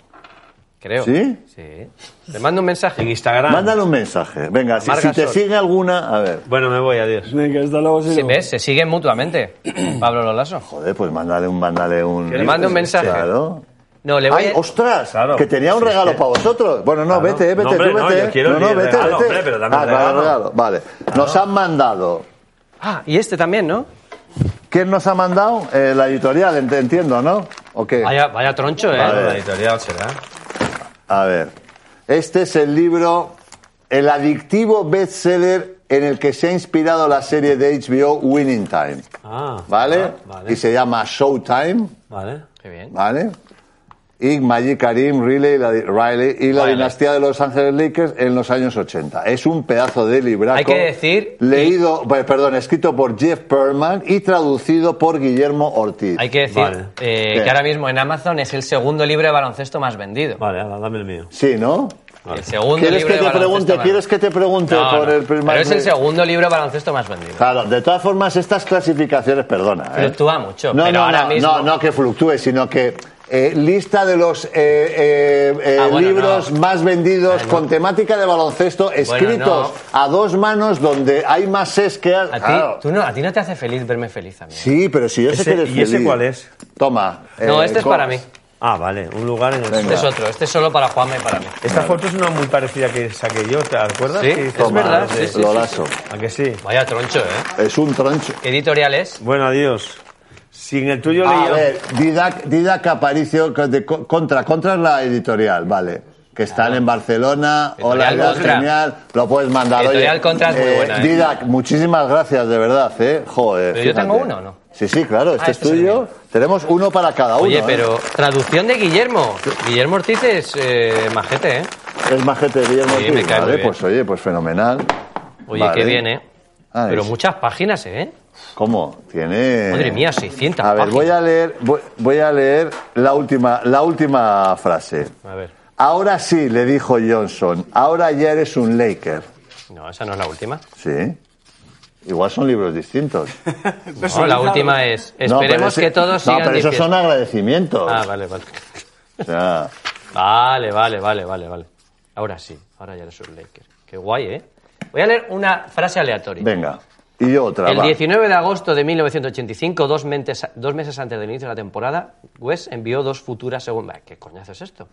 Creo. ¿eh? ¿Sí? Sí. Te mando un mensaje. en Instagram. Mándale un mensaje. Venga, si, si te Margasol. sigue alguna, a ver. Bueno, me voy, adiós. Venga, hasta luego, Sí, Silo. ¿Ves? Se siguen mutuamente. Pablo Lolaso. Joder, pues mándale un, mándale un. le mande un mensaje. Claro. No, le voy Ay, a- ostras, Claro. que tenía un Sí, regalo es que- para vosotros. Bueno, no, Claro. vete, eh, vete, No, hombre, tú no, vete. yo quiero el vete, regalo, vete. hombre, pero dame ah, un claro, regalo. Vale. Nos han mandado. Ah, y este también, ¿no? ¿Quién nos ha mandado? Eh, la editorial, ent- entiendo, ¿no? ¿O qué? Vaya, vaya troncho, ¿eh? Vale. La editorial será. A ver, este es el libro, el adictivo bestseller en el que se ha inspirado la serie de HBO Winning Time. Ah, ¿Vale? ah, vale. Y se llama Showtime, Vale. Qué bien. ¿vale? Y Magic Karim, Riley, la di- Riley y la Riley. dinastía de Los Ángeles Lakers en los años 80. Es un pedazo de libraco. Hay que decir- Leído, pues, perdón, escrito por Jeff Perlman y traducido por Guillermo Ortiz. Hay que decir Vale. eh, ¿Qué? que ahora mismo en Amazon es el segundo libro de baloncesto más vendido. Vale, ahora dame el mío. Sí, ¿no? El segundo ¿Quieres libro que de te baloncesto pregunte, más- ¿Quieres que te pregunte No, por no, el primer Pero es el segundo libro de baloncesto más vendido. Claro, de todas formas, estas clasificaciones, perdona. ¿eh? Fluctúa mucho, No, pero no, ahora no, mismo- no, no que fluctúe, sino que eh, lista de los eh, eh, eh, Ah, bueno, libros no. más vendidos Ah, no. con temática de baloncesto escritos a dos manos donde hay más es que. A ti, Claro. tú no, a ti no te hace feliz verme feliz, amigo. Sí, pero si yo sé Ese- que eres ¿y ese feliz. cuál es? Toma. No, eh, este es Cox. para mí. Ah, vale, un lugar en el Venga. Este es otro. Este es solo para Juanma y para mí. Esta foto es una muy parecida que saqué yo, ¿te acuerdas? Sí, Que es hice- Toma, verdad, eh, sí, sí, lo sí, lazo. ¿A que sí? Vaya troncho, ¿eh? Es un troncho. ¿Qué editorial es? Bueno, adiós. Si en el tuyo A leía- ver, Didac, Didac Aparicio de co- contra, contra es la editorial, vale. Que están en Barcelona. Hola, Editorial Didac, Contra. genial. Lo puedes mandar. oye. Editorial Contra es muy Eh, buena, ¿eh? Didac, muchísimas gracias, de verdad, eh. Joder. Pero yo fíjate. tengo uno, ¿no? Sí, sí, claro, este, este es es el tuyo. mío. Tenemos uno para cada uno. Oye, ¿eh? pero traducción de Guillermo. Guillermo Ortiz es eh, majete, ¿eh? Es majete de Guillermo Sí, me Ortiz, cae muy vale, bien. pues oye, pues fenomenal. Oye, Vale. qué bien, ¿eh? Ah, Pero es- muchas páginas, ¿eh? ¿Cómo? Tiene. Madre mía, 600 Eh, A ver, páginas. voy a leer, voy, voy a leer la última, la última frase. A ver. Ahora sí, le dijo Johnson. Ahora ya eres un Laker. No, esa no es la última. Sí. Igual son libros distintos. No, la última es. No, pero Esperemos ese- que todos No, sigan pero esos son diciendo- agradecimientos. Ah, vale, vale. O sea, Vale, vale, vale, vale, vale. Ahora sí, ahora ya eres un Laker. Qué guay, ¿eh? Voy a leer una frase aleatoria. venga. Y yo otra. El va. 19 de agosto de 1985, dos, mentes- dos meses antes del inicio de la temporada, Wes envió dos futuras segundas. ¿Qué coñazo es esto?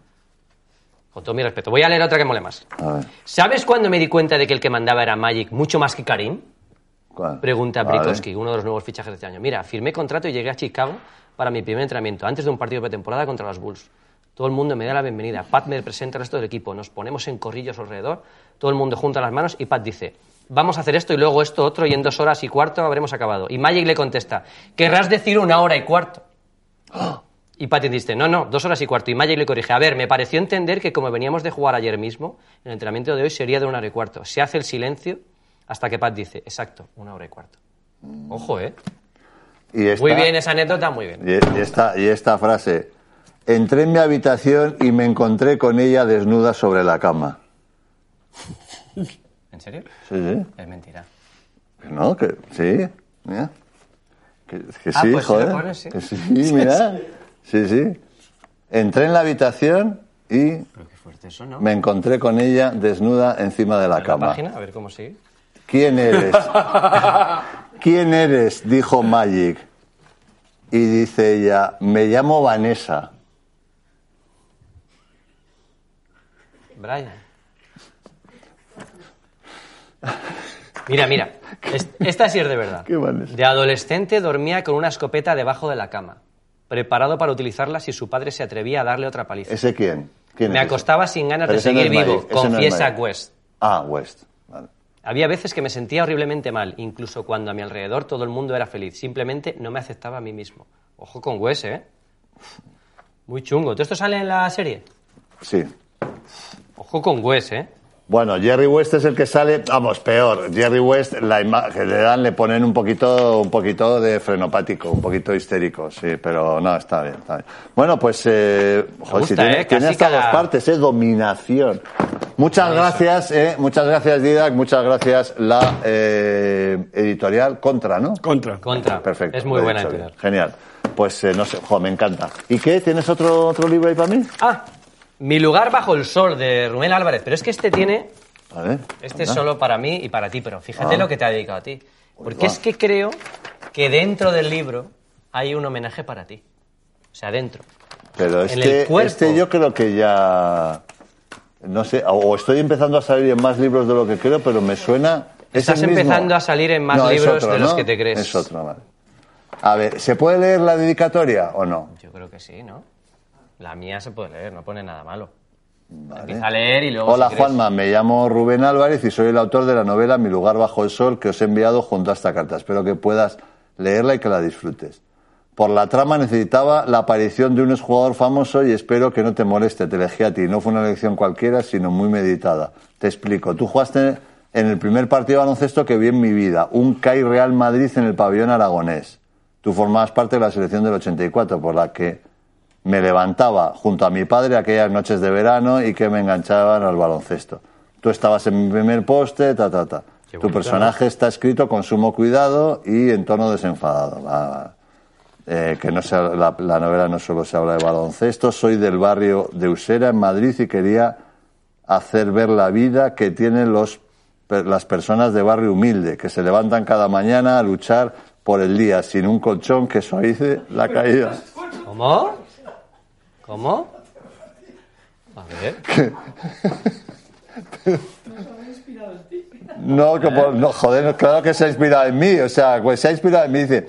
Con todo mi respeto. Voy a leer otra que mole más. A ver, ¿Sabes cuándo me di cuenta de que el que mandaba era Magic mucho más que Karim? ¿cuál? Pregunta Vale. Brikowski, uno de los nuevos fichajes de este año. Mira, firmé contrato y llegué a Chicago para mi primer entrenamiento, antes de un partido de pretemporada contra los Bulls. Todo el mundo me da la bienvenida. Pat me presenta al resto del equipo. Nos ponemos en corrillos alrededor. Todo el mundo junta las manos y Pat dice, vamos a hacer esto y luego esto otro y en dos horas y cuarto habremos acabado. Y Magic le contesta, querrás decir una hora y cuarto. Y Patty dice, no, no, dos horas y cuarto. Y Magic le corrige, a ver, me pareció entender que como veníamos de jugar ayer mismo, el entrenamiento de hoy sería de una hora y cuarto. Se hace el silencio hasta que Pat dice, exacto, una hora y cuarto. Ojo, ¿eh? Y esta, Muy bien, esa anécdota, muy bien. Y, y esta, y esta frase. Entré en mi habitación y me encontré con ella desnuda sobre la cama. ¿En serio? Sí, sí. Es mentira. No, que sí. Mira. Que, que sí, Ah, pues sí lo joder. pones, sí. Que sí, mira. Sí, sí. Entré en la habitación y Pero qué fuerte eso, ¿no? me encontré con ella desnuda encima de la La cama. página, a ver cómo sigue. ¿Quién eres? ¿Quién eres? dijo Magic. Y dice ella, me llamo Vanessa. Brian. Mira, mira. Es- Esta sí es de verdad. Qué mal es. De adolescente dormía con una escopeta debajo de la cama, preparado para utilizarla si su padre se atrevía a darle otra paliza. ¿Ese quién? ¿Quién Me es ese? acostaba sin ganas Pero de ese no seguir es vivo, Magic, ese no es confiesa Magic. West. Ah, West. Vale. Había veces que me sentía horriblemente mal, incluso cuando a mi alrededor todo el mundo era feliz. Simplemente no me aceptaba a mí mismo. Ojo con Wes, ¿eh? Muy chungo. ¿Todo esto sale en la serie? Sí. Ojo con Wes, ¿eh? Bueno, Jerry West es el que sale, vamos, peor. Jerry West, la imagen le dan, le ponen un poquito, un poquito de frenopático, un poquito histérico, sí, pero no, está bien, está bien. Bueno, pues, eh, joder, si gusta, tiene, eh, tiene casi hasta cada- dos partes, eh, dominación. Muchas gracias, eh, muchas gracias Didac, muchas gracias la eh, editorial Contra, ¿no? Contra. Contra. Perfecto. Es muy lo he buena dicho bien. entidad. Genial. Pues, eh, no sé, joder, me encanta. ¿Y qué? ¿Tienes otro, otro libro ahí para mí? Ah, Mi lugar bajo el sol de Rubén Álvarez. Pero es que este tiene A ver. Este es anda. solo para mí y para ti, pero fíjate Ah. lo que te ha dedicado a ti. Porque va. es que creo que dentro del libro hay un homenaje para ti. O sea, dentro. Pero en el este, cuerpo. este yo creo que ya. No sé, o- o estoy empezando a salir en más libros de lo que creo, pero me suena. ¿es Estás el mismo? empezando a salir en más No, es libros otro, de los ¿no? que te crees. Es otro, vale. A ver, ¿se puede leer la dedicatoria o no? Yo creo que sí, ¿no? La mía se puede leer, no pone nada malo. Empieza a leer y luego. Hola si quieres- Juanma, me llamo Rubén Álvarez y soy el autor de la novela Mi lugar bajo el sol que os he enviado junto a esta carta. Espero que puedas leerla y que la disfrutes. Por la trama necesitaba la aparición de un jugador famoso y espero que no te moleste, te elegí a ti. No fue una elección cualquiera, sino muy meditada. Te explico, tú jugaste en el primer partido de baloncesto que vi en mi vida, un CAI Real Madrid en el pabellón aragonés. Tú formabas parte de la selección del 84, por la que me levantaba junto a mi padre aquellas noches de verano y que me enganchaban al baloncesto. Tú estabas en mi primer poste, ta, ta, ta. tu personaje está escrito con sumo cuidado y en tono desenfadado. Va, eh, que no sea, la, la novela no solo se habla de baloncesto. Soy del barrio de Usera, en Madrid, y quería hacer ver la vida que tienen los, per- las personas de barrio humilde, que se levantan cada mañana a luchar por el día, sin un colchón que suavice la caída. ¿Cómo? ¿Cómo? A ver. No, Ah. que por- no, joder, no, claro que se ha inspirado en mí, o sea, pues se ha inspirado en mí, dice,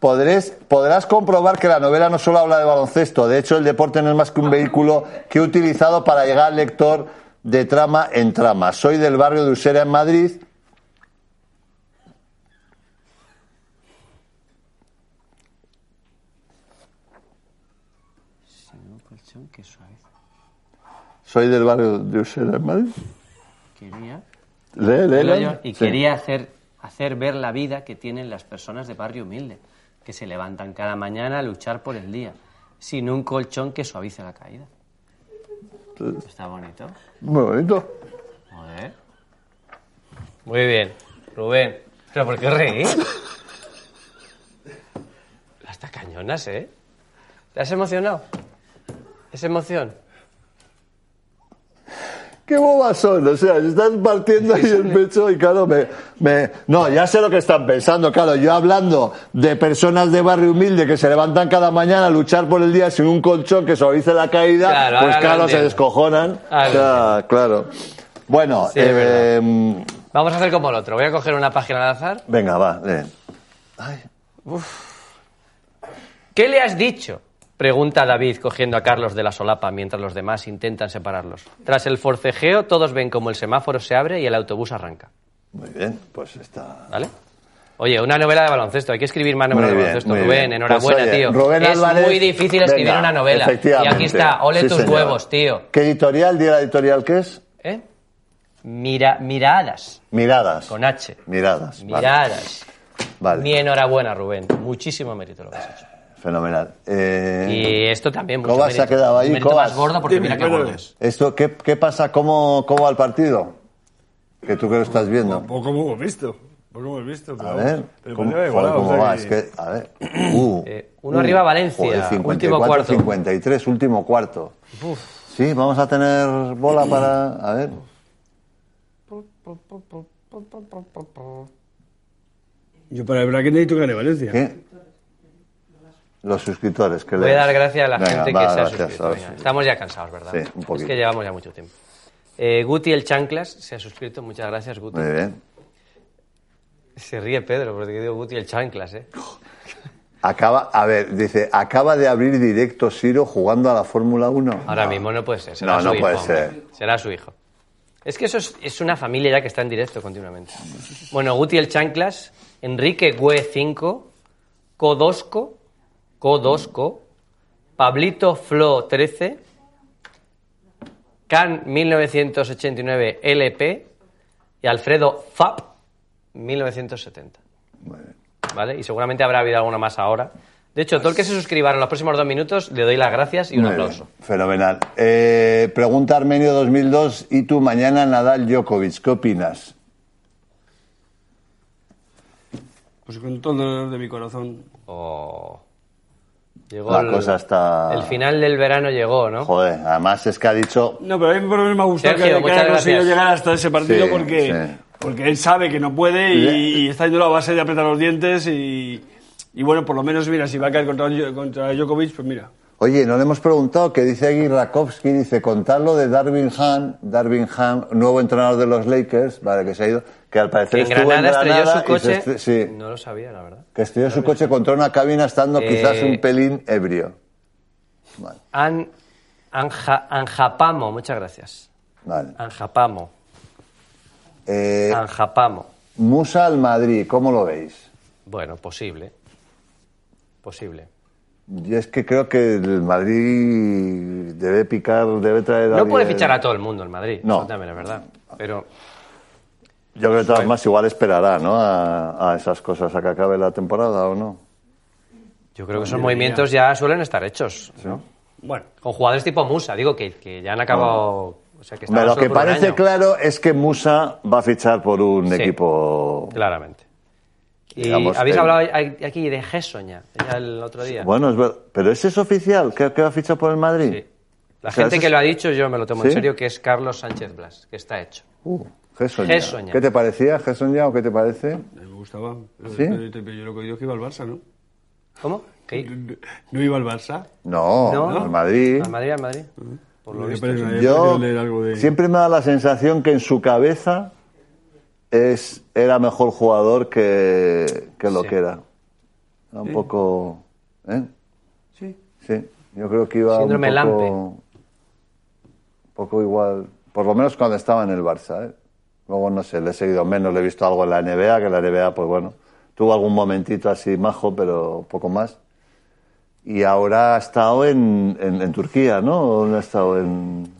podrés, podrás comprobar que la novela no solo habla de baloncesto, de hecho el deporte no es más que un vehículo que he utilizado para llegar al lector de trama en trama. Soy del barrio de Usera en Madrid. Soy del barrio de Usera en Madrid. Quería. Lee, lee, Nueva lee. York, y Sí. quería hacer, hacer ver la vida que tienen las personas de barrio humilde, que se levantan cada mañana a luchar por el día, sin un colchón que suavice la caída. Está bonito. Muy bonito. Joder. Muy bien, Rubén. ¿Pero por qué reír? Las tacañonas, ¿eh? ¿Te has emocionado? ¿Es emoción? Qué bobas son, o sea, se están partiendo ahí el pecho y claro, me, me- No, ya sé lo que están pensando, claro, yo hablando de personas de barrio humilde que se levantan cada mañana a luchar por el día sin un colchón que suavice la caída, Claro, pues ahora lo claro, se entiendo. descojonan. Ahora lo Ya, claro. Bueno, es eh, verdad. mm, Vamos a hacer como el otro. Voy a coger una página al azar. venga, va, lee. ¿Qué le has dicho? Pregunta David cogiendo a Carlos de la solapa mientras los demás intentan separarlos. Tras el forcejeo, todos ven como el semáforo se abre y el autobús arranca. Muy bien, pues está... ¿Vale? Oye, una novela de baloncesto. Hay que escribir más Muy novelas de bien, baloncesto. muy Rubén, bien. enhorabuena, Pues, oye, tío. Rubén es Álvarez, muy difícil escribir venga, una novela. Y efectivamente. aquí está, ole Sí, tus señor. huevos, tío. ¿Qué editorial? Di la editorial que es. ¿Eh? Mira, miradas, Miradas. con H. Miradas. vale, Miradas. Vale, Mi enhorabuena, Rubén. Muchísimo mérito lo que has hecho. fenomenal. Eh, Y esto también, mucho Cobas se mérito. ha quedado ahí, Un mérito Cobas. más gordo porque Dime, mira qué perdón. gordo es. Esto, ¿qué, qué pasa? ¿Cómo, ¿Cómo va el partido? Que tú que lo estás viendo. Poco hemos visto. Poco hemos visto. Pero, A ver, pero ¿cómo, joder, parece igualado, cómo o sea va? que- Es que, a ver. Uh, Eh, uno arriba Valencia, joder, último cuarto. 53, último cuarto. Sí, vamos a tener bola para. A ver. Yo para el bracket necesito que gane Valencia. ¿Qué? Los suscriptores. Que Voy a lees. dar gracias a la Venga, gente va, que se ha gracias, suscrito. ahora Venga, sí. Estamos ya cansados, ¿verdad? Sí, un poquito. Es que llevamos ya mucho tiempo. Eh, Guti el Chanclas se ha suscrito. Muchas gracias, Guti. Muy bien. Se ríe Pedro porque digo Guti el Chanclas, ¿eh? Acaba, a ver, dice, acaba de abrir directo Siro jugando a la Fórmula 1. Ahora No. mismo no puede ser. Será No, su no hijo, puede hombre. ser. Será su hijo. Es que eso es, es una familia ya que está en directo continuamente. Bueno, Guti el Chanclas, Enrique Güe 5, Codosco, Codosco, Pablito Flo 13, Can 1989 LP y Alfredo Fab 1970. ¿Vale? Y seguramente habrá habido alguna más ahora. De hecho, todo el que se suscriba ahora en los próximos dos minutos le doy las gracias y un Muy aplauso. bien, Fenomenal. Eh, pregunta Armenio 2002 y tú mañana Nadal Djokovic, ¿qué opinas? Pues con todo el dolor de mi corazón. Oh. Llegó La el, cosa está- El final del verano llegó, ¿no? Joder, además es que ha dicho No, pero a mí por lo menos me ha gustado Sergio, que, que muchas haya conseguido gracias. llegar hasta ese partido Sí, porque, sí. porque él sabe que no puede y, y está yendo a base de apretar los dientes y, y bueno, por lo menos, mira, si va a caer contra, contra Djokovic, pues mira. Oye, no le hemos preguntado que dice aquí Rakowski, dice contarlo de Darvin Ham, Darvin Ham, nuevo entrenador de los Lakers, vale, que se ha ido, que al parecer Que en estuvo Granada estrelló su y se coche. estre- sí, No lo sabía, la verdad. que estrelló su coche contra una cabina estando Eh, quizás un pelín ebrio. Han Anja- Anjapamo, muchas gracias. Vale. Ah. Anjapamo. Eh, Anjapamo. Musa al Madrid, ¿cómo lo veis? Bueno, posible. Posible. Yo es que creo que el Madrid debe picar, debe traer No puede alguien. fichar a todo el mundo el Madrid. No. Eso también es verdad. Pero Yo creo que de todas más igual esperará, ¿no? A, a esas cosas a que acabe la temporada o no. yo creo que esos movimientos ya suelen estar hechos. ¿no? Bueno, Con jugadores tipo Musa, digo que, que ya han acabado. O sea, que estaban Pero lo solo que por un parece año, claro es que Musa va a fichar por un Sí. equipo. Claramente. Y Digamos, habéis el- hablado a- aquí de Gessoña, ya el otro día. Bueno, es ver- pero ese es oficial, que, que va a fichar por el Madrid. Sí. La O sea, gente eso que es- lo ha dicho, yo me lo tomo en ¿Sí? serio, que es Carlos Sánchez Blas, que está hecho. Uh, Gessoña. Gessoña. ¿Qué te parecía, Gessoña, o qué te parece? a mí me gustaba. Pero, ¿Sí? pero- pero yo lo que digo es que iba al Barça, ¿no? ¿Cómo? ¿Qué? No- No iba al Barça. No, No. el Madrid. ¿Al Madrid, al Madrid? Por lo Me visto. parece- me Yo parece leer algo de- siempre me da la sensación que en su cabeza es, era mejor jugador que, que lo Sí. que era. Era un poco. ¿eh? Sí. Sí, yo creo que iba Síndrome un Lampe. poco, un poco igual, por lo menos cuando estaba en el Barça. ¿eh? Luego, no sé, le he seguido menos, le he visto algo en la NBA, que la NBA, pues bueno, tuvo algún momentito así majo, pero poco más. Y ahora ha estado en, en, en Turquía, ¿no? ¿O no ha estado en...?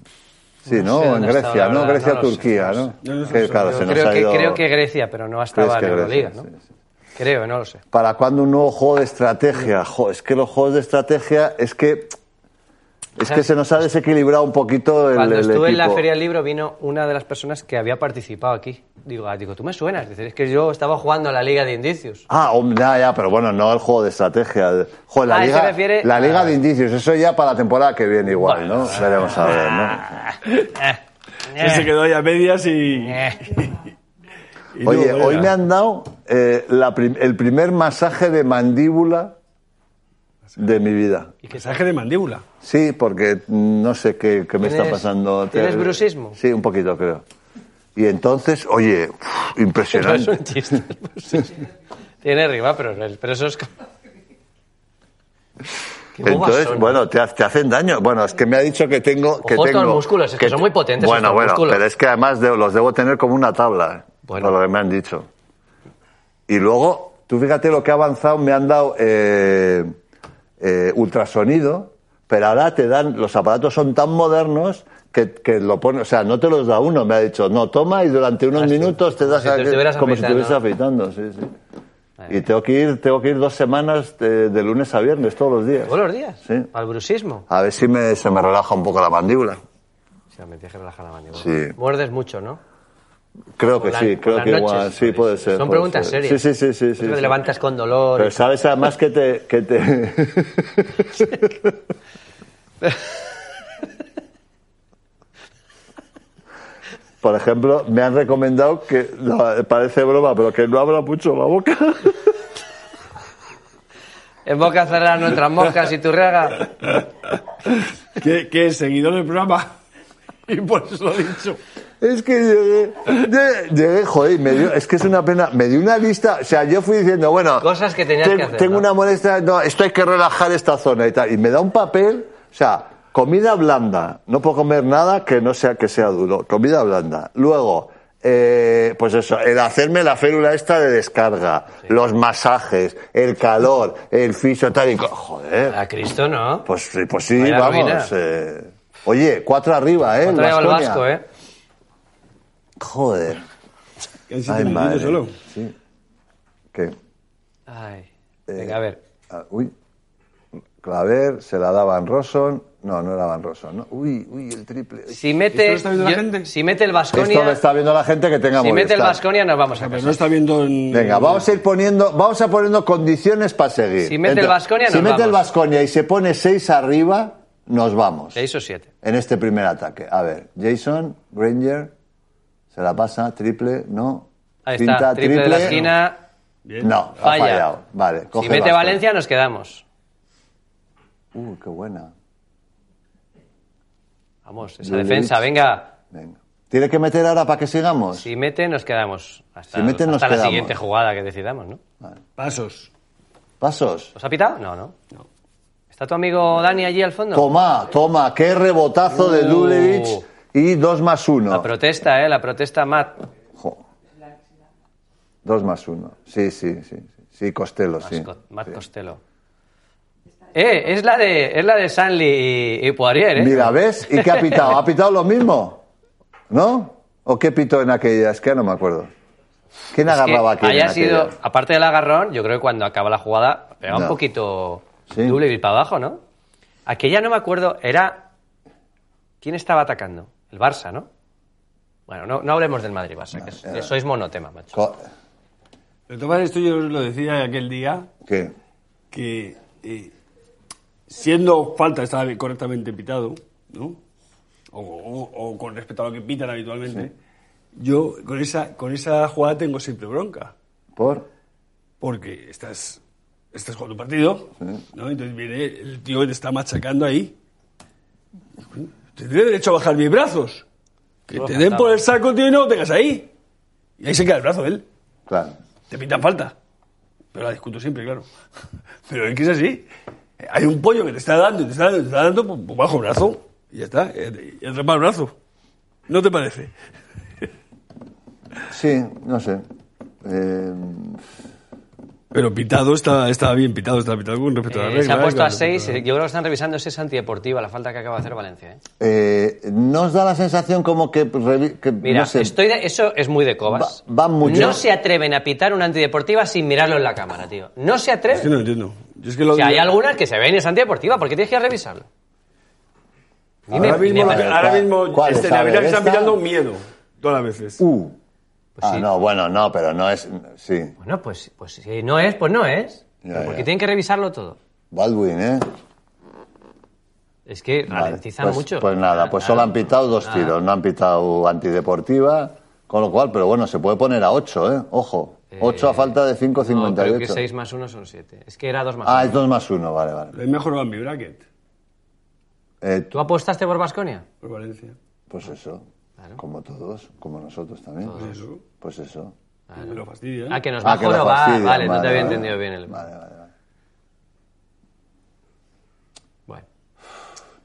Sí, No ¿no? sé O en dónde ha estado, Grecia, la ¿no? verdad, no lo sé, Grecia-Turquía, no ¿no? lo sé. Que, claro, se nos creo, ha que, ido... creo que Grecia, pero no estaba en ¿Crees que Euroliga, Grecia? ¿no? Sí, sí. Creo, no lo sé. ¿Para cuándo un nuevo juego de estrategia? Jo, es que los juegos de estrategia es que es que se nos ha desequilibrado un poquito el, Cuando el estuve en la equipo. Feria del Libro vino una de las personas que había participado aquí. Digo, ah, digo, tú me suenas. Dice, es que yo estaba jugando a la Liga de Indicios. Ah, hombre, ya, ya, pero bueno, no el juego de estrategia. El- jo, la Ah, ¿a eso liga, refiere? la liga Ah. de indicios, eso ya para la temporada que viene igual, ¿no? Veremos a ver, Ah, ¿no? Que se quedó ahí a medias y. y Oye, no, hoy era. me han dado eh, la prim- el primer masaje de mandíbula de mi vida. ¿Y qué tal? Masaje de mandíbula. Sí, porque no sé qué, qué me está ¿Tienes- pasando. tienes bruxismo? Sí, un poquito creo. Y entonces, oye, uf, No es un impresionante. chiste. pues sí. Tiene rival, pero, pero eso es... como- Qué bobas Entonces, son, ¿no? bueno, te, ha- te hacen daño. Bueno, es que me ha dicho que tengo... Que Ojo con tengo los músculos, es que son te- muy potentes Bueno, estos bueno, músculos. pero es que además de- los debo tener como una tabla, eh, Bueno. por lo que me han dicho. Y luego, tú fíjate lo que ha avanzado, me han dado eh, eh, ultrasonido, pero ahora te dan, los aparatos son tan modernos que, que lo pone, o sea, no te los da uno, me ha dicho, no, toma y durante unos Ah, sí. minutos te Como das si te aquí- estuvieras como si te estuvieras afeitando, sí, sí. Y tengo que ir, tengo que ir dos semanas de, de lunes a viernes todos los días. Todos los días. Sí. Al bruxismo. A ver si me, se me relaja un poco la mandíbula. Sí, me tienes que relajar la mandíbula. Sí. Muerdes mucho, ¿no? Creo que Por la- sí, por creo las que noches, igual, sí por puede eso. ser. Son puede preguntas ser. serias. Sí, sí, sí, sí. Tú sí, Pues- te sí. levantas con dolor. Pero sabes además que te, que te... Por ejemplo, me han recomendado que, no, parece broma, pero que no abra mucho la boca. En boca cerrar nuestras moscas y tu rega. Que, que es seguidor del programa. Y por eso lo he dicho. Es que llegué, llegué, llegué, joder, me dio- es que es una pena, me dio una lista, o sea, yo fui diciendo, bueno, Cosas que tenías ten- que hacer, tengo ¿no? una molestia, no, esto hay que relajar esta zona y tal, y me da un papel, o sea, comida blanda, no puedo comer nada que no sea que sea duro, comida blanda, luego, eh, pues eso, el hacerme la férula esta de descarga, los masajes, el calor, el fisio, tal y, co- joder, A Cristo, ¿no? pues, sí, pues sí, Ah. Vaya ruina. vamos, eh. oye, cuatro arriba, eh, el Traigo el Baskonia. vasco, ¿eh? Joder. Que hay siete Ay, minutitos madre. solo. Sí. ¿Qué? Ay. Venga, a ver. Ah, uy. Claver, se la daba Van Rosson. No, no era Van Rosson. ¿no? Uy, uy, el triple. Si mete, lo está viendo la yo- gente? si mete el Esto lo Vasconia, está viendo la gente que tenga si mete Movistar. el Vasconia nos vamos a Pero casa. no está viendo en. Venga, vamos a ir poniendo, vamos a poniendo condiciones para seguir. Si mete el Baskonia, si nos mete el vamos. Vasconia y se pone seis arriba, nos vamos. Seis o siete. En este primer ataque. A ver, Jason, Granger, se la pasa, triple, no. Ahí está. Pinta, triple, de la esquina. No, Falla. ha fallado. Vale, coge si mete Vasconia. Valencia nos quedamos. Uh, qué buena. Vamos, esa Lulevich. defensa, venga. Venga. ¿Tiene que meter ahora para que sigamos? Si mete nos quedamos. Hasta, Si mete, nos hasta la quedamos. siguiente jugada que decidamos, ¿no? Pasos. Pasos. ¿Os ha pitado? No, no. ¿Está tu amigo Dani allí al fondo? Toma, toma, qué rebotazo de Uh. Dulevich y 2 más 1. La protesta, ¿eh? La protesta, Matt. 2 más 1. Sí, sí, sí. Sí, Costello, Matt, sí. Co- Matt Costello. Eh, es la de, es la de Stanley y, y Poirier, ¿eh? Mira, ¿ves? ¿Y qué ha pitado? ¿Ha pitado lo mismo? ¿No? ¿O qué pitó en aquella? Es que ya no me acuerdo. ¿Quién Es que agarraba aquí? haya sido, aparte del agarrón, yo creo que cuando acaba la jugada, pega un No. poquito Sí. Duleville para abajo, ¿no? Aquella no me acuerdo, era. ¿Quién estaba atacando? El Barça, ¿no? Bueno, no, no hablemos del Madrid-Barça, que es- sois monotema, macho. De todas maneras, esto yo os lo decía aquel día, ¿Qué? que eh, siendo falta estaba bien- correctamente pitado, ¿no? O, o- o con respecto a lo que pitan habitualmente, yo con esa, con esa jugada tengo siempre bronca. ¿Por? Porque estás, estás jugando un partido, ¿no? Entonces viene el tío que te está machacando ahí. Tendré derecho a bajar mis brazos. Que Solo te den por faltaba. el saco, tío, y no lo tengas ahí. Y ahí se queda el brazo él. Claro. Te pitan falta. Pero la discuto siempre, claro. Pero es que es así. Hay un pollo que te está dando y te está dando y te está dando, pues, pues bajo el brazo. Y ya está. Y y atrapa el brazo. ¿No te parece? Sí, no sé. Eh, Pero pitado está, estaba bien pitado, estaba pitado con respecto a la Eh, regla. se ha puesto ¿eh? a Con 6. respecto a- Yo creo que están revisando ese es antideportiva, la falta que acaba de hacer Valencia. ¿eh? eh, ¿Nos da la sensación como que... pues, revi- que Mira, no sé. estoy de- eso es muy de Cobas. Va- van mucho. No se atreven a pitar una antideportiva sin mirarlo en la cámara, tío. No se Es que atreven. no entiendo. Yo es que lo O sea, hay algunas que se ven y es antideportiva, ¿por qué tienes que ir a revisarlo? Dime, Ahora mismo, dime, la- Manuel. ahora mismo ¿Cuál este, es? A Navidad ver, están esta. pitando miedo. Todas las veces. Uh. ah, Pues sí. no, bueno, no, pero no es... Sí. Bueno, pues, pues si no es, pues no es. Ya, Pero porque ya. tienen que revisarlo todo. Baldwin, ¿eh? Ah, Es que Vale, ralentizan pues- mucho. Ah. Pues nada, pues solo han pitado dos tiros, no han pitado antideportiva, con lo cual, pero bueno, se puede poner a 8, ¿eh? Ojo, 8 a falta de 5, Ah, No, creo 58. que 6 más 1 son 7. Es que era 2 más ah, 1. es 2 más 1, vale, vale. Uh. Lo he mejorado en mi bracket. Eh, ¿Tú apostaste por Vasconia? Por Valencia. pues eso, como todos, como nosotros también. Pues eso. Pues eso. Me lo fastidia. Ah, que nos Ah, bajó que lo no va. fastidia, vale, no vale, te había vale. entendido bien el. Vale, vale, vale. Bueno.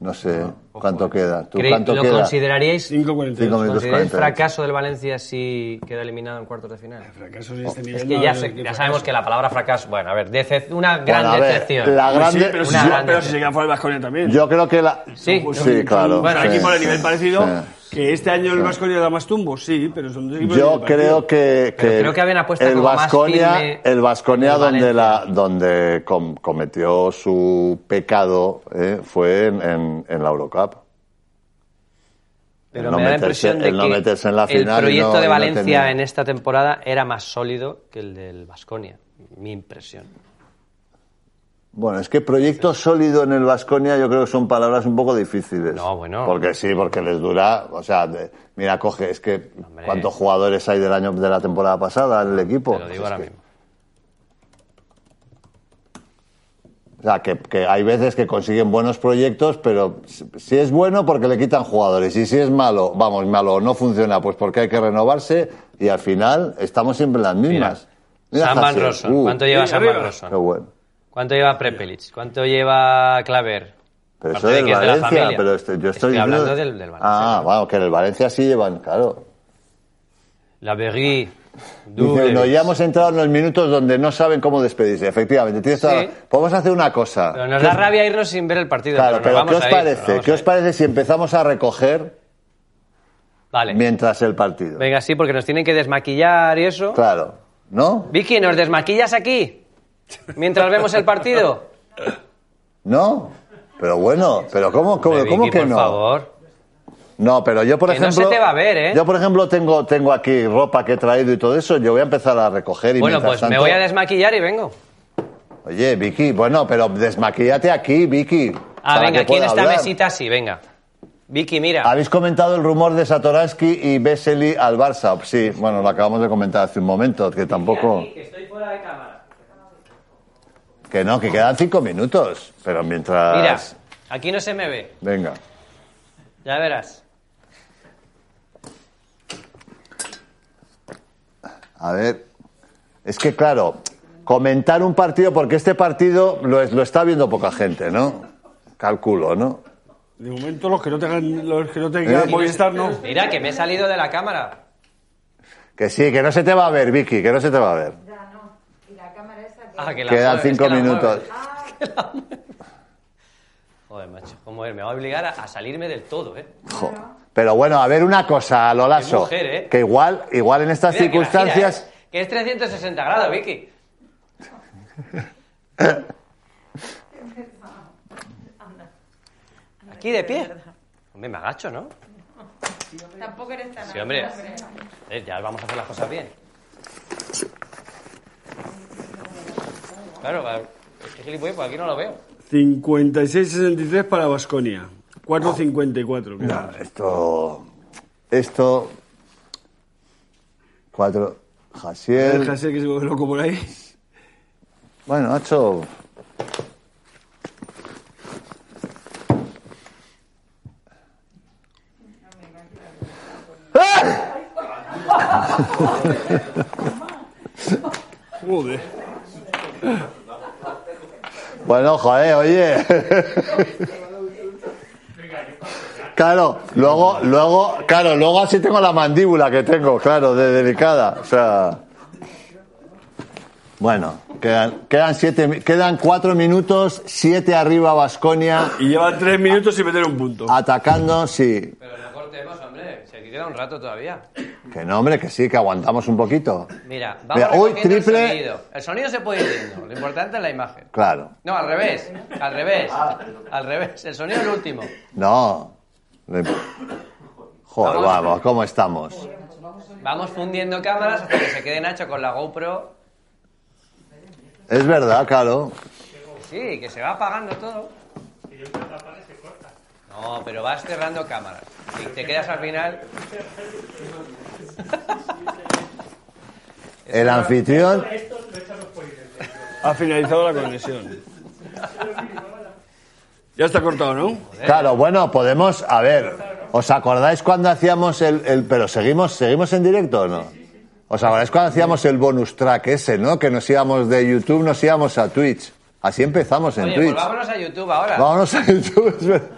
No sé cuánto eh. queda. ¿Tú Creí- cuánto ¿Lo queda? consideraríais, 5.42. Cinco- consideráis 48. fracaso del Valencia si queda eliminado en cuartos de final? Fracasos en este nivel. Oh, Es que no ya, hay sé- que ya sabemos fracaso. que la palabra fracaso. Bueno, a ver, decep- una gran Bueno, a ver, decepción. la Pues sí, grande- pero, si, una se- grande. pero si se queda fuera el Vasconia también. Pues Yo creo que la... Sí. Sí, claro. Bueno, sí, aquí por el sí, nivel parecido, sí. que este año el Vasconia da más tumbos, sí, pero son dos equipos de Yo nivel creo parecido. que, Pero que creo que habían apuesta el como más firme Vasconia, el Vasconia el donde la Valencia. donde com- cometió su pecado eh, fue en, en- en la Eurocup. Pero El no me da la meterse- impresión de el no que meterse en la el final y proyecto no- y de no Valencia tener- en esta temporada era más sólido que el del Vasconia. Mi impresión. Bueno, es que proyecto sólido en el Vasconia yo creo que son palabras un poco difíciles. No, bueno. Porque sí, porque les dura, o sea, de- mira, coge, es que Hombre. cuántos jugadores hay del año de la temporada pasada en el equipo. Te lo digo Es ahora que- mismo. O sea, que, que hay veces que consiguen buenos proyectos, pero si si es bueno porque le quitan jugadores y si es malo, vamos, malo, no funciona, pues porque hay que renovarse y al final estamos siempre en las mismas. Mira San Van Hassel, Rosson. uh, ¿Cuánto lleva Sí, San arriba. Van qué Rosson? bueno. ¿Cuánto lleva Prepelic? ¿Cuánto lleva Claver? Pero Aparte eso de del que es de la Valencia, familia. pero este- yo estoy, diciendo- hablando del, del Valencia. Ah, vamos, que en el Valencia sí llevan, claro. La Berry, Dice, Dule. no, ya hemos entrado en los minutos donde no saben cómo despedirse. Efectivamente, tienes toda- Sí. Podemos hacer una cosa. Pero nos da rabia irnos sin ver el partido. Claro, pero, pero, nos ¿qué os vamos a ir, parece? nos vamos ¿Qué a os ir. parece si empezamos a recoger Vale. mientras el partido? Venga, sí, porque nos tienen que desmaquillar y eso. Claro, ¿no? Vicky, ¿nos desmaquillas aquí? Mientras vemos el partido. ¿No? Pero bueno, pero ¿cómo, cómo, Hombre, cómo Vicky, que por no? favor. No, pero yo, por Que no ejemplo. se te va a ver, ¿eh? Yo, por ejemplo, tengo, tengo aquí ropa que he traído y todo eso. Yo voy a empezar a recoger y Bueno, mientras pues me tanto- voy a desmaquillar y vengo. Oye, Vicky, bueno, pero desmaquíllate aquí, Vicky. Ah, para venga, que aquí en pueda esta hablar. mesita sí, venga. Vicky, mira. Habéis comentado el rumor de Satoransky y Vesely al Barça. Sí, bueno, lo acabamos de comentar hace un momento, que tampoco. estoy fuera de cámara. Que no, que quedan cinco minutos. Pero Mira, mientras. aquí no se me ve. Venga. Ya verás. A ver, es que claro, Comentar un partido, porque este partido lo, es- lo está viendo poca gente, ¿no? Calculo, ¿no? De momento, los que no tengan, los que no ¿Eh? tengan Movistar, no. Mira, que me he salido de la cámara. Que sí, que no se te va a ver, Vicky, que no se te va a ver. Ya, no. Y la cámara esa que... Ah, que la Quedan mueves, cinco que la minutos. mueves. Joder, macho, cómo es, me va a obligar a, a salirme del todo, ¿eh? Jo. Pero bueno, a ver una cosa, Lolaso. Qué mujer, ¿eh? Que igual, igual en estas Mira, que la gira, circunstancias. ¿eh? Que es 360 grados, Vicky. Aquí de pie. Hombre, me agacho, ¿no? Tampoco eres tan Sí, hombre. alta, Eh, Ya vamos a hacer las cosas bien. Claro, claro. Este gilipollas, pues aquí no lo veo. 56-63 para Basconia. 4-54. queda. ¿eh? No, esto. Esto. Cuatro. Jasiel. Déjase que se vuelve loco por ahí. Bueno, Nacho. Joder. Bueno, joder, oye. Claro, luego, luego, claro, luego así tengo la mandíbula que tengo, claro, de delicada. O sea. Bueno, quedan, quedan siete, mi- quedan cuatro minutos, siete arriba Vasconia, Y lleva 3 minutos sin meter un punto. atacando, sí. Pero no cortemos, hombre. Si aquí queda un rato todavía. Que no, hombre, que sí, que aguantamos un poquito. Mira, vamos Mira, uy, recogiendo triple. el sonido. El sonido se puede ir yendo. Lo importante es la imagen. Claro. No, al revés. Al revés. Al revés. El sonido es el último. No. No imp- Joder, vamos, ¿cómo estamos? Vamos fundiendo cámaras hasta que se quede Nacho con la GoPro. Es verdad, claro. Sí, que se va apagando todo. No, pero vas cerrando cámaras. Si te quedas al final, El anfitrión. Ha finalizado la conexión. Ya está cortado, ¿no? Claro, bueno, podemos. A ver, ¿os acordáis cuando hacíamos el. el- pero seguimos, seguimos en directo o no? ¿Os acordáis cuando hacíamos el bonus track ese, no? Que nos íbamos de YouTube, nos íbamos a Twitch. Así empezamos en oye, pues Twitch. vámonos a YouTube ahora. Vámonos a YouTube. es verdad.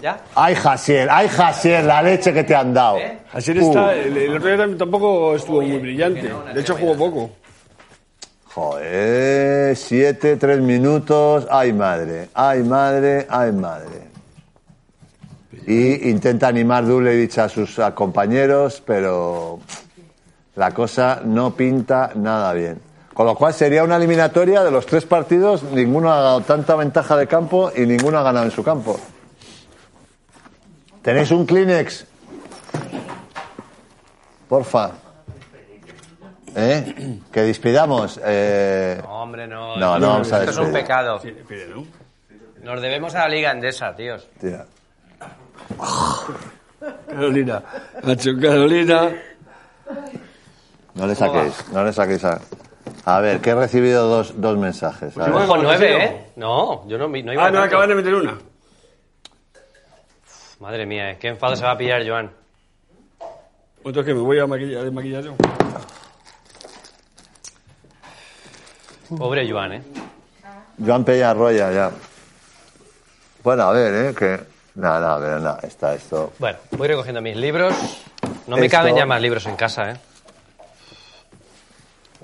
¿Ya? Ay, Jasiel, ay, Jasiel, la leche que te han dado. ¿Eh? Así Uh, está. El, el otro día también tampoco estuvo muy brillante. De hecho, jugó poco. Joder, siete, tres minutos. Ay madre, ay madre, ay madre. Y intenta animar Dulevich a sus a compañeros, pero la cosa no pinta nada bien. Con lo cual sería una eliminatoria de los tres partidos, ninguno ha dado tanta ventaja de campo y ninguno ha ganado en su campo. ¿Tenéis un Kleenex? Porfa. ¿Eh? Que despidamos. Eh, No, hombre, no. No, no, vamos a Esto es un despedir. pecado. Espera, ¿no? Nos debemos a la Liga Endesa, tíos. tía. Carolina. Nacho, Carolina. No le saquéis, no le saquéis a... A ver, que he recibido dos, dos mensajes. A ver. Ojo, nueve, conocido. ¿eh? No, yo no, mi- no iba Ah, pues no, tanto. acaban de meter una. Madre mía, ¿eh? qué enfado se va a pillar, Joan. Otro que me voy a maquillar, de maquillar yo. Pobre Joan, ¿eh? Joan Peñarroya, ya. Bueno, a ver, ¿eh? Que... Nada, nada, pero nada, está esto. Bueno, voy recogiendo mis libros. No me Esto- caben ya más libros en casa, ¿eh?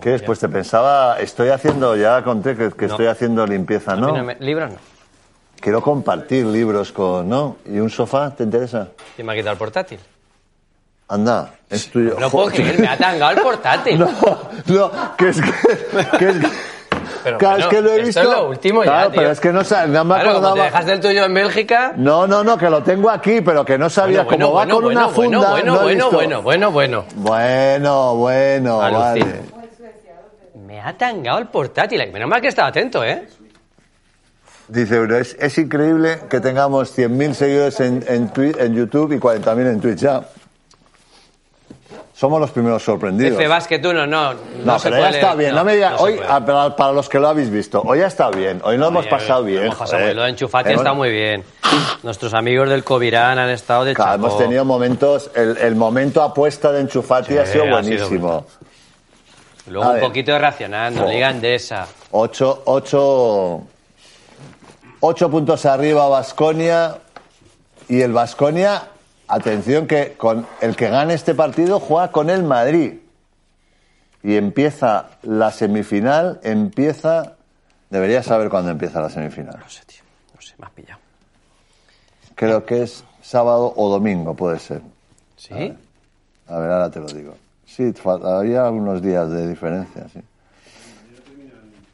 ¿Qué es? Pues te pensaba, estoy haciendo, ya conté que, que No. estoy haciendo limpieza, ¿no? Mírame, libros no. Quiero compartir libros con, ¿no? ¿Y un sofá? ¿Te interesa? Y me ha quitado el portátil. Anda, es tuyo. No puedo Joder. creer, me ha tangado el portátil. No, no, que es que. que es que Pero claro, bueno, es que lo he esto visto. es lo último ya, claro, tío. pero es que no, sa- no me Claro, como te acordaba. dejas del tuyo en Bélgica. No, no, no, que lo tengo aquí, pero que no sabía. Bueno, Como va bueno, con bueno, una bueno, funda. Bueno, no he bueno, visto. bueno, bueno, bueno. Bueno, bueno, Alucina. vale. Me ha tangado el portátil. Menos mal que estaba atento, ¿eh? Dice uno, es, es increíble que tengamos 100.000 seguidores en, en, Twi- en YouTube y 40.000 en Twitch ya. Somos los primeros sorprendidos. F Basket uno, no. No, No, se pero puede ya está leer. bien. No, No, me diga- no se hoy, puede. ah, para, para los que lo habéis visto, hoy ya está bien. Hoy lo hemos Oye, pasado lo bien. hemos pasado joder. bien. Lo de Enchufati Hemos- está muy bien. Nuestros amigos del Covirán han estado de Claro, chapó. hemos tenido momentos. El, el momento apuesta de Enchufati Sí, ha sido ha sido buenísimo. Luego A un ver. poquito de racionando, Jo. Liga Andesa. Ocho, ocho, ocho puntos arriba Vasconia y el Vasconia, atención que con el que gane este partido juega con el Madrid y empieza la semifinal, empieza, debería saber cuándo empieza la semifinal. No sé, tío. No sé, me has pillado. Creo que es sábado o domingo, puede ser. ¿Sí? A ver, ahora te lo digo. Sí, fa- había unos días de diferencia, sí.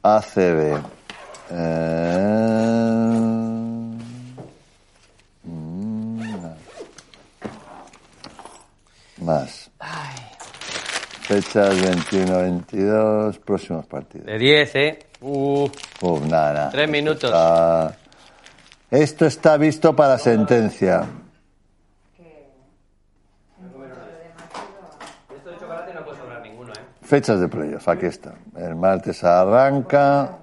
ACB. Eh, mm, Más. Fechas 21-22, próximos partidos. De 10, ¿eh? Uh, Uf, nada, nada. Tres Esto minutos. está- Esto está visto para sentencia. Fechas de playoff, aquí está. El martes arranca.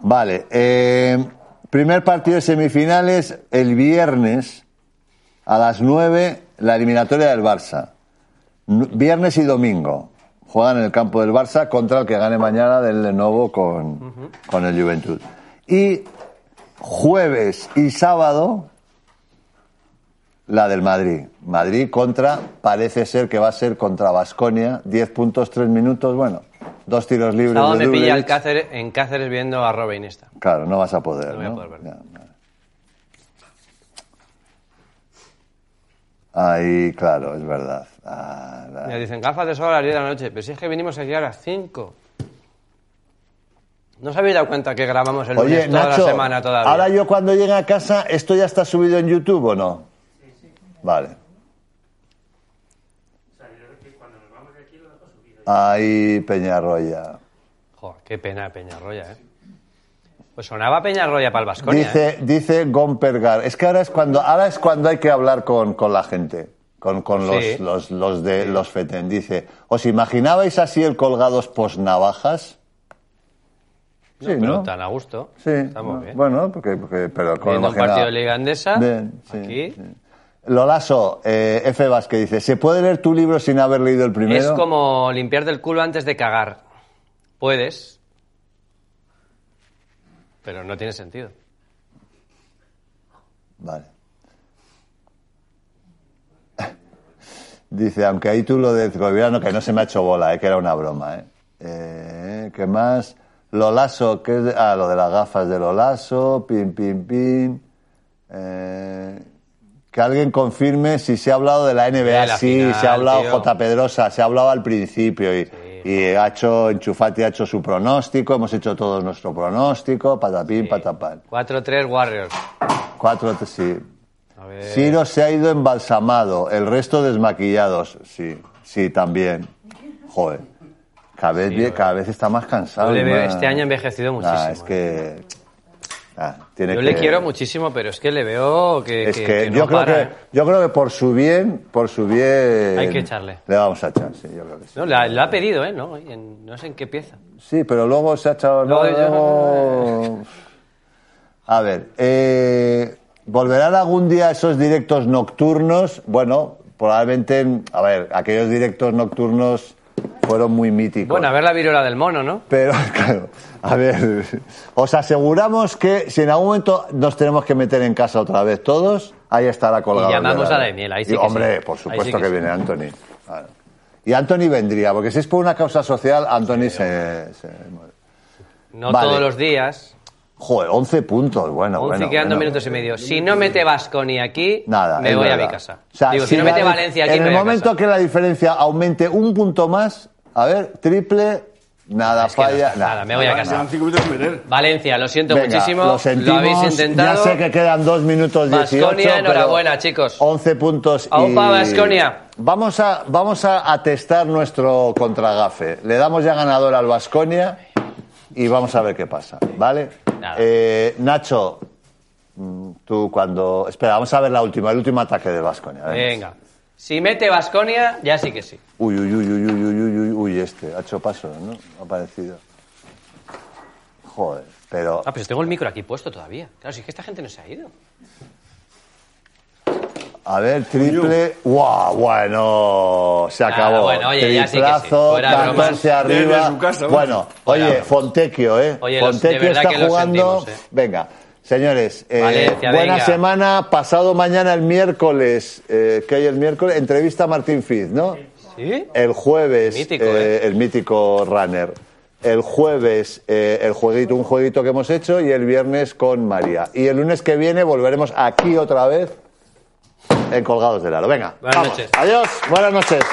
Vale, eh, primer partido de semifinales el viernes a las 9, la eliminatoria del Barça. N- Viernes y domingo juegan en el campo del Barça contra el que gane mañana del Lenovo con, con el Juventud. Y jueves y sábado la del Madrid. Madrid contra, parece ser que va a ser contra Basconia, 10 puntos, 3 minutos, bueno, dos tiros libres. Sábado de me pilla el Dublevich. Cáceres, en Cáceres viendo a Robin esta. Claro, no vas a poder. No voy a ¿no? poder verlo. Ya, vale. Ahí, claro, es verdad. Ah, la- Me dicen gafas de sol a las 10 de la noche. Pero si es que vinimos aquí a las 5. ¿No os habéis dado cuenta que grabamos el Oye, lunes toda Nacho, la semana todavía? ahora yo cuando llegue a casa, ¿esto ya está subido en YouTube o no? Vale. Ahí, Peñarroya. Jo, qué pena Peñarroya, ¿eh? Pues sonaba Peñarroya para el Vasconia. ¿eh? Dice, dice Gompergar. Es que ahora es cuando, ahora es cuando hay que hablar con, con la gente, con, con los, Sí. los, los de los FETEN. Dice, ¿os imaginabais así el colgados posnavajas? No, pero tan a gusto. Sí, Estamos no, bien. bueno, porque, porque- pero con Viendo un imaginaba- partido de Liga Andesa. Bien, sí, aquí. sí. Lolaso, eh, F. Vázquez dice, ¿se puede leer tu libro sin haber leído el primero? Es como limpiar del culo antes de cagar. Puedes. Pero no tiene sentido. Vale. Dice, aunque ahí tú lo de Gobierno, que no se me ha hecho bola, eh, que era una broma. Eh. Eh, ¿Qué más? Lolaso, que es de- ah, lo de las gafas de Lolaso, pin, pin, pin. Eh, que alguien confirme si se ha hablado de la NBA, De la sí, final, se ha hablado tío. J. Pedrosa, se ha hablado al principio y, y ha hecho, Enchufati ha hecho su pronóstico, hemos hecho todos nuestro pronóstico, patapín, patapán. 4-3 Warriors. Cuatro, sí, A ver. Ciro se ha ido embalsamado, el resto desmaquillados. Sí, sí, también. Joder. Cada vez, vie- cada vez está más cansado. Yo le veo más- este año envejecido Nah, muchísimo, eh. es que. Ah, tiene Yo que- le quiero muchísimo, pero es que le veo que, Es que- que, que no yo, creo para, que, ¿eh? yo creo que por su bien, por su bien. Hay que echarle. Le vamos a echar, sí, yo creo que sí. No, la- lo ha pedido, ¿eh? No, y en- no sé en qué pieza. Sí, pero luego se ha echado. Luego no, yo- luego- A ver, eh, ¿volverán algún día esos directos nocturnos? Bueno, probablemente, a ver, aquellos directos nocturnos fueron muy míticos. Bueno, a ver la viruela del mono, ¿no? Pero, claro, a ver, os aseguramos que si en algún momento nos tenemos que meter en casa otra vez todos, ahí estará colgado. Y llamamos el a la Gerard. de miel, ahí sí Y, que Hombre, sí. por Ahí supuesto sí que, que sí. viene Anthony. Claro. Y Anthony vendría, porque si es por una causa social, Anthony se, se mueve. No Vale. todos los días. Joder, 11 puntos, bueno, 11 bueno. quedando bueno. minutos y medio. Si no mete Vasco ni aquí, Nada, me es voy a verdad. mi casa. O sea, Digo, si, no la mete di- Valencia aquí, En me el voy a momento casa. que la diferencia aumente un punto más, a ver, triple, nada Es que no, falla. nada, me voy a casa. Quedan cinco minutos de meter. Valencia, lo siento Venga, muchísimo. Lo sentimos. habéis intentado. Ya sé que quedan dos minutos 18. Baskonia, pero Oh, enhorabuena, chicos. 11 puntos. y- Aupa, Baskonia. Vamos a, vamos a atestar nuestro contragafe. Le damos ya ganador al Vasconia y vamos a ver qué pasa, ¿vale? Nada. Eh, Nacho, mm, tú cuando. Espera, vamos a ver la última, el último ataque del Vasconia. Venga. Si mete Vasconia, ya sí que sí. Uy, uy, uy, uy, uy, uy, uy, uy, uy, este. Ha hecho paso, ¿no? Ha aparecido. Joder, pero. Ah, pero tengo el micro aquí puesto todavía. Claro, si es que esta gente no se ha ido. A ver, triple. ¡Guau! Bueno, se acabó. Ah, bueno, oye, ya sí que sí. Triplazo, Fuera de bromas. 14 Desde arriba. su casa, vamos. bueno, oye, Fontecchio, ¿eh? Oye, los- de Fontecchio verdad está que lo jugando. sentimos, eh. Venga, señores, eh, Valencia, buena venga. semana. Pasado mañana, el miércoles, eh, que hay el miércoles, entrevista a Martín Fiz, ¿no? ¿Sí? eh, El jueves, El mítico, eh, el mítico runner. El jueves, eh, el jueguito, un jueguito que hemos hecho, y el viernes con María. Y el lunes que viene volveremos aquí otra vez en Colgados del Aro. Venga, Buenas vamos. noches. Adiós, buenas noches.